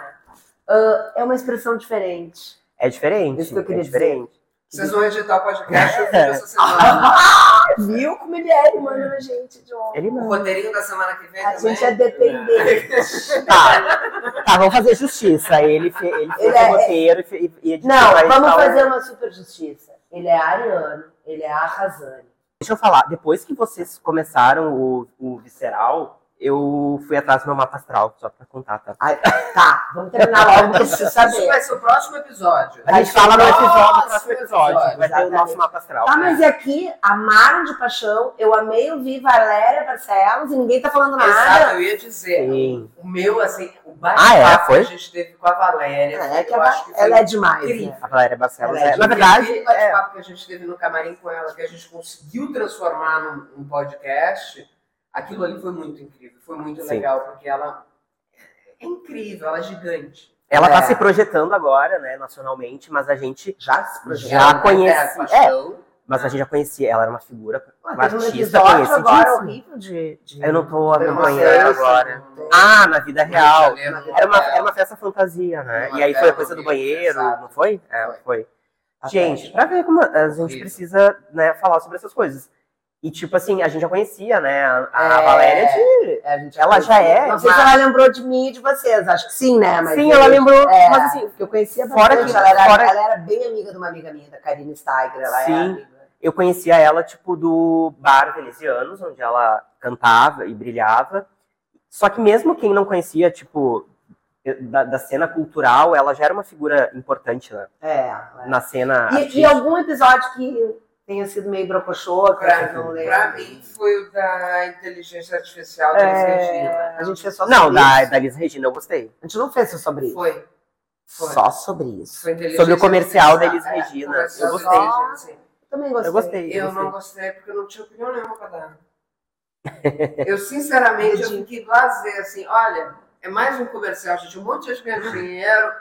S3: Ah, é uma expressão diferente.
S2: É diferente.
S3: Isso que eu queria
S2: é diferente.
S4: Vocês vão editar o podcast eu fiz
S2: É.
S4: essa semana.
S3: Ah, viu como ele é? Ele manda na gente, Diogo.
S2: Ele
S4: O
S2: não.
S4: roteirinho da semana que vem
S3: A
S4: também. né?
S3: gente é dependente.
S2: Tá. tá, vamos fazer justiça. Ele, fe- ele fez
S3: Ele é-
S2: o roteiro e fe- e, e né? editou
S3: Não,
S2: a
S3: vamos
S2: edição.
S3: fazer uma super justiça. Ele é ariano, ele é arrasane.
S2: Deixa eu falar, depois que vocês começaram o, o Visceral, eu fui atrás do meu mapa astral, só pra contar, tá?
S3: Ai, tá, vamos terminar logo, porque eu preciso
S4: Isso
S3: saber.
S4: vai ser o próximo episódio.
S2: A gente
S3: Vai
S2: fala no
S3: ser
S2: episódio,
S3: nosso
S2: no próximo episódio,
S3: episódio,
S2: vai ter o
S3: exatamente.
S2: nosso mapa astral.
S3: Tá, mas e aqui, amaram de paixão, eu amei ouvir Valéria Barcelos e ninguém tá falando nada.
S4: Exato, eu ia dizer.
S2: Sim.
S4: O meu, assim, o
S2: Ah, é?
S4: bate-papo
S2: Foi?
S4: que a gente teve com a Valéria.
S3: É, que
S4: eu
S3: ela,
S4: acho que foi
S3: ela é demais, né?
S4: incrível.
S2: A Valéria Barcelos
S3: Ela é
S2: é, na
S4: Inclusive,
S2: verdade,
S4: o
S2: é,
S4: bate-papo que a gente teve no camarim com ela, que a gente conseguiu transformar num, num podcast, aquilo ali foi muito incrível, foi muito
S2: Sim.
S4: legal, porque ela é incrível, ela é gigante.
S2: ela
S3: É.
S2: tá se projetando agora, né, nacionalmente, mas a gente
S3: Já se
S2: Já
S4: Ela
S2: conheci,
S4: é, a paixão.
S2: mas a gente já conhecia, ela era uma figura, uma
S3: Teve um
S2: artista
S3: episódio agora
S2: conhecidíssima.
S3: horrível de, de-
S2: Eu não tô
S4: Foi uma
S2: acompanhando
S4: festa né?
S2: agora.
S4: no- no
S2: Ah, na vida
S4: Rio de
S2: real.
S4: Janeiro, no
S2: Era uma,
S4: hotel.
S2: era uma festa fantasia, né?
S4: Uma
S2: e aí
S4: festa
S2: foi a coisa do
S4: fantasia,
S2: banheiro,
S4: exato.
S2: não foi? É,
S4: Foi.
S2: foi.
S3: Até.
S2: Gente, pra ver como a gente
S4: Horrível.
S2: precisa né, falar sobre essas coisas. E tipo assim, a gente já conhecia, né? A, a
S3: É.
S2: Valéria de.
S3: É, a gente
S2: Ela já é.
S3: Não sei se
S2: mas-
S3: ela lembrou de mim e de vocês, acho que sim, né? Mas
S2: Sim, ela lembrou.
S3: É.
S2: Mas assim,
S3: Porque eu conhecia
S2: Fora
S3: bastante,
S2: que-
S3: ela, era,
S2: fora-
S3: ela era bem amiga de uma amiga minha, da Karine Steiger, ela
S2: Sim.
S3: era amiga.
S2: eu conhecia ela, tipo, do bar Venezianos, onde ela cantava e brilhava. Só que mesmo quem não conhecia, tipo, da, da cena cultural, ela já era uma figura importante né,
S3: É, ela era.
S2: na cena.
S3: E, e
S2: artística.
S3: algum episódio que tenha sido meio brocochô, que
S4: É, Pra,
S3: eu não lembro.
S4: pra mim foi o da inteligência artificial da
S3: É,
S4: Regina.
S3: a gente fez só
S2: Não,
S3: sobre
S2: da,
S3: isso.
S2: da Liz Regina eu gostei.
S3: A gente não fez só sobre isso.
S4: Foi. Foi.
S2: Só sobre isso.
S4: Foi inteligência
S2: Sobre o comercial da Elis
S4: artificial, é,
S2: Regina.
S4: comercial
S2: Eu
S4: da
S2: gostei.
S4: Elis Regina, sim.
S3: Também gostei.
S2: Eu gostei.
S4: Eu
S2: Eu
S4: não
S2: gostei.
S4: gostei porque eu não tinha opinião nenhuma pra dar. Eu, sinceramente, eu
S3: Entendi.
S4: fiquei blasé, assim, olha, é mais um comercial, gente, um monte de gente ganhando dinheiro,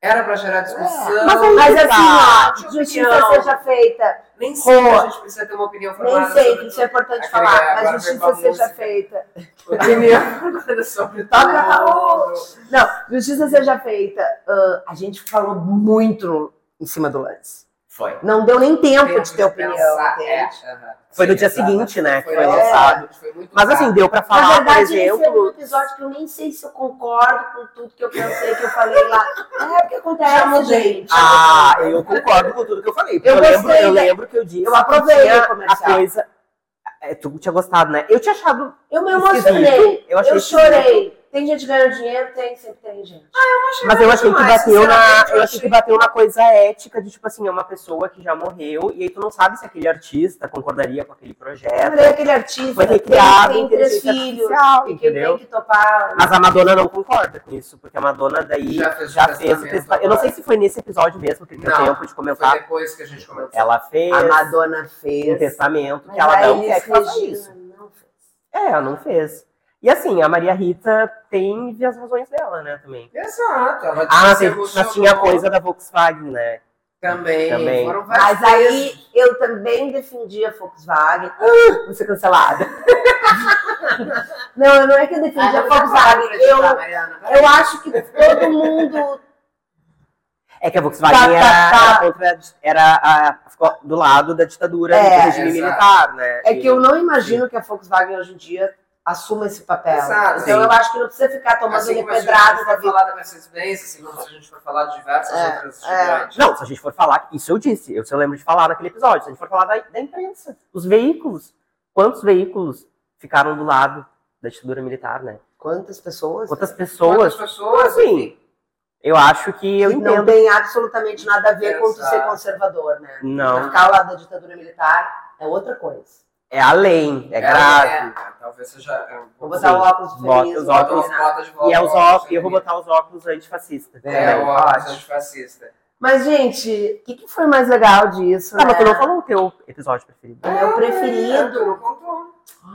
S4: era pra gerar É. discussão,
S3: Mas, mas assim, ó,
S4: Opinião.
S3: justiça seja feita.
S4: nem sempre
S3: Rô,
S4: a gente precisa ter uma opinião
S3: Nem
S4: formada.
S3: sempre, isso é importante
S4: Aquele-
S3: falar,
S4: agora
S3: mas
S4: vem pra
S3: justiça seja
S4: música.
S3: feita.
S4: opinião formada é sobre
S3: Toca,
S4: tudo.
S3: Não, justiça seja feita. Ah, a gente falou muito em cima do lance.
S4: Foi.
S3: Não deu nem tempo
S4: Tempo
S3: de ter opinião,
S4: pensar,
S3: entende?
S4: é, aham.
S2: Foi no
S4: Sim,
S2: dia
S4: exato.
S2: seguinte, né? Que foi
S4: é,
S2: lançado.
S4: foi muito
S2: Mas assim,
S4: rápido.
S2: deu pra
S3: Na
S2: falar, por
S3: verdade, esse é um
S2: exemplo.
S3: episódio que eu nem sei se eu concordo com tudo que eu pensei, que eu falei lá. É porque acontece,
S4: Já mudei.
S3: gente.
S2: Ah, eu concordo com tudo que eu falei. porque
S3: Eu
S2: Eu, lembro,
S3: gostei,
S2: eu
S3: né?
S2: lembro que eu disse.
S3: Eu aprovei
S2: que tinha
S3: o comercial.
S2: A coisa. É, tu tinha gostado, né? Eu tinha achado.
S3: Eu me
S2: esquisito.
S3: emocionei,
S2: Eu
S3: eu,
S2: achei esquisito.
S3: chorei. Tem gente ganhando dinheiro? Tem, sempre tem gente.
S2: Mas eu achei que
S4: demais,
S2: bateu na.
S4: sinceramente, eu
S2: Eu achei que
S4: achei-
S2: bateu na coisa ética de, tipo assim, é uma pessoa que já morreu, e aí tu não sabe se aquele artista concordaria com aquele
S3: Eu
S2: projeto.
S3: falei aquele artista,
S2: Foi
S3: ele
S2: recriado,
S3: tem três
S2: é inteligência
S3: filhos,
S2: artificial,
S3: e quem
S2: entendeu?
S3: tem que topar.
S2: Mas a Madonna não concorda com isso, porque a Madonna daí
S4: Já fez o
S2: já fez o
S4: testamento
S2: testamento. Eu não sei
S4: agora.
S2: se foi nesse episódio mesmo que deu
S4: Não,
S2: tempo de
S4: Foi
S2: comentar.
S4: depois que a gente começou.
S2: Ela fez
S3: A Madonna
S2: um
S3: fez.
S2: testamento
S3: Mas
S2: que ela
S3: a
S2: não
S3: Elis
S2: quer que faça
S3: Regina
S2: isso.
S3: não fez.
S2: É, ela não fez. E assim, a Maria Rita tem as razões dela, né, também.
S4: Exato. Ela
S2: Ah,
S4: se
S2: tem,
S4: emocionou
S2: mas tinha a coisa da Volkswagen, né?
S4: Também.
S2: Também.
S4: Foram várias
S3: Mas aí eu também defendi a Volkswagen. Ah, Vou ser cancelada. não, não é que eu defendi
S4: Ah,
S3: a Volkswagen. Eu,
S4: Assim
S3: eu acho que todo mundo.
S2: É que a Volkswagen
S3: Tá, tá,
S2: era,
S3: tá.
S2: era contra a di- era a- ficou do lado da ditadura
S3: É,
S2: do regime
S4: exato.
S2: militar, né?
S3: É que eu não imagino que a Volkswagen hoje em dia assuma esse papel.
S4: Exato,
S3: então
S2: sim.
S3: eu acho que não precisa ficar tomando
S4: Assim como a gente
S3: pedradas da
S4: vai
S3: vida.
S4: falar da Mercedes-Benz, assim como a gente vai falar de diversas
S3: É,
S4: outras
S3: é.
S4: gigantes.
S2: Não, se a gente for falar, isso eu disse, eu, se eu lembro de falar naquele episódio, se a gente for falar da, da imprensa, os veículos, quantos veículos ficaram do lado da ditadura militar, né?
S3: Quantas pessoas?
S2: Quantas pessoas,
S4: Quantas pessoas,
S2: Assim,
S4: enfim,
S2: eu acho que eu
S3: que não
S2: entendo.
S3: tem absolutamente nada a ver com tu ser
S4: Exato.
S3: conservador, né?
S2: Não,
S3: Ficar lá da ditadura militar é outra coisa.
S2: é além, é
S4: é,
S2: grave.
S4: é, talvez seja. é um
S3: Vou
S4: pouco-
S3: botar
S2: Sim.
S3: o óculos de
S2: Bota
S3: feliz,
S2: os
S3: vou botar
S2: óculos.
S3: o
S4: as botas de volta.
S2: E é os óculos, eu vou
S4: botar.
S2: botar os óculos né? antifascistas.
S4: É,
S2: também.
S4: o
S3: Ótimo.
S4: óculos antifascista.
S3: Mas, gente, o que, que foi mais legal disso?
S2: Ah, é. mas tu
S3: né?
S2: não falou o teu episódio preferido.
S3: O meu preferido.
S4: Tu não contou.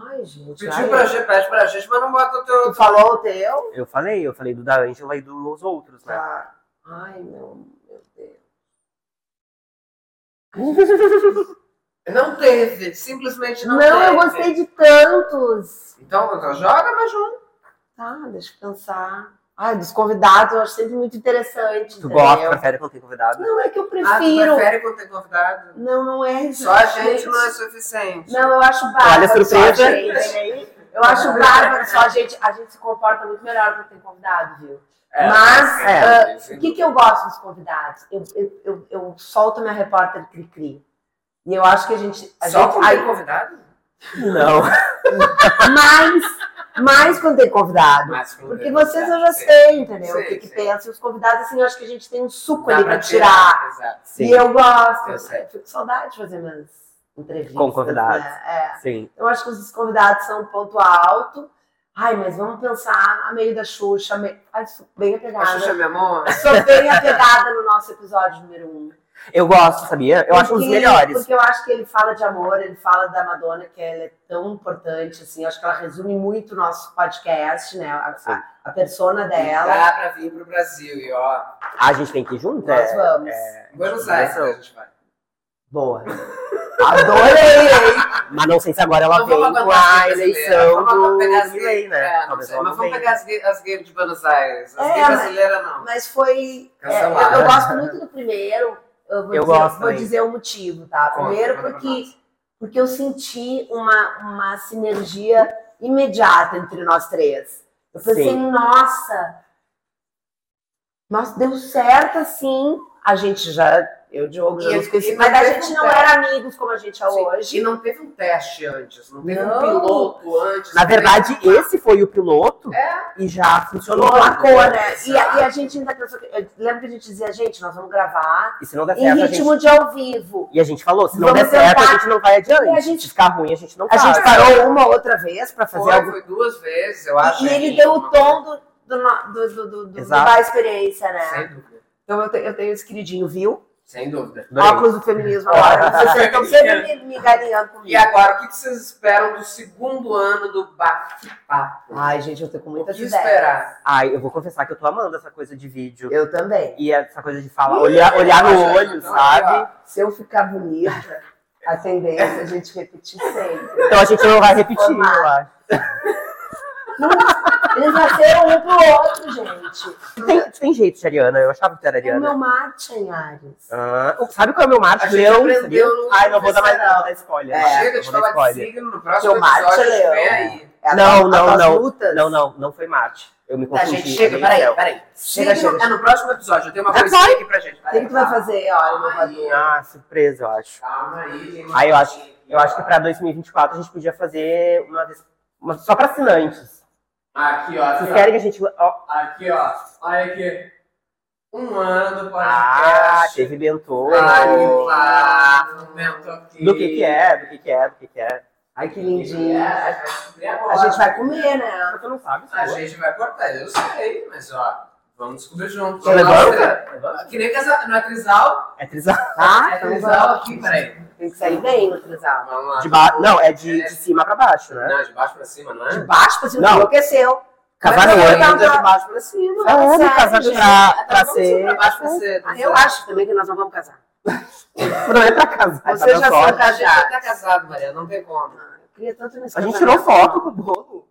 S3: Ai, gente.
S4: Pediu
S3: ai,
S4: pra gente, pede pra gente, mas não bota o teu.
S3: Tu falou o teu?
S2: Eu falei, eu falei do da Angela e dos outros, né?
S3: Tá. Ai, meu, meu Deus.
S4: Não teve, simplesmente não,
S3: Não,
S4: teve.
S3: eu gostei de tantos.
S4: Então, então joga mais um.
S3: Tá, deixa eu pensar. Ai, dos convidados eu acho sempre muito interessante.
S2: Tu
S3: entendeu?
S2: gosta, prefere quando tem convidado?
S3: Não, é que eu
S4: Ah, tu
S3: prefiro.
S4: prefere quando tem convidado?
S3: não, não é isso.
S4: Só a gente não é suficiente.
S3: Não, eu acho bárbaro.
S2: Olha a
S3: só
S2: surpresa.
S3: a gente. Eu acho bárbaro, só a gente, a gente se comporta muito melhor quando tem convidado, viu?
S4: É.
S3: Mas, ah,
S2: é,
S4: sim.
S3: O que, que eu gosto dos convidados? Eu, eu, eu, eu solto minha repórter cri-cri. E eu acho que a gente. A
S4: Só
S3: gente
S4: quando tem convidado?
S2: Não.
S3: mais, mais quando tem convidado.
S4: Mas quando
S3: Porque
S4: tem
S3: vocês eu
S4: convidado,
S3: já
S4: É. sim.
S3: sei, entendeu?
S4: Sim,
S3: o que, que
S4: sim.
S3: pensam. E os convidados, assim, eu acho que a gente tem um suco
S4: Dá
S3: ali
S4: pra
S3: pra tirar.
S4: Exato.
S2: Sim,
S3: E eu gosto.
S4: Eu
S3: Eu
S4: sei.
S3: fico com saudade de fazer minhas entrevistas.
S2: Com convidados.
S3: né? É.
S2: sim.
S3: Eu acho que os convidados são um ponto alto. Ai, mas vamos pensar a meio da Xuxa. a meio- Ai, sou bem
S4: A
S3: apegada.
S4: Xuxa, meu amor.
S2: é
S3: Sou bem apegada no nosso episódio número um.
S2: Eu gosto, sabia? Eu acho um dos
S3: Porque-
S2: melhores.
S3: Porque eu acho que ele fala de amor, ele fala da Madonna, que ela é tão importante, assim, acho que ela resume muito o nosso podcast, né? A,
S2: Sim.
S3: a, a persona dela.
S4: Dá pra vir pro Brasil e ó.
S2: A gente tem que ir junto?
S3: Nós
S2: é?
S3: vamos.
S4: Buenos Aires
S2: Começou.
S4: a gente vai.
S2: Boa.
S3: Adorei!
S2: Mas não sei se agora ela
S4: Não
S2: vem
S4: Então vamos
S2: com
S4: aguentar as
S2: a
S4: gays
S2: eleição
S4: brasileiras.
S2: do
S4: Vamos pegar as
S2: Milley,
S4: gays-
S2: né?
S4: É, não
S2: Talvez
S4: sei,
S2: ela
S4: mas
S2: não
S4: vamos
S2: venha.
S4: pegar as gays, as gays de Buenos Aires. As
S3: É,
S4: gays
S3: mas-
S4: brasileiras não.
S3: Mas foi. é, eu,
S4: Cancelado.
S3: eu gosto muito do primeiro. Eu vou,
S2: Eu
S3: dizer,
S2: gosto
S3: vou
S2: também.
S3: dizer o motivo, tá?
S4: Conta,
S3: Primeiro,
S4: conta pra
S3: porque, porque eu senti uma, uma sinergia imediata entre nós três. Eu pensei,
S2: Sim.
S3: nossa, nossa, deu certo assim. A gente já, eu e o Diogo já
S4: E-
S3: nos
S4: e
S3: conheci,
S4: não
S3: mas a
S4: teve
S3: gente
S4: um
S3: não
S4: teste.
S3: era amigos como a gente é
S4: Sim, E
S3: hoje.
S4: não teve um teste antes, não teve
S3: Não.
S4: um piloto antes.
S2: Na
S4: não teve-
S2: verdade, esse foi o piloto
S4: É,
S2: e já funcionou.
S3: Colocou, né? E a,
S4: Exato.
S3: e a gente ainda pensou. que- Eu lembro que a gente dizia, gente, nós vamos gravar
S2: E se não der
S3: em
S2: Tá certo, a
S3: ritmo
S2: gente...
S3: de ao vivo.
S2: E a gente falou, se não
S3: Vamos
S2: der certo,
S3: tentar.
S2: a gente não vai
S3: E a
S2: adiante.
S3: gente-
S2: Se ficar ruim, a gente não
S3: A
S2: faz.
S3: gente parou uma outra vez pra fazer
S4: foi,
S3: algo.
S4: foi duas vezes, eu acho.
S3: E ele
S4: enfim,
S3: deu
S4: uma
S3: o tom do, do, no- do, do, do- do-
S2: né? Exato.
S3: da experiência,
S4: coisa-
S3: né?
S4: É. Sem dúvida,
S3: Então eu, te- eu tenho esse queridinho, viu?
S4: sem dúvida.
S2: Adorei.
S3: Óculos do feminismo agora. Vocês estão sempre me, me galinhando
S4: E
S3: comigo.
S4: agora, o que que vocês esperam do segundo ano do bate-papo?
S3: Ai, gente, eu tô com muitas
S4: O que
S3: ideias.
S4: esperar?
S2: Ai, eu vou confessar que eu tô amando essa coisa de vídeo.
S3: Eu também.
S2: E essa coisa de falar, olhar, olhar
S4: Eu
S2: no
S4: acho
S2: olho,
S4: que não,
S2: sabe?
S3: Se eu ficar bonita, a tendência é a gente repetir sempre.
S2: Então a gente não vai repetir, eu acho.
S3: Eles nasceram um pro outro, gente.
S2: Tu tem, tu tem jeito de Ariana, eu achava que tu era
S3: É o
S2: Ariana.
S3: meu Marte em Ares.
S2: Ah, sabe qual é o meu
S4: A
S2: Marte?
S4: gente
S2: Leão,
S4: aprendeu
S2: sabia?
S4: no
S2: Ai, não vou dar mais não, vou
S4: Será.
S2: dar spoiler.
S3: É,
S4: Chega
S2: eu
S4: de tá
S2: vou dar
S4: falar de
S2: spoiler.
S4: signo no próximo
S3: Seu Marte
S4: episódio.
S3: é leão.
S4: Vem aí.
S3: É a
S2: Não,
S3: tua-
S2: não,
S3: as tuas
S2: não.
S3: lutas.
S2: Não, não, não foi Marte. Eu me
S4: Tá,
S2: confundi.
S4: gente, chega,
S2: meu
S4: peraí,
S2: céu.
S4: peraí.
S3: Chega,
S4: Signo
S3: chega.
S4: é no próximo episódio, eu tenho uma
S2: Já
S4: coisa
S2: foi?
S4: aqui pra gente.
S3: O que, que tu vai fazer? Olha, meu padrão.
S2: Ah, surpresa, eu acho.
S4: Calma aí. gente.
S2: Aí eu acho, eu acho que pra 2024 a gente podia fazer uma vez. uma- só pra assinantes.
S4: Aqui, ó. Aqui,
S2: Vocês
S4: ó.
S2: querem que a gente. ó,
S4: Aqui, ó. Olha aqui. Um ano do
S2: ah,
S4: podcast.
S2: teve Bentô.
S4: Claro, claro. Momento aqui.
S2: Do que que é, do que que é, do que que é.
S3: Ai, que
S4: Do que que é,
S3: lindinho.
S4: a gente vai descobrir
S3: A
S4: agora.
S3: gente vai comer,
S4: Ah,
S3: né?
S2: Mas tu não sabe,
S4: A
S2: sabe?
S4: gente vai cortar, eu sei, mas ó. Vamos descobrir né? juntos.
S2: é Levanta? Levanta.
S4: Que nem casa, no atrizal.
S2: É trisal.
S3: Tá?
S4: É atrizal aqui, peraí. Tá,
S3: Tem que sair bem no trisal.
S4: Vamos lá.
S2: De ba... Não, é de, de cima pra baixo, né?
S4: Não, de baixo pra cima, não é?
S3: De baixo pra cima,
S2: Não.
S3: enlouqueceu. assim,
S2: Casar
S3: Mas
S2: no
S3: não é
S2: ano.
S3: legal.
S4: Ainda de baixo pra cima.
S2: É homem
S3: Sério,
S2: casar
S3: gente.
S2: pra, pra
S4: então. Vamos de cima
S2: ser.
S4: Pra baixo pra ser.
S3: Ah, eu acho também que nós não vamos casar.
S2: Não é pra casar. é
S3: Você
S2: pra
S3: já
S2: dar sorte.
S3: sabe.
S4: A gente já tá casado, Maria, não tem como.
S3: Ah, Eu queria tanto nesse
S2: A gente tirou
S3: casamento,
S2: foto
S3: não.
S2: com né? o bolo.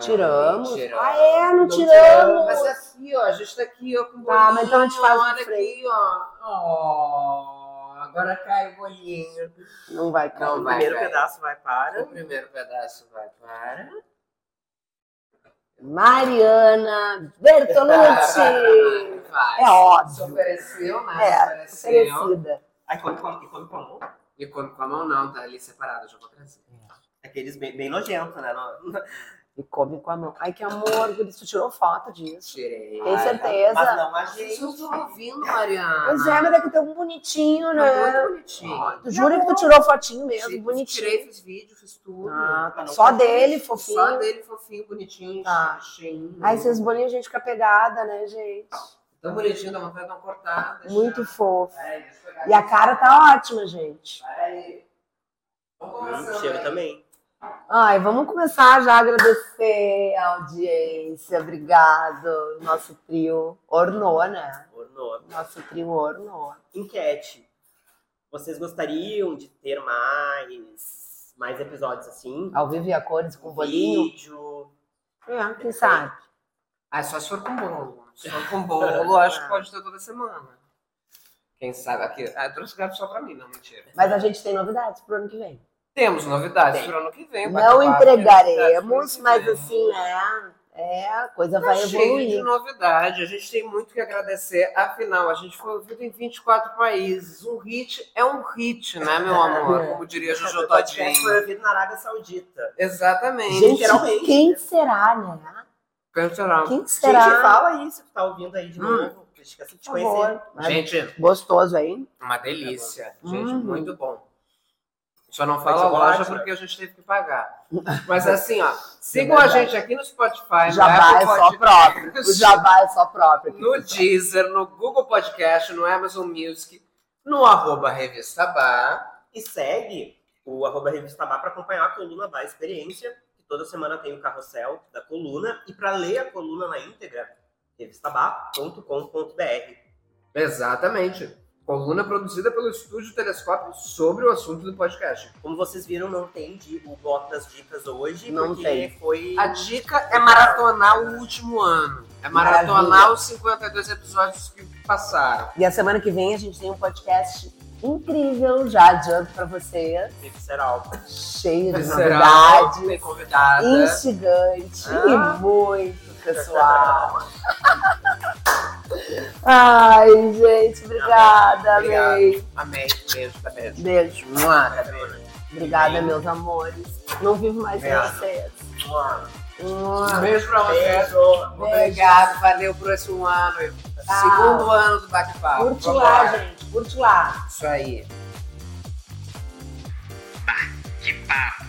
S3: Tiramos.
S4: Ah, Tiramos.
S3: Ah, é? Não,
S4: Não
S3: tiramos.
S4: Mas é aqui, ó. A gente tá aqui, ó, com o
S3: Tá, mas então a gente faz
S4: olha
S3: de frente.
S4: aqui, ó. Oh, agora cai o bolinho.
S3: Não vai, cara.
S4: Não vai,
S3: Primeiro
S4: vai.
S3: pedaço vai para.
S4: O primeiro pedaço vai para.
S3: Mariana Bertolucci.
S4: Vai.
S3: É óbvio.
S4: Se ofereceu, né?
S3: É,
S4: Se ofereceu.
S3: Oferecida.
S2: Aí come com, e come com a mão.
S4: E come com a mão, não, tá ali separado, eu já vou trazer.
S2: Aqueles bem, bem nojentos, né? Não-
S3: E come com a mão. Ai, que amor, Guri, tu tirou foto disso.
S4: Tirei.
S3: Tem certeza?
S2: Mas não a
S4: Gente,
S2: gente.
S4: eu tô ouvindo, Mariana.
S3: Pois é, mas daqui tem um bonitinho,
S4: Tá
S3: né?
S4: muito bonitinho.
S3: Tu jura que tu tirou fotinho mesmo,
S4: Tirei-
S3: bonitinho.
S4: Tirei, fiz vídeo, fiz tudo.
S3: Ah, tá.
S2: Mas não
S3: Só
S2: foi
S3: dele, fofinho.
S4: Só dele fofinho, bonitinho,
S3: Tá.
S4: cheinho.
S3: Ai, esses bolinhos a gente fica pegada, né, gente?
S4: Tão bonitinho, dá vontade de não cortar. deixar.
S3: Muito fofo.
S4: Peraí, deixa eu pegar
S3: E a
S4: aqui.
S3: cara tá ótima, gente.
S4: Peraí. Vamos
S2: Hum,
S4: começar,
S2: cheiro
S4: né?
S2: também.
S3: Ai, vamos começar já a agradecer a audiência. Obrigado, nosso trio ornou, né?
S2: Ornou.
S3: Nosso trio ornou.
S2: Enquete. Vocês gostariam de ter mais, mais episódios assim?
S3: Ao vivo e a cores com bolinho.
S2: Vídeo.
S3: É, quem sabe?
S4: Ah, só se for com bolo. Se for com bolo, acho que pode ter toda semana. Quem sabe aqui. Ah, eu trouxe gato só pra mim, não, mentira.
S3: Mas a gente tem novidades pro ano que vem.
S4: Temos novidades
S2: Tem.
S4: pro ano que vem.
S3: Não
S4: bate-papo, tem novidades
S3: entregaremos,
S4: pro
S3: mas
S4: ano que vem.
S3: assim, né? É, a coisa
S4: Tá
S3: vai
S4: cheio de
S3: evoluir.
S4: novidade, a gente tem muito que agradecer. Afinal, a gente foi ouvido em 24 países. Um hit é um hit, né, meu amor?
S3: É.
S4: Como diria Jojo
S2: O podcast
S4: Todinho.
S2: foi ouvido na Arábia Saudita.
S4: Exatamente.
S3: Gente,
S2: literalmente.
S3: quem será, né?
S4: Cantarão.
S3: Quem
S2: Gente,
S3: será?
S2: fala aí se tu tá ouvindo aí de
S4: Hum.
S2: novo. A gente quer se te
S3: Por
S2: conhecer.
S3: favor. Mas
S4: Gente,
S3: Gostoso, hein?
S4: uma delícia. Gente,
S3: Uhum.
S4: muito bom. Só não
S2: Mas
S4: fala a
S2: chocolate,
S4: loja
S2: né?
S4: porque a gente teve que pagar. Mas assim, ó, sigam
S3: é
S4: a gente aqui no Spotify, no
S3: Jabá é
S4: Apple
S3: só
S4: Podcast,
S3: próprio. O jabá é só próprio. aqui,
S4: no
S3: pessoal.
S4: Deezer, no Google Podcast, no Amazon Music, no arroba Revista Bar.
S2: E segue o arroba Revista Bar para acompanhar a coluna da experiência, que toda semana tem o carrossel da coluna. E para ler a coluna na íntegra, revistabar.com.br.
S4: Exatamente. Coluna produzida pelo Estúdio Telescópio sobre o assunto do podcast.
S2: Como vocês viram, não tem di- o bloco das dicas hoje,
S3: Não
S2: porque
S3: tem.
S2: foi.
S4: A dica é maratonar o último ano. É maratonar
S3: Maravilha.
S4: os 52 episódios que passaram.
S3: E a semana que vem a gente tem um podcast incrível, já adianto pra vocês.
S2: Visceral.
S3: Cheio de
S4: Será?
S3: novidades.
S4: Tem convidada.
S3: instigante
S4: Ah.
S3: e muito pessoal. Ai, gente, obrigada,
S4: Obrigado.
S3: amei.
S4: Amém. Beijo, tá beijo.
S3: Beijo.
S4: Mua, tá beijo.
S3: Obrigada,
S2: Amém.
S3: meus amores. Não vivo mais sem
S2: Obrigado.
S3: vocês.
S2: Mua.
S4: Um
S3: Mua.
S4: beijo pra vocês. Obrigado, valeu por esse um ano.
S3: Tá.
S4: Segundo ano do bate-papo.
S3: Curte
S4: Vamos
S3: lá,
S4: lá.
S3: gente. Curte lá.
S4: Isso aí.
S1: Que papo!